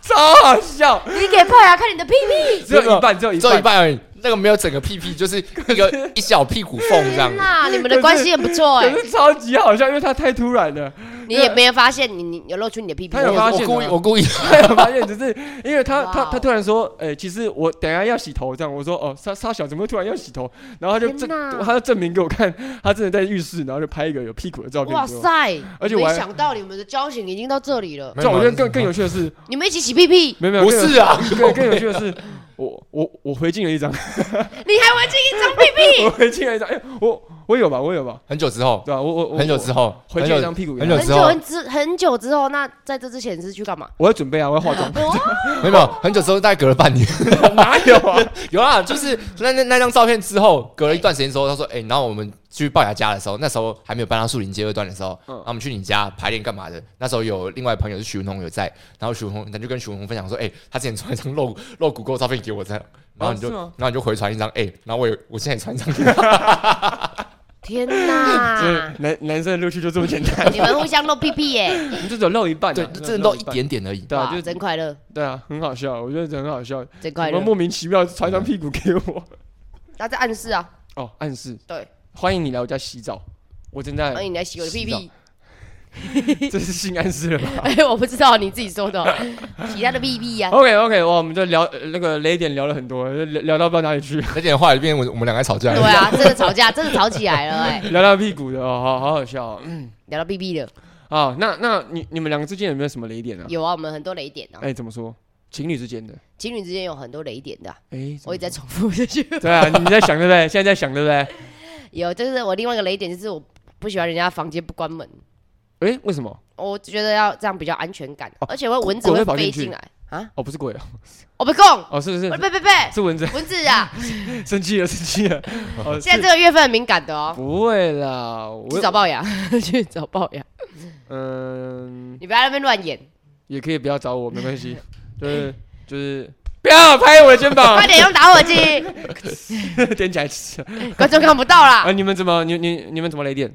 S2: 超好笑，
S3: 你给派啊，看你的屁屁，
S2: 只有一半，只有一
S1: 只有一
S2: 半。
S1: 半而已，那个没有整个屁屁，就是一个 一小屁股缝这样
S3: 天。哪，你们的关系很不错哎、
S2: 可是超级好笑，因为他太突然 了。
S3: 你也没有发现你你有露出你的屁屁，
S2: 他有
S1: 我
S2: 发
S1: 我
S2: 现
S1: 故意，
S2: 啊
S1: 我故意，
S2: 他有发现，只是因为他
S3: 哇哦
S2: 他他突然说，哎、其实我等一下要洗头，这样我说哦，沙沙小怎么会突然要洗头？然后他就
S3: 天
S2: 证
S3: 哪
S2: 他就证明给我看，他真的在浴室，然后就拍一个有屁股的照片
S3: 哇
S2: 给我。
S3: 塞！
S2: 而且
S3: 没
S2: 我还
S3: 想到你们的交情已经到这里了，
S2: 这我觉得更更有趣的是，
S3: 你们一起洗屁屁，
S2: 没有没有
S1: 不是啊，
S2: 更 有更更有趣的是，我我我回敬了一张，
S3: 你还玩这一张 屁屁？
S2: 我回敬了一张，哎、我我有吧，我有吧，
S1: 很久之后，
S2: 对吧、啊我我我
S1: 很久之后，
S2: 回
S1: 很
S2: 敬了一张
S1: 久
S2: 屁股给
S4: 很
S2: 他，
S4: 久之
S3: 很久
S4: 后
S3: 很，之很久之后，那在这之前是去干嘛？，
S2: 我要准备啊，我要 化妆
S3: 哦，
S1: 没有很久之后，大概隔了半年。
S2: 哪有啊？
S1: 有啊，就是那那那张照片之后，隔了一段时间之后，他说：“哎、然后我们去龅牙家的时候，那时候还没有搬到树林街二段的时候，
S2: 嗯
S1: 然后我们去你家排练干嘛的？那时候有另外朋友是许文宏有在，然后许文宏他就跟许文宏分享说：‘哎、他之前传一张露露骨沟的照片给我，这样。’然后你就、
S2: 是吗
S1: 然后你就回传一张，哎、然后我也我现在也传一张给
S3: 天
S2: 所以
S3: 哪！
S2: 男男生的乐趣就这么简单，
S3: 你们互相露屁屁耶，
S2: 你就只有露一半、啊，
S1: 对，
S2: 只有
S1: 真的都
S2: 露
S1: 一
S2: 半，
S1: 点点而已。
S2: 对啊，
S3: 哇
S2: 就是
S3: 真快乐，
S2: 对啊，很好笑，我觉得很好笑。
S3: 真快
S2: 怎么
S3: 乐。
S2: 莫名其妙传张屁股给我？
S3: 那在暗示啊，
S2: 哦，暗示
S3: 对，
S2: 欢迎你来我家洗澡，我正在
S3: 欢，迎你来洗我的屁屁。
S2: 这是性暗示了 吧
S3: 哎，我不知道你自己说的哦， 洗他的屁屁啊呀。
S2: ？OK OK，哇，我们就聊呃那个雷点聊了很多，聊聊到不知道哪里去，
S1: 那点话里面，我我们两个还吵架
S3: 对
S1: 了。
S3: 啊，真的吵架，真的吵起来了哎，
S2: 聊到屁股的，哦，好好好笑哦嗯
S3: 聊到屁屁的，
S2: 啊。那那你你们两个之间有没有什么雷点啊？
S3: 有啊，我们很多雷点啊，
S2: 哎，怎么说？情侣之间的，
S3: 情侣之间有很多雷点的啊，
S2: 哎，
S3: 我一直
S2: 在。
S3: 在重复这 句。
S2: 对啊，你在想对不对？现在在想对不对？
S3: 有，就是我另外一个雷点就是我不喜欢人家房间不关门，
S2: 哎，为什么？
S3: 我觉得要这样比较安全感，
S2: 哦
S3: 而且会蚊子
S2: 鬼
S3: 会
S2: 会跑
S3: 飞
S2: 进去
S3: 进来，啊，
S2: 哦，不是鬼哦，
S3: 我被供，
S2: 哦，是不是
S3: 我？被被被
S2: 是蚊子，
S3: 蚊子 啊！
S2: 生气了，生气了。哦，
S3: 现在
S2: 是
S3: 这个月份很敏感的哦，
S2: 不会啦，
S3: 去
S2: 我
S3: 找龅牙， 去找龅 牙，
S2: 嗯，
S3: 你不要在那边乱演，
S2: 也可以不要找我，没关 系，就是就是不要拍我的肩膀
S3: 快，点用打火机，
S2: 点起来吃
S3: 观众看不到啦
S2: 啊！。你们怎么你你你们怎么雷电？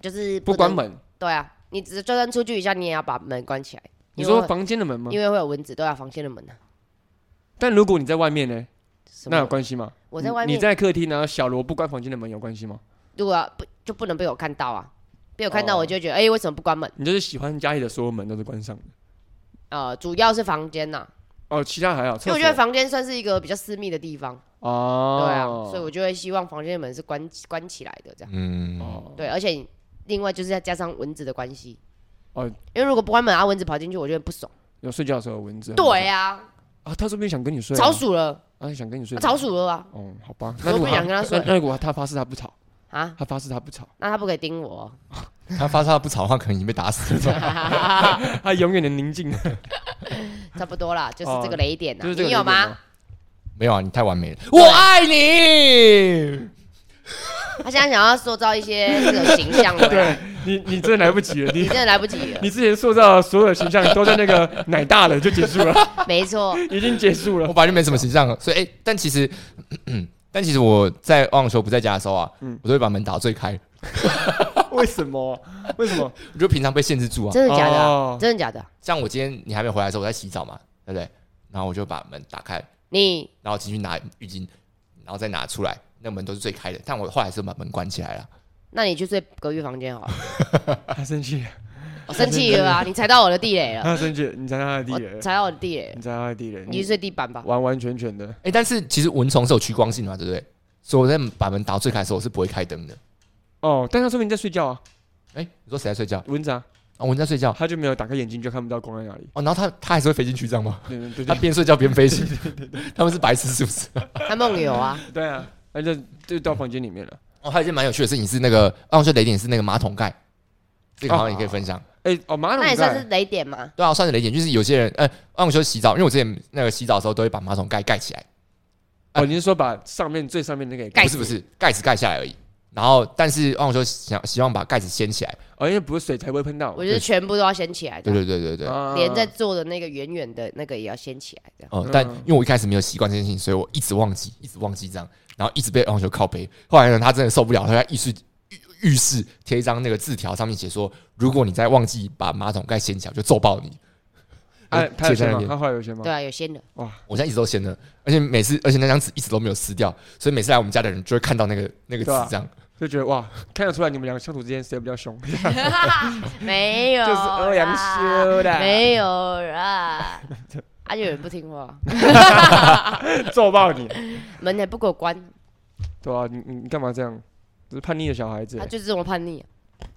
S3: 就是
S2: 不
S3: 能
S2: 关，门？
S3: 对啊，你只就算出去一下，你也要把门关起来。
S2: 你
S3: 因为
S2: 说
S3: 会
S2: 房间的门吗
S3: 因？为会有蚊子，对啊，房间的门啊。
S2: 但如果你在外面呢，
S3: 什么
S2: 那有关系吗？
S3: 我在外面
S2: 你你在客厅，然后小罗不关房间的门有关系吗？
S3: 如果要不就不能被我看到啊，被我看到
S2: 哦
S3: 我就觉得，哎、为什么不关门？
S2: 你就是喜欢家里的所有门都是关上的
S3: 呃，主要是房间呐、
S2: 哦，其他还好。
S3: 因为
S2: 厕
S3: 我觉得
S2: 所
S3: 房间算是一个比较私密的地方，
S2: 哦，
S3: 对啊，所以我就会希望房间的门是关关起来的这样。
S1: 嗯，
S2: 哦
S3: 对，而且另外就是再加上蚊子的关系，
S2: 哦
S3: 因为如果不关门啊，蚊子跑进去，我就会不爽。
S2: 有睡觉的时候有蚊子。
S3: 对啊，
S2: 啊，他说不定想跟你睡啊，
S3: 吵死了，
S2: 啊，想跟你睡
S3: 他，吵死了啊
S2: 哦，好吧，
S3: 我
S2: 那如果
S3: 不想
S2: 他
S3: 跟他睡
S2: 那那如果他发誓他不吵，
S3: 啊！
S2: 他发誓他不 吵，
S3: 那他不可以盯我哦、
S1: 他发烧不吵的话，可能已经被打死了。
S2: 他永远的宁静，
S3: 差不多啦，就是这个雷点啦。
S2: 哦
S3: 啊
S2: 就是这个哦
S3: 你有
S2: 理解
S3: 吗？？
S1: 没有啊，你太完美了，我爱你。
S3: 他现在想要塑造一些这个形象回 来，
S2: 对你，你真的来不及了，
S3: 你
S2: 你
S3: 真的来不及了。
S2: 你之前塑造的所有形象都在那个奶大了就结束了，
S3: 没错，
S2: 已经结束
S1: 我
S2: 了。
S1: 本来就没什么形象，所以哎、但其实，咳咳嗯但其实我在望球不在家的时候啊，
S2: 嗯
S1: 我都会把门打最开，
S2: 为什么？为什么？
S1: 我 就平常被限制住啊。
S3: 真的假的啊、
S2: 哦
S3: 真的假的啊？
S1: 像我今天你还没回来的时候，我在洗澡嘛，对不对？然后我就把门打开，
S3: 你
S1: 然后进去拿浴巾，然后再拿出来，那门都是最开的。但我后来是把门关起来了，
S3: 那你去睡隔壁房间好了。
S2: 他生气了，
S3: 我生气了啊！你踩到我的地雷了，
S2: 他生气了，你踩到他 的地雷
S3: 我
S2: 了，
S3: 踩到我的地雷了
S2: 你，踩到他的地雷，
S3: 你去睡地板吧。
S2: 完完全全的
S1: 哎、但是其实蚊虫是有趋光性的嘛，对不对？所以我在把门打最开的时候，我是不会开灯的。
S2: 哦，但他说明你在睡觉啊，
S1: 哎、你说谁在睡觉？
S2: 蚊子啊，
S1: 哦，蚊在睡觉。
S2: 他就没有打开眼睛就看不到光在哪里，
S1: 哦，然后它它还是会飞进去，这样吗？
S2: 对对对
S1: 它
S2: 对
S1: 边睡觉边飞进去，他们是白痴是不是？
S3: 他梦游啊，
S2: 对啊，那就就到房间里面了。
S1: 哦，还有一件蛮有趣的事情是那个，啊，我觉得雷点是那个马桶盖，这个好像也可以分享。
S2: 哎哦，马桶
S3: 那也算是
S2: 盖，
S3: 雷点嘛？
S1: 对啊，算是雷点，就是有些人，呃，让我说洗澡，因为我之前那个洗澡的时候都会把马桶盖盖起来，
S2: 哦，你是说把上面最上面那个也
S3: 盖
S1: 不
S3: 死
S1: 是不是，盖子盖下来而已。然后，但是让我说想希望把盖子掀起来，
S2: 哦，因为不是水才不会喷到，
S3: 我觉得全部都要掀起来
S1: 对
S3: 的，
S1: 对对对对。
S2: 啊
S3: 连在坐的那个远远的那个也要掀起来的。
S1: 哦
S2: 嗯，
S1: 但因为我一开始没有习惯这件事情，所以我一直忘记，一直忘记这样，然后一直被网球靠背。后来呢，他真的受不了，他在浴室浴浴室贴一张那个字条，上面写说，如果你再忘记把马桶盖掀起来，我就揍爆你。
S2: 哎，他有
S1: 贴在
S2: 钱
S1: 那
S2: 吗？
S1: 边
S2: 他后来有钱吗
S3: 对？啊，有 掀的，
S1: 我现在一直都掀了，而且每次，而且那张纸一直都没有撕掉，所以每次来我们家的人就会看到那个那个
S2: 对啊
S1: 纸这样。
S2: 就觉得哇，看得出来你们两个相处之间谁比较凶，就是
S3: 没有啦，
S2: 欧阳修的，
S3: 哦没有 啦。啊，就有人不听话，
S2: 揍爆你，
S3: 门也不给我关，
S2: 对吧？你你你干嘛这样？这是叛逆的小孩子欸
S3: 他。就是这么叛逆啊，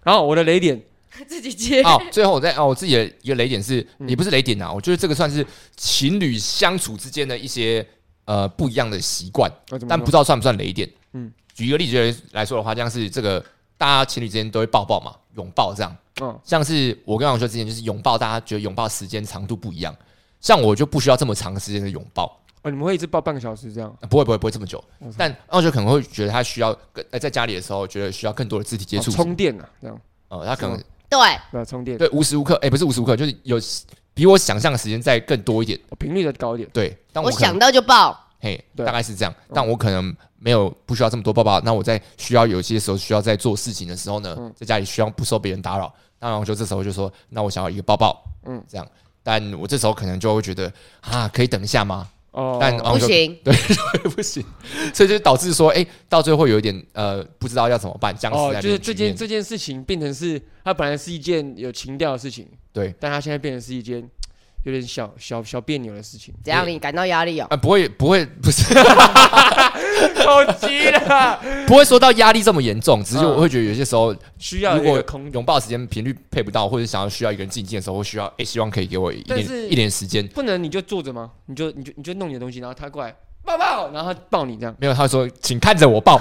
S2: 然后我的雷点，
S3: 自己接。
S1: 哦，最后我再哦，我自己的一个雷点是，
S2: 嗯
S1: 也不是雷点啊，我觉得这个算是情侣相处之间的一些呃不一样的习惯，
S2: 我哦怎么
S1: 但
S2: 说
S1: 不知道算不算雷点。
S2: 嗯
S1: 嗯，举一个例子来说的话，像是这个大家情侣之间都会抱抱嘛，拥抱这样。
S2: 嗯
S1: 像是我跟王说之前就是拥抱，大家觉得拥抱时间长度不一样，像我就不需要这么长时间的拥抱。
S2: 哦，你们会一直抱半个小时这样？
S1: 呃不会不会不会这么久
S2: 我操，
S1: 但傲就可能会觉得他需要更呃在家里的时候，觉得需要更多的肢体接触
S2: 哦，充电啊，这样
S1: 呃，他可
S2: 是
S1: 能
S3: 对，
S2: 对啊充电，
S1: 对无时无刻，哎，不是无时无刻，就是有比我想象的时间再更多一点，
S2: 哦频率再高一点。
S1: 对，但
S3: 我
S1: 我可能
S3: 想到就爆，
S1: 嘿，
S2: 对
S1: 大概是这样
S2: 嗯，
S1: 但我可能没有不需要这么多抱抱，那我在需要有些时候需要在做事情的时候
S2: 嗯
S1: 呢，在家里需要不受别人打扰，那我就这时候就说，那我想要一个抱抱，
S2: 嗯
S1: 嗯，这样，但我这时候可能就会觉得啊，可以等一下 吗？
S2: 哦，
S1: 但哦
S3: 不行，
S1: 不行， 所以就导致说，哎、到最后会有一点呃，不知道要怎么办，僵尸
S2: 哦，
S1: 在那边
S2: 就是这
S1: 局面
S2: 件这件事情变成是，它本来是一件有情调的事情，
S1: 对，
S2: 但它现在变成是一件有点小小小别扭的事情。
S3: 怎样你感到压力哦
S1: 啊、？不会不会 不是
S2: 好急了，
S1: 不会说到压力这么严重，只是
S2: 嗯
S1: 我会觉得有些时候
S2: 需要
S1: 如
S2: 一个
S1: 果
S2: 空
S1: 拥抱时间频率配不到，或者想要需要一个人静静的时候，我需要哎、诶希望可以给我一
S2: 但是
S1: 点一点时间。
S2: 不能你就坐着吗？你就你就你就弄你的东西，然后他过来，抱抱，然后他抱你这样，
S1: 没有，他说请看着我抱，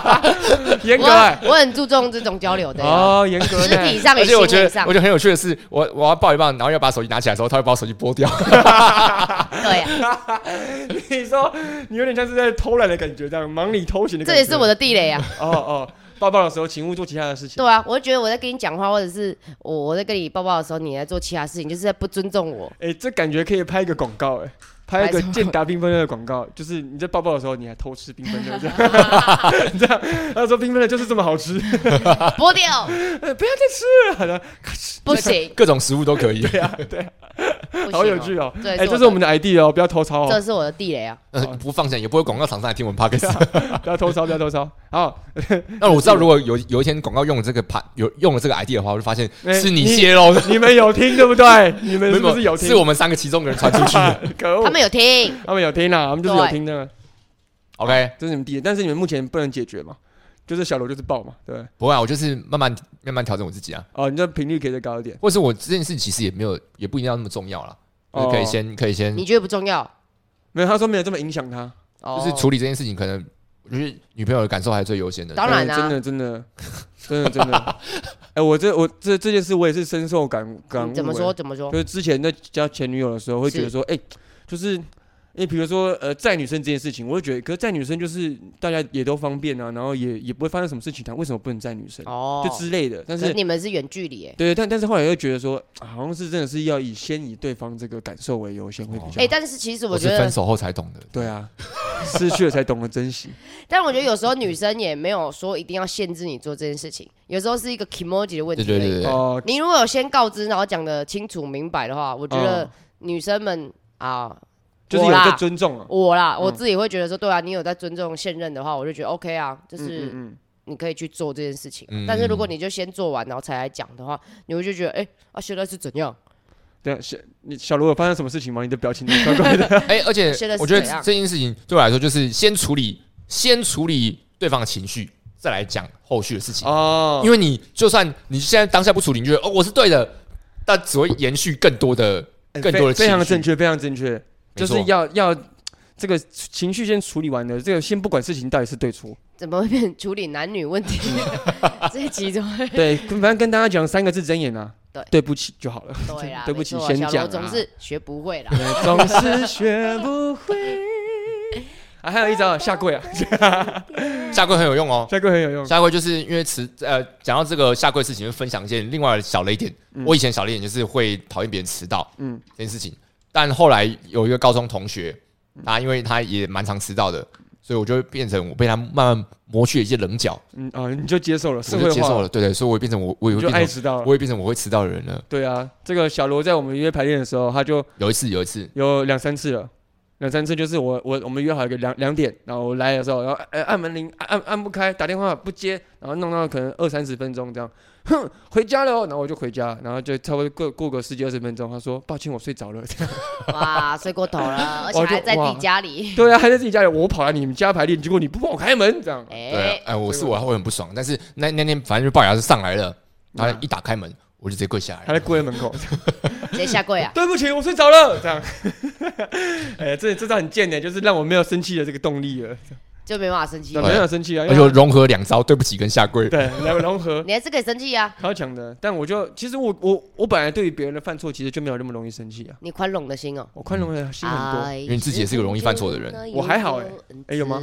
S2: 严格哎，
S3: 我我很注重这种交流的，
S2: 哦，严格
S3: 肢啊
S2: 哎，
S3: 体 上
S1: 而
S3: 与
S1: 且
S3: 心
S1: 我觉
S3: 理
S1: 得
S3: 上
S1: 我觉，得很有趣的是，我我要抱一抱，然后要把手机拿起来的时候，他会把我手机拨掉，
S3: 对 啊呀，
S2: 你说你有点像是在偷懒的感觉，这样忙里偷闲的感
S3: 这
S2: 觉。
S3: 也是我的地雷啊。
S2: 哦哦，抱抱的时候，请勿做其他的事情。
S3: 对啊，我就觉得我在跟你讲话，或者是我我在跟你抱抱的时候，你在做其他事情，就是在不尊重我。
S2: 哎，这感觉可以拍一个广告哎。拍一个
S3: 拍什么
S2: 健达缤纷乐的广告，就是你在抱抱的时候，你还偷吃缤纷 乐，这样，这样，他说缤纷乐就是这么好吃，
S3: 剥掉
S2: 呃不要再吃了，
S3: 不行，
S1: 各种食物都可以。
S3: 不行、
S2: 好有趣。哦！
S3: 对
S2: 哎，
S3: 是我
S2: 这是我们的 idea 哦，不要偷抄
S3: 这
S2: 哦，
S3: 是我的地雷啊！
S1: 呃不放下，也不会广告厂商来听我们 p o d c a s
S2: 不要偷抄，不要偷抄。好，
S1: 那我知道，如果有有一天广告用了这个盘，有用了这个 ID 的话，我就发 现
S2: 哎
S1: 是你泄露的，
S2: 你们有听对不 对？你们
S1: 没
S2: 是不是有听？
S1: 是我们三个其中一个人传出去 的。
S2: 可恶
S3: 他，们有听，
S2: 他们有听啊啦，他们就是有听的，
S1: OK，
S2: 这是你们第一，但是你们目前不能解决嘛，就是小罗就是爆嘛，对不对。
S1: 不会啊，我就是慢慢慢慢调整我自己啊，
S2: 哦，你这频率可以再高一点，
S1: 或是我这件事其实也没有，也不一定要那么重要啦，就是
S2: 哦
S1: 可以先可以先
S3: 你觉得不重要？
S2: 没有，他说没有这么影响他，
S3: 哦，
S1: 就是处理这件事情，可能我觉得女朋友的感受还是最优先的。
S3: 当然啊
S2: 嗯真的真的真的真的，哎，我这我这这件事我也是深受感感悟。欸
S3: 你嗯怎么说？？怎么说
S2: 就？是之前在交前女友的时候，会觉得
S3: 是
S2: 说，哎、就是因为比如说呃，载女生这件事情，我会觉得，可是载女生就是大家也都方便啊，然后也也不会发生什么事情，他为什么不能载女生？
S3: 哦，
S2: 就之类的。但
S3: 可
S2: 是
S3: 是你们是远距离耶，
S2: 对，但但是后来又觉得说，啊好像是真的是要以先以对方这个感受为优先会比较好。
S3: 哎、但是其实我
S1: 我
S3: 觉
S1: 是
S3: 得
S1: 分手后才懂的，
S2: 对啊，失去了才懂得珍 惜。
S3: 但我觉得有时候女生也没有说一定要限制你做这件事情，有时候是一个 emoji 的问题而已。
S1: 对对对
S2: 哦、
S3: 你如果有先告知，然后讲的清楚明白的话，我觉得
S2: 嗯
S3: 女生们啊，
S2: 就是
S3: 我
S2: 有在
S3: 啦，
S2: 尊重啊。
S3: 我啦，
S2: 嗯
S3: 我自己会觉得说，对啊，你有在尊重现任的话，我就觉得 OK 啊，就
S2: 嗯嗯
S3: 是
S2: 嗯，
S3: 你可以去做这件事情。
S1: 嗯
S3: 但是如果你就先做完，然后才来讲的话，你会就觉得，哎、啊，现在是怎样？
S2: 对啊，小你小罗有发生什么事情吗？你的表情怪怪 的。
S1: 哎，而且
S3: 现在是
S1: 我觉得
S3: 怎样
S1: 这件事情对我来说就是先处理先处理对方的情绪，再来讲后续的事情。
S2: 哦，
S1: 因为你就算你现在当下不处理，你觉得哦我是对的，但只会延续更多的
S2: 哎
S1: 更
S2: 非
S1: 多的
S2: 非常
S1: 情绪
S2: 正确，非常正确，
S1: 没
S2: 就
S1: 错
S2: 是要要这个情绪先处理完了，这个先不管事情到底是对 错，
S3: 怎么会变成处理男女问题？ 这一集怎么会？
S2: 对，跟反正跟大家讲三个字真言啊，
S3: 对
S2: 对不起就好 了，
S3: 对啦，
S2: 对不起
S3: 没错啊
S2: 先
S3: 小罗
S2: 讲啊
S3: 总是学不会啦。
S2: 总是学不会。 啊，还有一招下 跪啊，
S1: 下跪很有用哦。
S2: 下跪很有用。
S1: 下跪就是因为词呃，讲到这个下跪事情，就分享一件另外的小雷点。
S2: 嗯
S1: 我以前小雷点就是会讨厌别人迟到
S2: 嗯，
S1: 这件事情，但后来有一个高中同学，
S2: 嗯
S1: 他因为他也蛮常迟到的，所以我就会变成我被他慢慢磨去了一些棱角，
S2: 嗯啊，你就接受了，
S1: 我
S2: 社会
S1: 就接受
S2: 化，
S1: 了。对对，所以我也变成我，我也会
S2: 你就
S1: 变
S2: 爱
S1: 成，
S2: 迟到了
S1: 我。也变成我会迟到的人了。
S2: 对啊，这个小罗在我们约排练的时候，他就
S1: 有一次，有一次，
S2: 有两三次了，两三次就是我我我们约好一个两两点，然后我来的时候，然后呃按门铃按按按不开，打电话不接，然后弄到可能二三十分钟这样，哼，回家了哦，然后我就回家，然后就差不多过过个十几二十分钟，他说抱歉我睡着了，
S3: 哇，睡过头了，而且
S2: 哇哦就
S3: 还在自
S2: 哇
S3: 己家里。
S2: 对啊，还在自己家里，我跑来你们家排练，结果你不帮我开门这样，
S3: 哎、
S1: 对啊，哎，我
S2: 这
S1: 是
S2: 个
S1: 我会很不爽，但是那那天反正就龅牙是上来了，然后
S2: 嗯
S1: 一打开门，我就直接跪下来
S2: 还
S1: 了。
S2: 在柜门口，
S3: 直接下跪啊！
S2: 对不起我睡着了这样， 哎，这这招很贱的，就是让我没有生气的这个动力了，
S3: 就没办法生气
S2: 没。有生气啊，
S1: 而且我融合两招对不起跟下跪，
S2: 对 来融合。
S3: 你还是可以生气啊，
S2: 超强的，但我就其实我我我本来对于别人的犯错，其实就没有那么容易生气啊。
S3: 你宽容的心哦。哎
S2: 我宽容的心很多，
S3: 嗯啊
S1: 因为 你自己也是个容易犯错的 人
S2: 我还好欸哎有吗？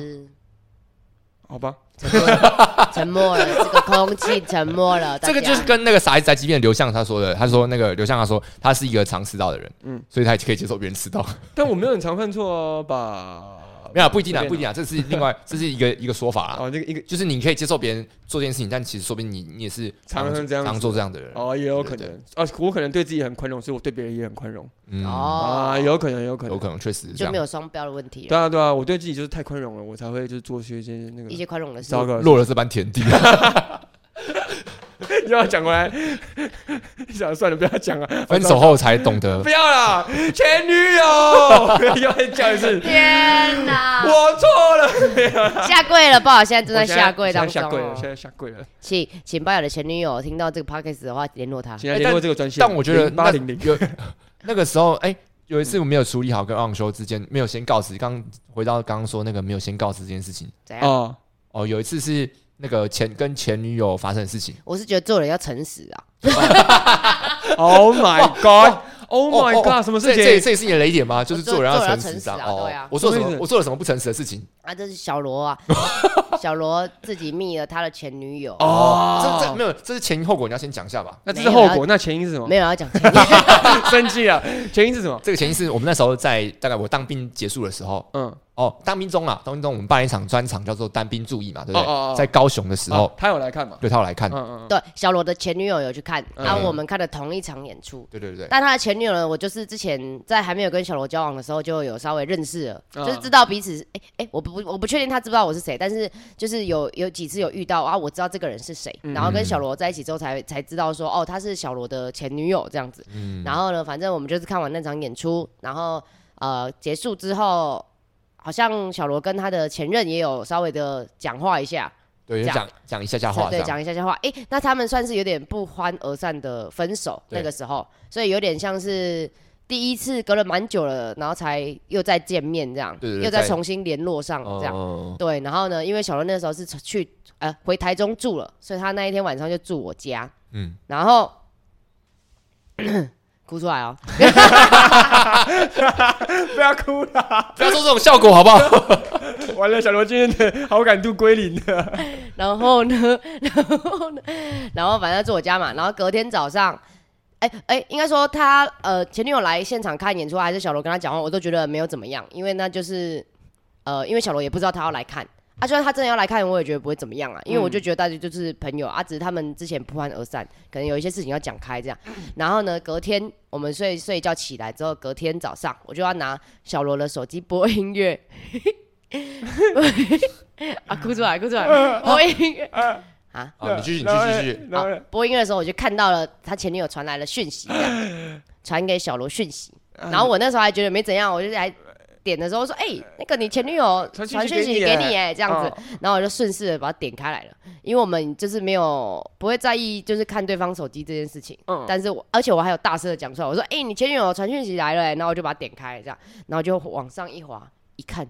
S2: 好吧？
S3: 沉默了，沉默了，这个空气沉 默了。大
S1: 这个就是
S3: 家
S1: 跟那个傻孩子宅急便刘向他说的，他说那个刘向他说他是一个常迟到的人，嗯
S2: 嗯，
S1: 所以他也可以接受别人迟到。
S2: 但我没有很常犯错哦，吧？
S1: 没有啊不一定啊，啊嗯
S2: 随便啊
S1: 不一定啊，这是另外这是一个一个说法啦。
S2: 哦，那个一个
S1: 就是你可以接受别人做这件事情，但其实说不定你你也是
S2: 常常这样子
S1: 常做这样的人。
S2: 哦，也有可
S1: 对对
S2: 能啊，我可能对自己很宽容，所以我对别人也很宽容
S1: 嗯，
S3: 哦
S2: 啊，，有可能，有可
S1: 有
S2: 能。
S1: 可能确实是这
S3: 就
S1: 样
S3: 没，有双标的问题
S2: 对
S3: 了，
S2: 啊，对啊，我对自己就是太宽容了，我才会就是做出一些那
S3: 一
S2: 个
S3: 些宽容的事。
S2: 糟糕的事。
S1: 落了这般田地。啊
S2: 又要讲回来， 想算了，不要讲了，
S1: 分手后才懂得
S2: 不要啦， 前女友， 又再叫一 次，
S3: 天哪！
S2: 我错了，
S3: 下跪了，不好，现在正
S2: 我
S3: 在
S2: 现
S3: 下跪当
S2: 现在
S3: 中
S2: 下跪了，
S3: 哦
S2: 现。在下跪了，
S3: 请请把我的前女友啊听到这个 podcast 的话，联络他。
S2: 现在
S1: 哎
S2: 联络
S1: 但
S2: 这个专线，
S1: 但我觉得
S2: 八
S1: 那
S2: 零零
S1: 有那个时候，哎、有一次我没有处理好跟昂修之间没有先告知，刚回到刚刚说那个没有先告知这件事情。
S3: 怎样？
S2: 哦，
S1: 哦，有一次是那个前跟前女友发生的事情。
S3: 我是觉得做人要诚实啊。
S2: Oh my God！Oh
S1: 哦
S2: Oh my
S1: 哦哦
S2: God！什么事
S1: 这这
S2: 情？
S1: 这也是你的雷点吗？就是
S3: 我做
S1: 做人
S3: 做人
S1: 要
S3: 要
S1: 诚实
S3: 诚实啊对啊
S1: 哦，我做了什
S2: 什么意
S1: 么？
S2: 思
S1: 我做了什么不诚实的事情？
S3: 啊，这是小罗 啊，小罗自己密了他的前女友，
S1: 这这
S2: 哦，
S1: 没有，这是前因后果，你要先讲一下吧。
S2: 那这是后果，那前因是什么
S3: 没？有要讲前女 友
S2: 生气了，前因是什么？
S1: 这个前因是我们那时候在大概我当兵结束的时候，
S2: 嗯，
S1: 哦，当兵中啊，当兵中我们办了一场专场叫做单兵注意嘛，对不对？
S2: 哦哦哦
S1: 在高雄的时候，
S2: 哦，他有来看嘛？
S1: 对他有来看，
S2: 嗯嗯，嗯
S3: 对，小罗的前女友有去看，
S2: 嗯
S3: 然后我们看了同一场演出。
S1: 对对对对。
S3: 但他的前女友呢，我就是之前在还没有跟小罗交往的时候就有稍微认识了，
S2: 嗯
S3: 就是知道彼此。哎、哎、我不我不确定他知不知道我是谁，但是就是有有几次有遇到啊，我知道这个人是谁，
S2: 嗯
S3: 然后跟
S1: 嗯
S3: 小罗在一起之后才才知道说哦，她是小罗的前女友这样子。
S1: 嗯
S3: 然后呢，反正我们就是看完那场演出，然后呃结束之后，好像小罗跟他的前任也有稍微的讲话一下，
S1: 对，就
S3: 讲
S1: 讲讲一下下话这
S3: 对，
S1: 样。
S3: 讲一下笑话。诶，那他们算是有点不欢而散的分手，
S1: 对
S3: 那个时候，所以有点像是第一次隔了蛮久了，然后才又再见面这样，
S1: 对对对
S3: 又再
S1: 在
S3: 重新联络上这样。
S1: 哦
S3: 对，然后呢，因为小伦那时候是去呃回台中住了，所以他那一天晚上就住我家，
S1: 嗯，
S3: 然后 哭出来哦，
S2: 不要哭了，
S1: 不要做这种效果好 不好？
S2: 完了，小罗今天的好感度归零了。
S3: 然后呢， 然后呢，然后反正住我家嘛，然后隔天早上，哎哎，应该说他呃前女友来现场看演出，还是小罗跟他讲话，我都觉得没有怎么样，因为那就是呃，因为小罗也不知道他要来看。啊，就算他真的要来看，我也觉得不会怎么样啊，因为我就觉得大家就是朋友、啊，只是他们之前不欢而散，可能有一些事情要讲开这样。然后呢，隔天我们睡睡一觉起来之后，隔天早上我就要拿小罗的手机播音乐，啊，哭出来，哭 出来，播音乐啊，
S1: 啊，你继续，你继续，继续。啊
S2: 然后嘞
S3: 好播音乐的时候，我就看到了他前女友传来了讯息，这样传给小罗讯息。
S2: 嗯
S3: 然后我那时候还觉得没怎样，我就还点的时候说：“哎、那个你前女友
S2: 传
S3: 传
S2: 讯息
S3: 讯息
S2: 给
S3: 给
S2: 你耶
S3: 你哎，这样子。
S2: 哦
S3: 然后我就顺势地把它点开来了，因为我们就是没有不会在意就是看对方手机这件事情。
S2: 嗯
S3: 但是我而且我还有大声的讲出来，我说：“哎、你前女友传讯息来了、欸。”然后我就把它点开，这样，然后就往上一滑，一看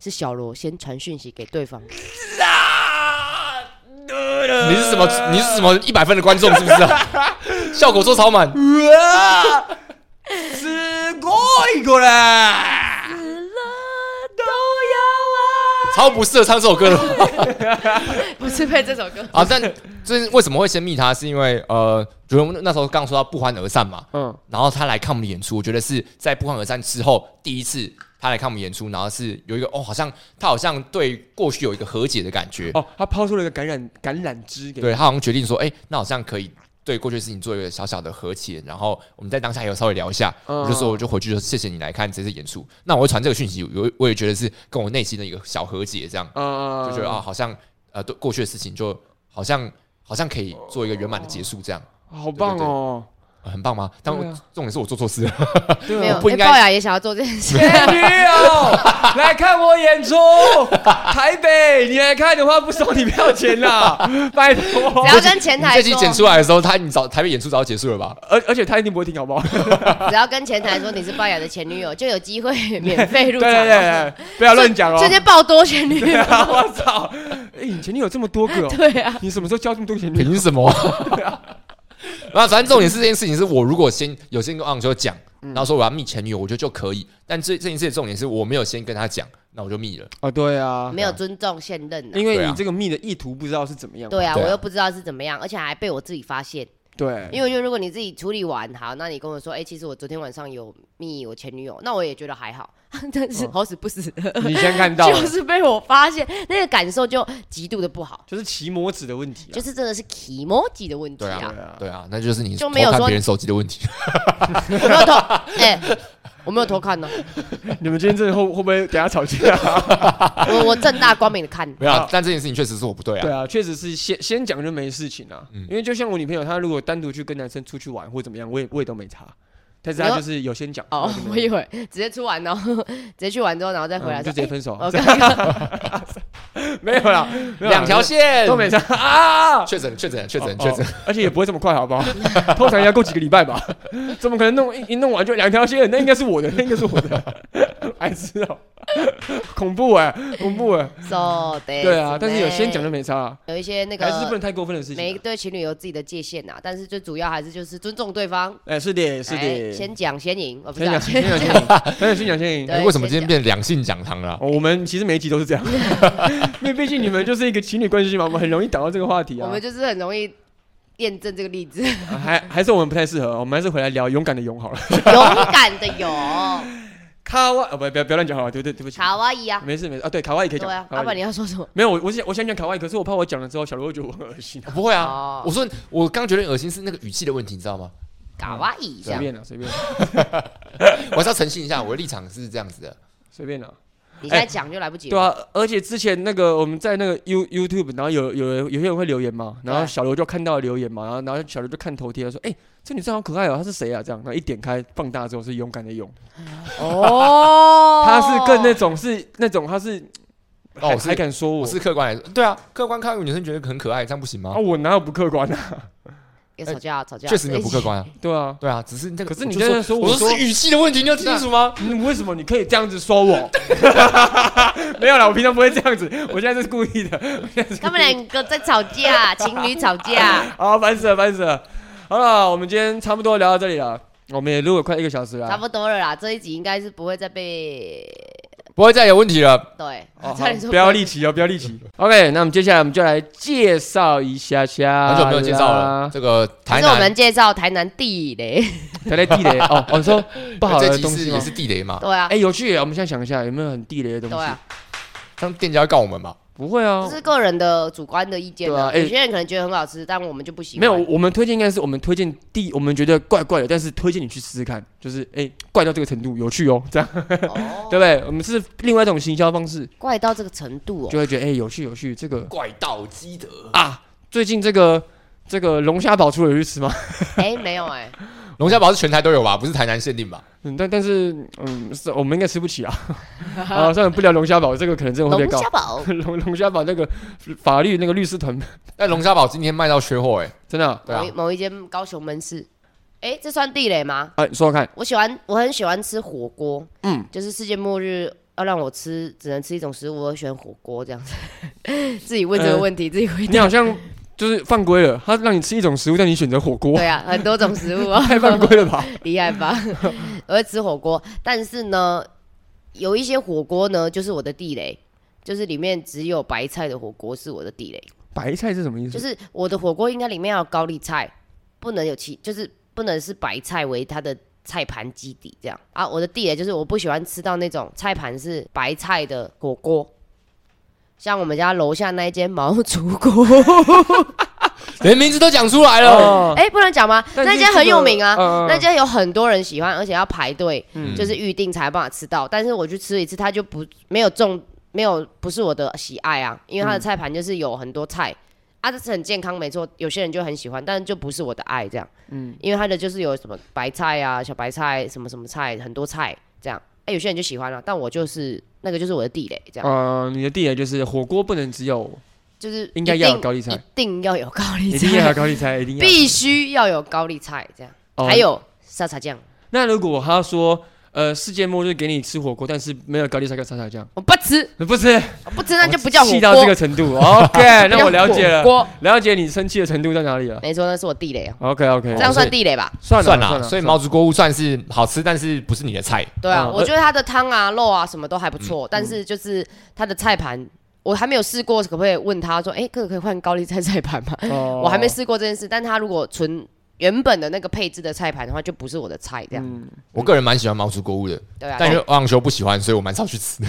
S3: 是小罗先传讯息给对方。
S2: 啊
S1: 你是什么？你是什么一百分的观众是不是啊？ 效果做超满，
S2: うわ ーすごいこれ
S1: 超不适合唱这首歌的。
S3: 不是配这首歌，
S1: 啊，但就是为什么会先密他，是因为呃，主人翁那时候刚说到不欢而散嘛，
S2: 嗯，
S1: 然后他来看我们的演出，我觉得是在不欢而散之后第一次他来看我们演出，然后是有一个哦，好像他好像对过去有一个和解的感觉，
S2: 哦，他抛出了一个感染感染枝给，
S1: 对他好像决定说，哎、那好像可以对过去的事情做一个小小的和解，然后我们在当下也有稍微聊一下，
S2: 嗯
S1: 我就说我就回去说谢谢你来看这次演出，那我会传这个讯息，我我也觉得是跟我内心的一个小和解，这样
S2: 啊
S1: 就觉得啊，，好像呃对过去的事情就好像好像可以做一个圆满的结束，这样。
S2: 好棒哦，
S1: 呃很棒吗？但我、
S2: 对啊
S1: 重点是我做错事了，
S2: 对啊
S3: 没有，
S1: 我不应
S3: 哎
S1: 该
S3: 龅牙也想要做这件事。
S2: 前女友 来看我演 出，台北，你来看的话不收你票钱 啦，拜托
S3: 只。要跟前
S1: 你
S3: 台
S1: 这集剪出
S3: 说，
S1: 来的时候，他你早台北演出早就结束了吧？
S2: 而而且他一定不会听，好不好？
S3: 只要跟前台说你是龅牙的前女友，就有机会免费入
S2: 对
S3: 场
S2: 对
S3: 哦。
S2: 对，对啊不要乱讲哦。
S3: 直接爆多前女友。
S2: 我操！哎，你前女友这么多个哦，
S3: 对啊，
S2: 你什么时候交这么多前女友？
S1: 凭什么？ 然后反正重点是这件事情是我如果先有先跟昂修讲，
S2: 嗯
S1: 然后说我要密前女友，我觉得就可以。但这这件事的重点是我没有先跟他讲，那我就密了。
S2: 哦，对 啊，
S3: 没有尊重现任的。
S2: 因为
S1: 对啊
S2: 你这个密的意图不知道是怎么样。
S3: 对啊，
S1: 对啊
S3: 我又不知道是怎么样，而且还被我自己发现。
S2: 对，
S3: 啊因为就如果你自己处理完，好，那你跟我说，哎，其实我昨天晚上有密我前女友，那我也觉得还好， 但是好死不死，
S2: 你先看到嗯了
S3: 就是被我发现，那个感受就极度的不好，
S2: 就是骑摩子的问题、啊，
S3: 就是真的是 i m o 的问题
S1: 对啊。
S3: 啊
S2: 对啊，
S1: 对啊，那就是你
S3: 就
S1: 偷
S3: 没有
S1: 看
S3: 说
S1: 别人手机的问题。啊
S3: 我没有偷，哎，我没有偷看呢，
S2: 你们今天这会会不会等一下吵架、啊？
S3: 我我正大光明的看。
S1: 没有啊
S2: 啊，
S1: 但这件事情确实是我不对
S2: 对
S1: 啊。嗯
S2: 啊，确实是先先讲就没事情啊，因为就像我女朋友，她如果单独去跟男生出去玩或怎么样，我也我也都没差，但是她就是有先讲，然
S3: 哦
S2: 后，就
S3: 我
S2: 没
S3: 哦 以为直接出完，然后直接去完之后，然后再回来
S2: 嗯就
S3: 说，
S2: 直接
S3: 哎
S2: 分手啊，
S3: 我刚刚
S2: 没有啦，没有啦
S1: 两条线
S2: 都没差啊，
S1: 确诊确诊确诊
S2: 哦
S1: 确诊，
S2: 哦而且也不会这么快，好不好？ 通常要过几个礼拜吧？ 怎么可能弄一一弄完就两条线？那应该是我的，那应该是我的， 白痴哦， 恐怖哎，恐怖哎，
S3: So
S2: 对啊，但是有先讲就
S3: 就
S2: 没差啊，
S3: 有一些欸那
S2: 还是不能
S3: 个
S2: 太过分的事
S3: 每一
S2: 情啊。
S3: 对情侣有自己的界限呐，但是最主要还是就是尊重对方。
S2: 哎，是的，是
S3: 哎
S2: 的，
S3: 先讲先赢，哦不是
S2: 先
S3: 啊
S2: 讲先讲先赢，哎先讲先赢。
S3: 对
S1: 哎为什么
S3: 先
S1: 今天变两性讲堂了啊？
S2: 哦我们其实每一集都是这样， 因为毕竟你们就是一个情侣关系嘛，我们很容易导到这个话题
S3: 我
S2: 啊
S3: 们。就是很容易验证这个例 子，勇
S2: 啊还还是我们不太适合，我们还是回来聊勇敢的勇好了。
S3: 敢的勇，
S2: 卡哇，呃，不，不要不要乱讲好了，对对对不起，
S3: 卡哇伊啊，
S2: 没事没事啊，对，卡哇也可以
S3: 对
S2: 讲。
S3: 啊，
S2: 卡哇
S3: 阿
S2: 伊嗯
S3: 爸你要说什么？
S2: 没有，我我想我想讲卡哇伊，可是我怕我讲了之后，小罗会觉得我很恶 心啊。
S1: 不会啊，
S3: 哦
S1: 我说我刚觉得恶心是那个语气的问题，你知道吗？
S3: 卡哇伊这
S2: 随
S3: 样，
S2: 便了，随便啦，
S1: 我还是要澄清一下，我的立场是这样子的。
S2: 随便了。
S3: 你现在讲就来不及
S2: 对
S3: 了。
S2: 啊，而且之前那个我们在那个 You YouTube，然后有有人有些人会留言嘛，然后
S3: 对
S2: 小刘就看到留言嘛，然后然后小刘就看头贴说，哎、这女生好可爱哦，她是谁啊？这样，然后一点开放大之后是勇敢的勇，
S3: 哦
S2: 她啊是更那种是那种她是，
S1: 哦
S2: 还
S1: 是
S2: 还敢说我
S1: 我是客观来说，对啊，客观看到有女生觉得很可爱，这样不行吗
S2: 啊，？我哪有不客观啊？
S3: 也哎吵架吵架，
S1: 确实没有
S3: 这一
S1: 不
S3: 集
S1: 客。观啊，
S2: 对啊，
S1: 对啊，只是那个。
S2: 可是你
S1: 我就
S2: 在说
S1: 我
S2: 我
S1: 说是语气的问题，你要听清楚吗？
S2: 你为什么你可以这样子 说我？没有啦，我平常不会这样子，我现在是故意的。我现在是故意的
S3: 他们两个在吵架，情侣吵架，
S2: 好，烦死了，烦死了。好了，我们今天差不多聊到这里了，我们也录了快一个小时了。
S3: 差不多了啦。这一集应该是不会再被
S1: 不会再有问题了。
S3: 对
S2: 哦，，好
S3: 差点说
S2: 不要立奇哦，不要立奇。OK，那我们 接下来我们就来介绍一下下，
S1: 很久没有介绍了，，啊这个台
S3: 还是我们
S1: 南
S3: 介绍台南地雷。
S2: 台南地 雷哦，我说不好
S1: 这
S2: 的
S1: 集
S2: 东
S1: 是
S2: 西
S1: 也
S2: 吗
S1: 是？地雷嘛，
S3: 对啊
S2: 哎，，有趣耶，我们现在想一下，有没有很地雷的东
S3: 对
S2: 西
S3: 啊？，
S1: 让店家要告我们嘛。
S2: 不会啊
S3: 这，是个人的主观的意见
S2: 对啊
S3: 啊。
S2: 哎
S3: 有些人可能觉得很好吃，但我们就不喜欢。
S2: 没有，我们推荐应该是我们推荐地，我们觉得怪怪的，但是推荐你去试试看，就是哎，怪到这个程度，有趣哦，这样
S3: 哦，
S2: 对不对？我们是另外一种行销方式，
S3: 怪到这个程度哦。
S2: 就会觉得哎，有趣有趣，这个
S1: 怪盗基德，
S2: 啊，最近这个这个龙虾堡出了有去吃吗？
S3: 哎，没有 哎，
S1: 龙虾堡是全台都有吧？不是台南限定吧？
S2: 嗯，但但是嗯，是我们应该吃不起啊。 啊，算了，不聊龙虾堡，这个可能真的会被
S3: 龙
S2: 告
S3: 虾。堡
S2: 龙龙虾堡那个法律那个律师团，
S1: 但龙虾堡今天卖到缺货哎，
S2: 真的啊，
S1: 对啊
S3: 某一某一间高雄门市，哎，这算地雷吗？
S2: 哎你说说看，
S3: 我喜欢，我很喜欢吃火锅，嗯，就是世界末日要让我吃，只能吃一种食物，我会选火锅这样子。 自己问这个
S2: 呃
S3: 问题，自己回答。
S2: 你好像就是犯规了，他让你吃一种食物，但你选择火锅
S3: 对，啊，很多种食物啊，
S2: 太犯规了吧？
S3: 厉害吧？ 我会吃火锅，但是呢，有一些火锅呢，就是我的地雷，就是里面只有白菜的火锅是我的地雷。
S2: 白菜是什么意
S3: 就
S2: 思？
S3: 是我的火锅应该里面要有高丽菜，不能有其就是不能是白菜为它的菜盘基底这样啊。我的地雷就是我不喜欢吃到那种菜盘是白菜的火锅，像我们家楼下那一间毛竹锅，
S1: 连名字都讲出来了。
S2: 哦，
S3: 哎、不能讲吗？
S2: 但是
S3: 那间很有名啊。
S2: 这个呃
S3: 那间有很多人喜欢，而且要排队，
S2: 嗯
S3: 就是预定才有办法吃到。但是我去吃一次，它就不没有中，没有不是我的喜爱啊，因为
S2: 嗯
S3: 它的菜盘就是有很多菜、啊，这是很健康没错，有些人就很喜欢，但就不是我的爱这样。嗯，因为它的就是有什么白菜啊、小白菜什么什么菜，很多菜这样。哎、有些人就喜欢了、但我就是那个就是我的地雷，这样、
S2: 呃，你的地雷就是火锅不能只有，
S3: 就是
S2: 应该
S3: 一
S2: 要有
S3: 定
S2: 高丽菜
S3: 一定要有高丽
S2: 一定 要有
S3: 菜，
S2: 高丽菜，一定要有。
S3: 必须要有高丽菜这样，
S2: 哦
S3: 还有沙茶酱，
S2: 那如果他说，呃，世界末日给你吃火锅，但是没有高丽菜跟沙茶酱，呃
S3: 我不吃，
S2: 不是，
S3: 我不吃那就不叫火
S2: 哦气
S3: 锅。
S2: 到这个程度。OK，那 我了解
S3: 火
S2: 了，
S3: 锅
S2: 了解你生气的程度在哪里了。
S3: 没错，那是我地雷啊，
S2: OK OK，
S3: 这样算地雷吧？
S2: 算
S1: 算
S2: 了
S1: 了，所以毛竹锅物算是好吃，但是不是你的菜。
S3: 对啊，
S2: 嗯
S3: 我觉得它的汤啊、肉啊什么都还不错，但是就是它的菜盘，我还没有试过，可不可以问他说，哎，可不可以换高丽菜菜盘吗？
S2: 哦
S3: 哎我还没试过这件事，但他如果纯原本的那个配置的菜盘的话，就不是我的菜，这样
S2: 嗯，
S1: 我个人蛮喜欢毛竹锅物的，
S3: 对啊，
S1: 但因为欧阳修不喜欢，所以我蛮少去吃的。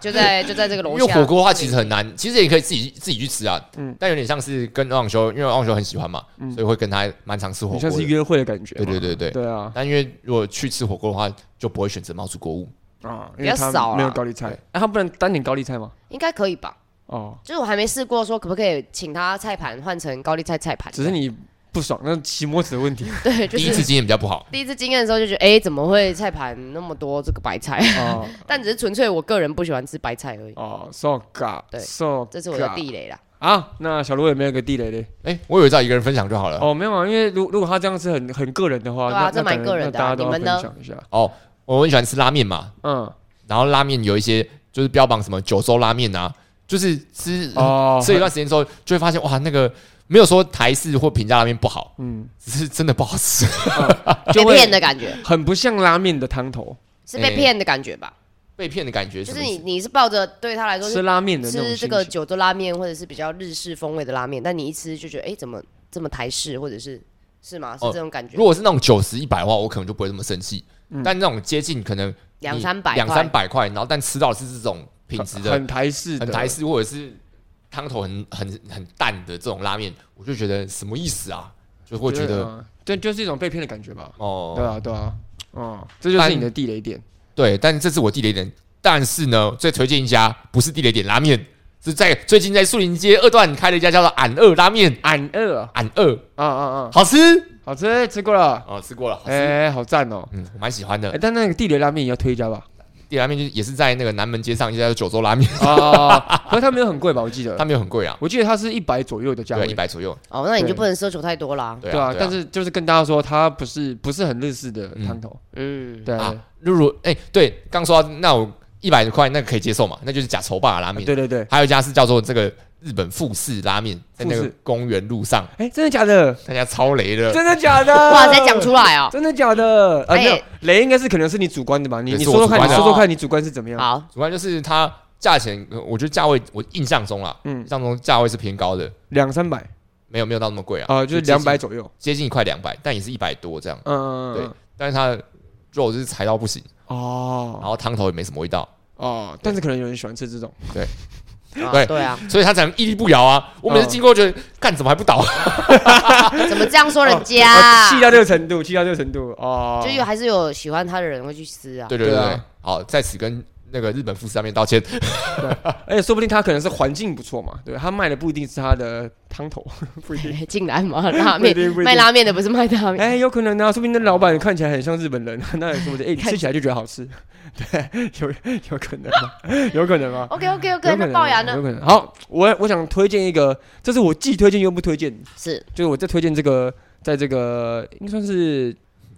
S3: 就在就在这个
S1: 因
S3: 楼
S1: 为
S3: 下。
S1: 火锅的话其实很难，其实也可以自己自己去吃啊。
S2: 嗯
S1: 但有点像是跟欧阳修，因为欧阳修很喜欢嘛，
S3: 嗯
S1: 所以会跟他蛮常吃火
S2: 很
S1: 锅
S2: 像是
S1: 的。
S2: 约会的感觉嘛。
S1: 对对对对。
S2: 对啊
S1: 但因为如果去吃火锅的话，就不会选择毛竹锅物。
S2: 啊，因
S3: 比
S2: 为
S3: 较
S2: 他
S3: 少啊
S2: 没有高丽菜
S1: 对，
S2: 哎，他不能单点高丽菜吗？
S3: 应该可以吧？
S2: 哦，
S3: 就是我还没试过说可不可以请他菜盘换成高丽菜菜盘，
S2: 只是你不爽，那是骑摩托车的问 题。
S3: 对，就
S1: 第一次
S3: 是
S1: 经验比较不好，
S3: 第一次经验的时候就觉得，哎，怎么会菜盘那么多这个白菜？
S2: 哦
S3: 但只是纯粹我个人不喜欢吃白菜而已，
S2: 哦，so god，
S3: 对
S2: ，so
S3: 这是我的
S2: god
S3: 地雷啦。
S2: 啊。那小卢有没有一个地雷嘞？
S1: 哎、我以为照一个人分享就好了。
S2: 哦，没有啊，因为如如果他这样是很很个人的话，
S3: 对啊
S2: 那
S3: 这蛮
S2: 那
S3: 个人的啊
S2: 那大家都要
S3: 你们呢
S2: 分享一下。
S1: 哦，我很喜欢吃拉面嘛，
S2: 嗯，
S1: 然后拉面有一些就是标榜什么九州拉面啊，就是吃、
S2: 哦，
S1: 吃一段时间之后，就会发现哇，那个没有说台式或平价拉面不好，
S2: 嗯，
S1: 只是真的不好吃。
S2: 就
S3: 被
S2: 会
S3: 骗的感觉，
S2: 很不像拉面的汤头，
S3: 是被骗的感觉吧？
S1: 被骗的感觉
S3: 就是
S1: 什么
S3: 是
S1: 意
S3: 你
S1: 思，
S3: 你是抱着对他来说
S2: 哎吃
S3: 是
S2: 拉面的那种
S3: 吃
S2: 心
S3: 这
S2: 情。
S3: 个九州拉面或者是比较日式风味的拉面，但你一吃就觉得哎、怎么这么台式或者是是吗？是
S1: 哦
S3: 这种感觉
S1: 如？果是那种九十一百的话，我可能就不会这么生气。
S2: 嗯
S1: 但那种接近可能
S3: 两
S1: 你
S3: 三百块
S1: 两三百块，然后但吃到的是这种品质的
S2: 很台式的，
S1: 很台式或者是汤头很很很淡的这种拉面，我就觉得什么意思啊？就会觉
S2: 对
S1: 得
S2: 啊，对，就是一种被骗的感觉吧。对
S1: 哦，
S2: 啊，对啊，嗯，这就是你的地雷点。
S1: 对，但这是我地雷点。但是呢，最推荐一家不是地雷点拉面，是在最近在树林街二段开了一家叫做俺二拉面，
S2: 俺饿啊
S1: 俺二
S2: 啊啊！
S1: 好吃
S2: 好吃，吃过了，
S1: 哦，吃过了，好吃，
S2: 哎，好赞哦。
S1: 嗯，我蛮喜欢
S2: 哎
S1: 的。
S2: 但那个地雷拉面也要推一 家吧？
S1: 地雷拉面就是也是在那个南门街上一家叫九州拉面，
S2: 啊，可是它没有很贵吧？我记
S1: 它
S2: 得，
S1: 没有很贵啊，
S2: 我记得它是一百左右的价
S1: 对，
S2: 位
S1: 一。百左右，
S3: 哦，那你
S2: 对
S3: 就不能奢求太多啦。
S1: 对
S2: 对
S1: 啊，
S2: 啊，
S1: 对啊
S2: 但是就是跟大家说，它不是不是很日式的
S1: 嗯
S2: 汤头，
S3: 嗯，
S2: 对啊
S1: 啊，如如哎，对，刚说到那我一百块那个可以接受嘛，那就是假愁霸的拉面，
S2: 啊对对对，
S1: 还有一家是叫做这个日本富士拉面，在那
S2: 富
S1: 个
S2: 士
S1: 公园路上，
S2: 哎，真的假的？
S1: 那家超雷的，
S2: 真的假的？
S3: 哇，才讲出来哦。
S2: 真的假的？啊，
S3: 哎
S2: 没有雷应该是可能是你主观的吧？你
S1: 对
S2: 你
S1: 是
S2: 说
S1: 我
S2: 说看，
S1: 主观
S2: 你
S1: 的啊
S2: 说说看，你主观是怎么样？
S3: 好，
S1: 主要就是它价钱，呃我觉得价位，我印象中啦，
S2: 嗯
S1: 印象中价位是偏高的，
S2: 两三百
S1: 没有没有到那么贵啊，
S2: 啊，就是
S1: 接近
S2: 两百左右。
S1: 接近快两百，但也是一百多这样，
S2: 嗯，
S1: 对，但是它的肉就是柴到不行，然
S2: 哦
S1: 后汤头也没什么味道，
S2: 哦，但是可能有人喜欢吃这种，
S3: 啊
S1: 对
S3: 对啊，
S1: 所以它才能屹立不摇啊。我每次
S2: 嗯
S1: 经过觉得，干怎么还不倒？
S3: 怎么这样说人家
S2: 啊
S3: 啊？
S2: 气到这个程度，气到这个程度哦，
S3: 就有还是有喜欢他的人会去吃啊。
S1: 对对对
S2: 对啊
S1: 对，好，在此跟那个日本富士拉面道歉。
S2: 而且哎说不定他可能是环境不错嘛，对，他卖的不一定是他的汤头， 不一定。
S3: 进来嘛，拉
S2: 不一
S3: 面
S2: 定不一定
S3: 卖拉面的不是卖拉面，
S2: 哎，有可能啊，说 不定那老板看起来很像日本人， 那也说不定，哎，吃起来就觉得好吃， 对，有有可能啊， 有可能啊，
S3: OK OK
S2: 有
S3: OK，
S2: 可
S3: 那
S2: 能
S3: 龅牙
S2: 啊，有
S3: 呢？
S2: 可能。好，我我想推荐一个，这是我既推荐又不推荐，
S3: 是
S2: 就是我在推荐这个，在这个应该算是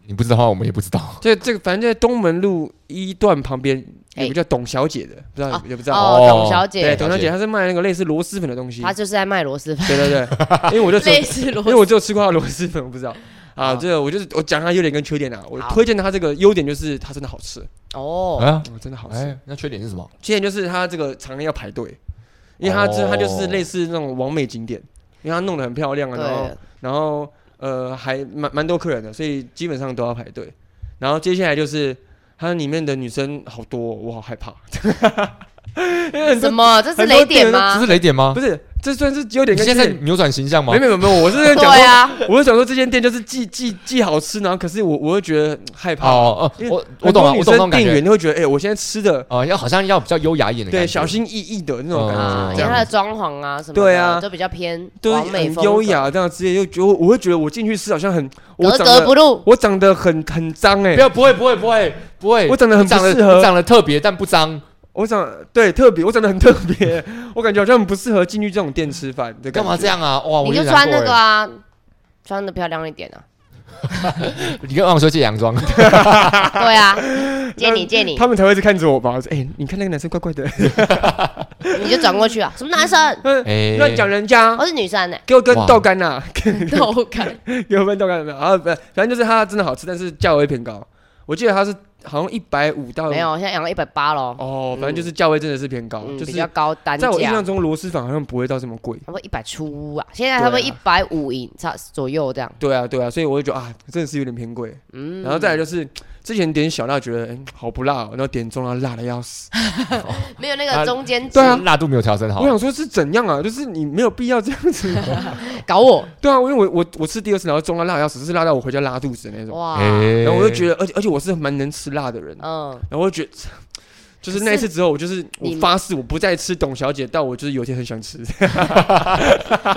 S1: 你不知道的话，我们也不知道。
S2: 这这个，反正就在东门路一段旁边有
S3: 哎
S2: 个叫董小姐的，不知道也不知道。
S3: 哦，董小
S2: 对，
S3: 姐，
S2: 董小姐她是卖那个类似螺蛳粉的东西
S3: 她。就是在卖螺蛳粉，
S2: 对对对， 因为我就只有
S3: 类似螺
S2: 因为我只有吃过她的螺蛳粉，我不知道。啊，
S3: 好
S2: 这个我就是我讲她优点跟缺点啊。我
S3: 好
S2: 推荐她这个优点就是它真的好吃，
S3: 哦，
S1: 啊，
S2: 哦真的好吃。
S1: 哎，那缺点是什么？
S2: 缺点就是它这个常常要排队，因为它这它就是
S1: 哦
S2: 类似那种完美景点，因为它弄得很漂亮啊，然后
S3: 对，
S2: 然后呃还蛮蛮多客人的，所以基本上都要排队。然后接下来就是它里面的女生好多，我好害怕。
S1: 啊
S2: 因为很多
S3: 什么？这是
S2: 很多
S3: 雷点
S2: 店都
S1: 这
S3: 吗
S1: 是？雷点吗
S2: 不？是，这算是优点
S1: 你
S2: 跟
S1: 现
S2: 缺
S1: 在在
S2: 点。
S1: 扭转形象吗
S2: 没？没有没有，我是在讲
S3: 对
S2: 说，
S3: 啊，
S2: 我是想说这间店就是既既既好吃，然后可是我我又觉得害怕。
S1: 哦
S2: 因
S1: 哦，
S2: 为
S1: 我我懂了，
S2: 很
S1: 我
S2: 多
S1: 懂那
S2: 女
S1: 种
S2: 生
S1: 感
S2: 店
S1: 觉
S2: 员。都会觉得，哎、我现在吃的
S1: 哦，要好像要比较优雅一点的感觉，
S2: 对小心翼翼的那种感觉，
S1: 嗯
S3: 啊，
S2: 这
S3: 因为
S2: 样
S3: 它的装潢啊什么的，
S2: 对啊
S3: 都比较偏
S2: 都
S3: 完美
S2: 很
S3: 风
S2: 优
S3: 格，
S2: 雅这样之类，又觉得我我会觉得我进去吃好像很我
S3: 格
S2: 长
S3: 格
S2: 得
S3: 不入。
S2: 我长得很很脏哎、
S1: 不要，不会，不会，不会，不会。
S2: 我长得很
S1: 你
S2: 不
S1: 长得
S2: 适
S1: 你
S2: 合，
S1: 长得特别但不脏，
S2: 我长对特别，我长得很特别，我感觉好像很不适合进去这种店吃饭的
S1: 干嘛这？样啊？
S2: 哦
S1: 哇，我有
S3: 你就
S1: 点难
S3: 穿那
S1: 过
S3: 个啊，
S2: 哎
S3: 穿的漂亮一点啊。
S1: 欸，你跟王说借洋 装，
S3: 对啊，借你借你，
S2: 他们才会一直看着我吧？我说哎、你看那个男生怪怪的，
S3: 你就转过去啊。什么男生？
S1: 哎
S2: 乱讲人家
S3: 我，是女生呢，
S2: 给我跟
S1: 哇
S2: 豆干呐、 啊，
S3: 豆干。
S2: 给我跟豆干有没有？啊，不，反正就是它真的好吃，但是价位偏高。我记得它是好像一百五到
S3: 没有，现在养到一百八喽，
S2: 哦，
S3: 嗯
S2: 反正就是价位真的是偏高，
S3: 嗯，
S2: 哦就
S3: 比
S2: 是
S3: 较高单
S2: 在我印
S3: 价
S2: 象。中螺蛳粉好像不会到这么贵。
S3: 差不多一百出啊，现在差不多
S2: 对
S3: 一
S2: 啊
S3: 百五以差左右这样。
S2: 对啊，对啊，所以我会觉得啊，真的是有点偏贵。
S3: 嗯，
S2: 然后再来就是之前点小辣觉得哎好不辣、哦，然后点中辣辣的要死。
S3: 没有那
S1: 啊
S3: 个中间值
S2: 对啊
S1: 辣度没有调整好
S2: 我，想说是怎样啊？就是你没有必要这样 子。
S3: 搞我
S2: 对啊，因为我我我吃第二次，然后中辣辣的要死，是辣到我回家拉肚子的那种。
S3: 哇，
S1: 哎
S2: 然后我就觉得，而且而且我是蛮能吃辣的人，
S3: 嗯，
S2: 然后我就觉得就是那一次之后，我就是我
S3: 你
S2: 发誓我不再吃董小姐，但我就是有一天很想吃。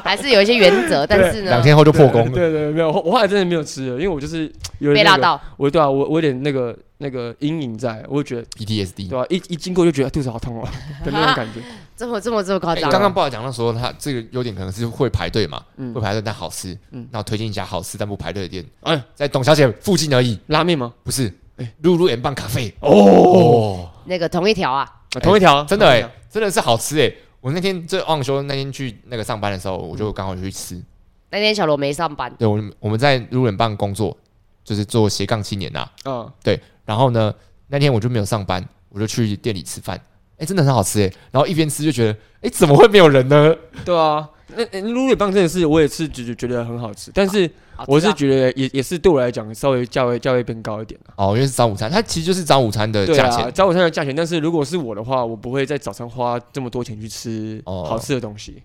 S3: 还是有一些原则，但是呢
S1: 两，天后就破功
S2: 对
S1: 了。
S2: 对对，没有，我我后来真的没有吃了，因为我就是有
S3: 被
S2: 那
S3: 辣
S2: 个，
S3: 到，
S2: 我对啊，我我有点那个那个阴影在，我就觉得
S1: PTSD
S2: 对。啊吧、一一经过就觉得肚子好痛哦的那种感 觉。
S3: 这么这么这么夸
S1: 哎
S3: 张啊？
S1: 刚刚不好讲到说，他这个优点可能是会排队嘛，
S2: 嗯
S1: 会，排队但好吃。
S2: 嗯
S1: 那我推荐一家好吃但不排队的店，
S2: 哎，
S1: 在董小姐附近而已，
S2: 拉面吗？
S1: 不是
S2: 哎
S1: 露露 M 棒咖啡
S2: 哦，
S1: 哦，
S3: 那个同一条啊，
S2: 啊同一条，
S1: 真的
S2: 同一
S1: 哎
S2: 条，
S1: 真的是好吃哎。我那天这旺修那天去那个上班的时候，我就刚好就去吃。
S3: 那天小罗没上班，
S1: 对，我们我们在露人棒工作，就是做斜杠青年呐、啊
S2: 嗯，
S1: 然后呢，那天我就没有上班，我就去店里吃饭。哎，真的很好吃哎！然后一边吃就觉得，哎，怎么会没有人呢？
S2: 对啊，那那卤味棒真的是我也是觉得觉得很好吃，但是
S3: 好吃啊
S2: 我是觉得也也是对我来讲稍微价位价位变高一点了。
S1: 哦，因为是早午餐，它其实就是早午餐的
S2: 对
S1: 价
S2: 啊，
S1: 钱。
S2: 早午餐的价钱，但是如果是我的话，我不会在早上花这么多钱去吃
S1: 哦
S2: 好吃的东西。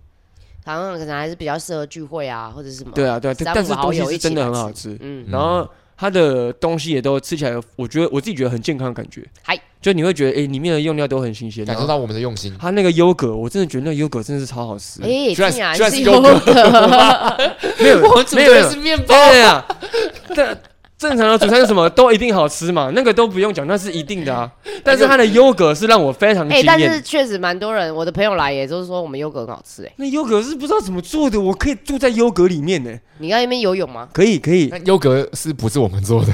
S3: 好像可能还是比较适合聚会啊，或者是什么。
S1: 哦
S2: 对啊，对啊，
S3: 三五
S2: 但是
S3: 好
S2: 东西
S3: 友
S2: 是
S3: 一起
S2: 真的
S3: 来
S2: 很
S3: 吃
S2: 好吃，
S3: 嗯，
S2: 然后它的东西也都吃起来，我觉得我自己觉得很健康的感觉。
S3: 嗨，
S2: 就你会觉得哎，里面的用料都很新鲜，
S1: 感受
S2: 然后
S1: 到我们的用心。
S2: 它那个优格，我真的觉得那个优格真的是超好吃。
S3: 哎，
S1: 居然
S3: 竟然
S1: 居然
S3: 是
S1: 是
S3: 优
S1: 优格
S3: 格，
S2: 没 有，
S1: 我煮
S2: 没有没有
S1: 的是面包，
S2: 哦对啊，但正常的主餐是什么都一定好吃嘛，那个都不用讲，那是一定的 啊。但是它的优格是让我非常惊
S3: 哎，但是
S2: 艳。
S3: 确实蛮多人，我的朋友来也都是说我们优格很好吃，哎，
S2: 那优格是不知道怎么做的，我可以住在优格里面呢、？
S3: 你在那边游泳吗
S2: 可以可以，
S1: 那优格是不是我们做的？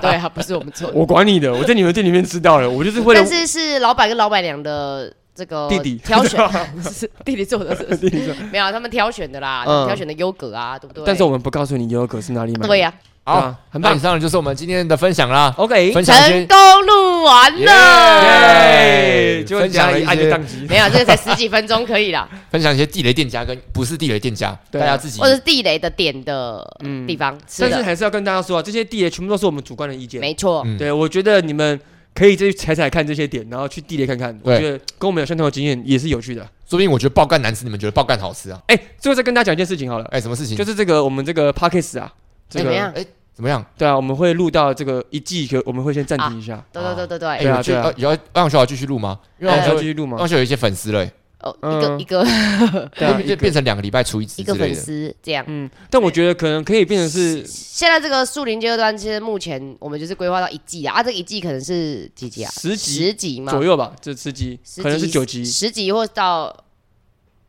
S3: 对啊，不是我们做的，
S2: 我管你的，我在你们店里面吃到了，我就是为了
S3: 但是是老板跟老板娘的这个
S2: 弟弟
S3: 挑选， 是弟弟做的，是不是
S2: 弟弟做
S3: 没有他们挑选的啦，
S2: 嗯
S3: 他们挑选的优格啊，对不对？
S2: 但是我们不告诉你优格是哪里买的。啊
S3: 对啊呀，
S1: 好，
S2: 很
S1: 那
S2: 棒
S1: 以上就是我们今天的分享啦。
S2: ，OK，
S1: 分享一
S3: 成
S1: 些
S3: 功录完了。
S1: 耶
S2: 就
S1: 分享了一
S2: 按个
S1: 些
S2: 宕机，
S3: 没有，这个才十几分钟可以啦，
S1: 分享一些地雷店家跟不是地雷店家，大
S2: 对啊
S1: 家自己
S3: 或者是地雷的点的
S2: 嗯
S3: 地方吃
S2: 但是
S3: 的，
S2: 还是要跟大家说啊，这些地雷全部都是我们主观的意见。
S3: 没错。
S1: 嗯
S2: 对，我觉得你们可以再去踩踩看这些点，然后去地雷看看。我
S1: 对
S2: 觉得跟我们有相同的经验也是有趣的。
S1: 说不定我觉得爆干难吃，你们觉得爆干好吃啊？
S2: 哎，最后再跟大家讲一件事情好了，
S1: 哎，什么事情？
S2: 就是这个我们这个 p a c k a g e 啊，这
S3: 嗯怎么
S2: 个
S3: 样
S1: 哎，怎么样？
S2: 对啊，我们会录到这个一季，可我们会先暂停一下，
S3: 对对对对对，
S1: 哎，
S2: 对啊
S1: 有去
S2: 对啊
S1: 呃有要让小要继续录吗？因为
S2: 让
S1: 让
S2: 我
S1: 小
S2: 们
S1: 要
S2: 继续录吗
S1: 旺？秀有一些粉丝了、欸，
S3: 哦，
S2: 嗯
S3: 一个一个
S2: 对啊
S1: 就变成两个礼拜出一
S3: 一
S1: 集之
S3: 个
S1: 类
S3: 粉
S1: 的。
S3: 丝这样。
S2: 嗯，但我觉得可能可以变成是
S3: 现在这个树林阶段，其实目前我们就是规划到一季啊，啊，这个一季可能是几集啊？
S2: 十集
S3: 十集嘛，
S2: 左右吧，这十集
S3: 十集
S2: 可能是九集、
S3: 十集或到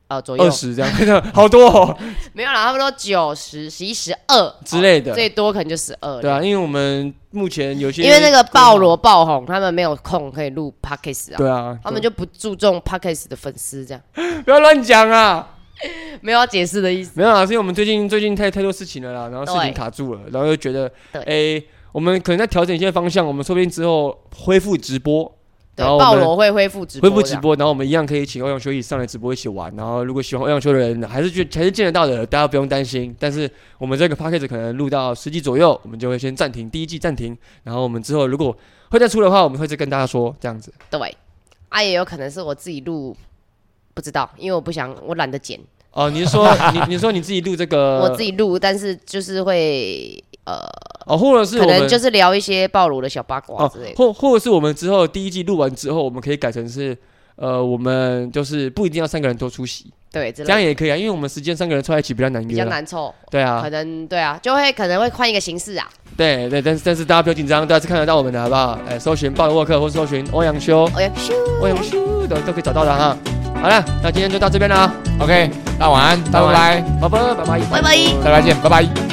S3: 呃左
S2: 二
S3: 右，
S2: 十这样， 好多哦
S3: 没有啦，差不多九十、十一、十二哦
S2: 之类的。
S3: 最多可能就十二。
S2: 对啊，因为我们目前有些
S3: 因为那个鲍罗爆红，他们没有空可以录 podcast 啊，
S2: 对啊，
S3: 他们就不注重 podcast 的粉丝这样，
S2: 不要乱讲啊。
S3: 没有要解释的意思。
S2: 没有啊，是因为我们最近最近太太多事情了啦，然后事情
S3: 对
S2: 卡住了，然后又觉得，
S3: 对
S2: 哎、我们可能在调整一些方向，我们说不定之后恢复直播，
S3: 对，
S2: 然后我
S3: 鲍
S2: 们
S3: 罗会恢复直播
S2: 恢
S3: 这样，
S2: 复直播，然后我们一样可以请欧阳修一起上来直播一起玩。然后如果喜欢欧阳修的人，还是去还是见得到的，大家不用担心。但是我们这个 p a c k a g e 可能录到十集左右，我们就会先暂停第一季暂停，然后我们之后如果会再出的话，我们会再跟大家说这样子。
S3: 对，啊，也有可能是我自己录，不知道，因为我不想，我懒得剪，
S2: 哦，你是说你你说你自己录这个，
S3: 我自己录，但是就是会呃
S2: 哦，或者是
S3: 可
S2: 我们
S3: 能就是聊一些暴露的小八卦
S2: 哦
S3: 之类，的。
S2: 或或者是我们之后第一季录完之后，我们可以改成是，呃，我们就是不一定要三个人都出席，
S3: 对，这
S2: 这样也可以啊，因为我们时间三个人凑在一起比较难
S3: 比
S2: 约
S3: 较
S2: 啦。
S3: 难凑，
S2: 对啊
S3: 可，能对啊，就会可能会换一个形式啊。
S2: 对对，但是但是大家不要紧张，大家是看得到我们的好不好？哎，搜寻鲍尔沃克或搜寻欧阳修，
S3: 哎呀，咻
S2: 欧阳修都都可以找到的哈。好了，那今天就到这边了啊，
S1: OK，大家晚安，大家拜拜，
S2: 拜拜拜拜
S3: 拜
S1: 大
S3: 拜
S1: 家再见，拜拜。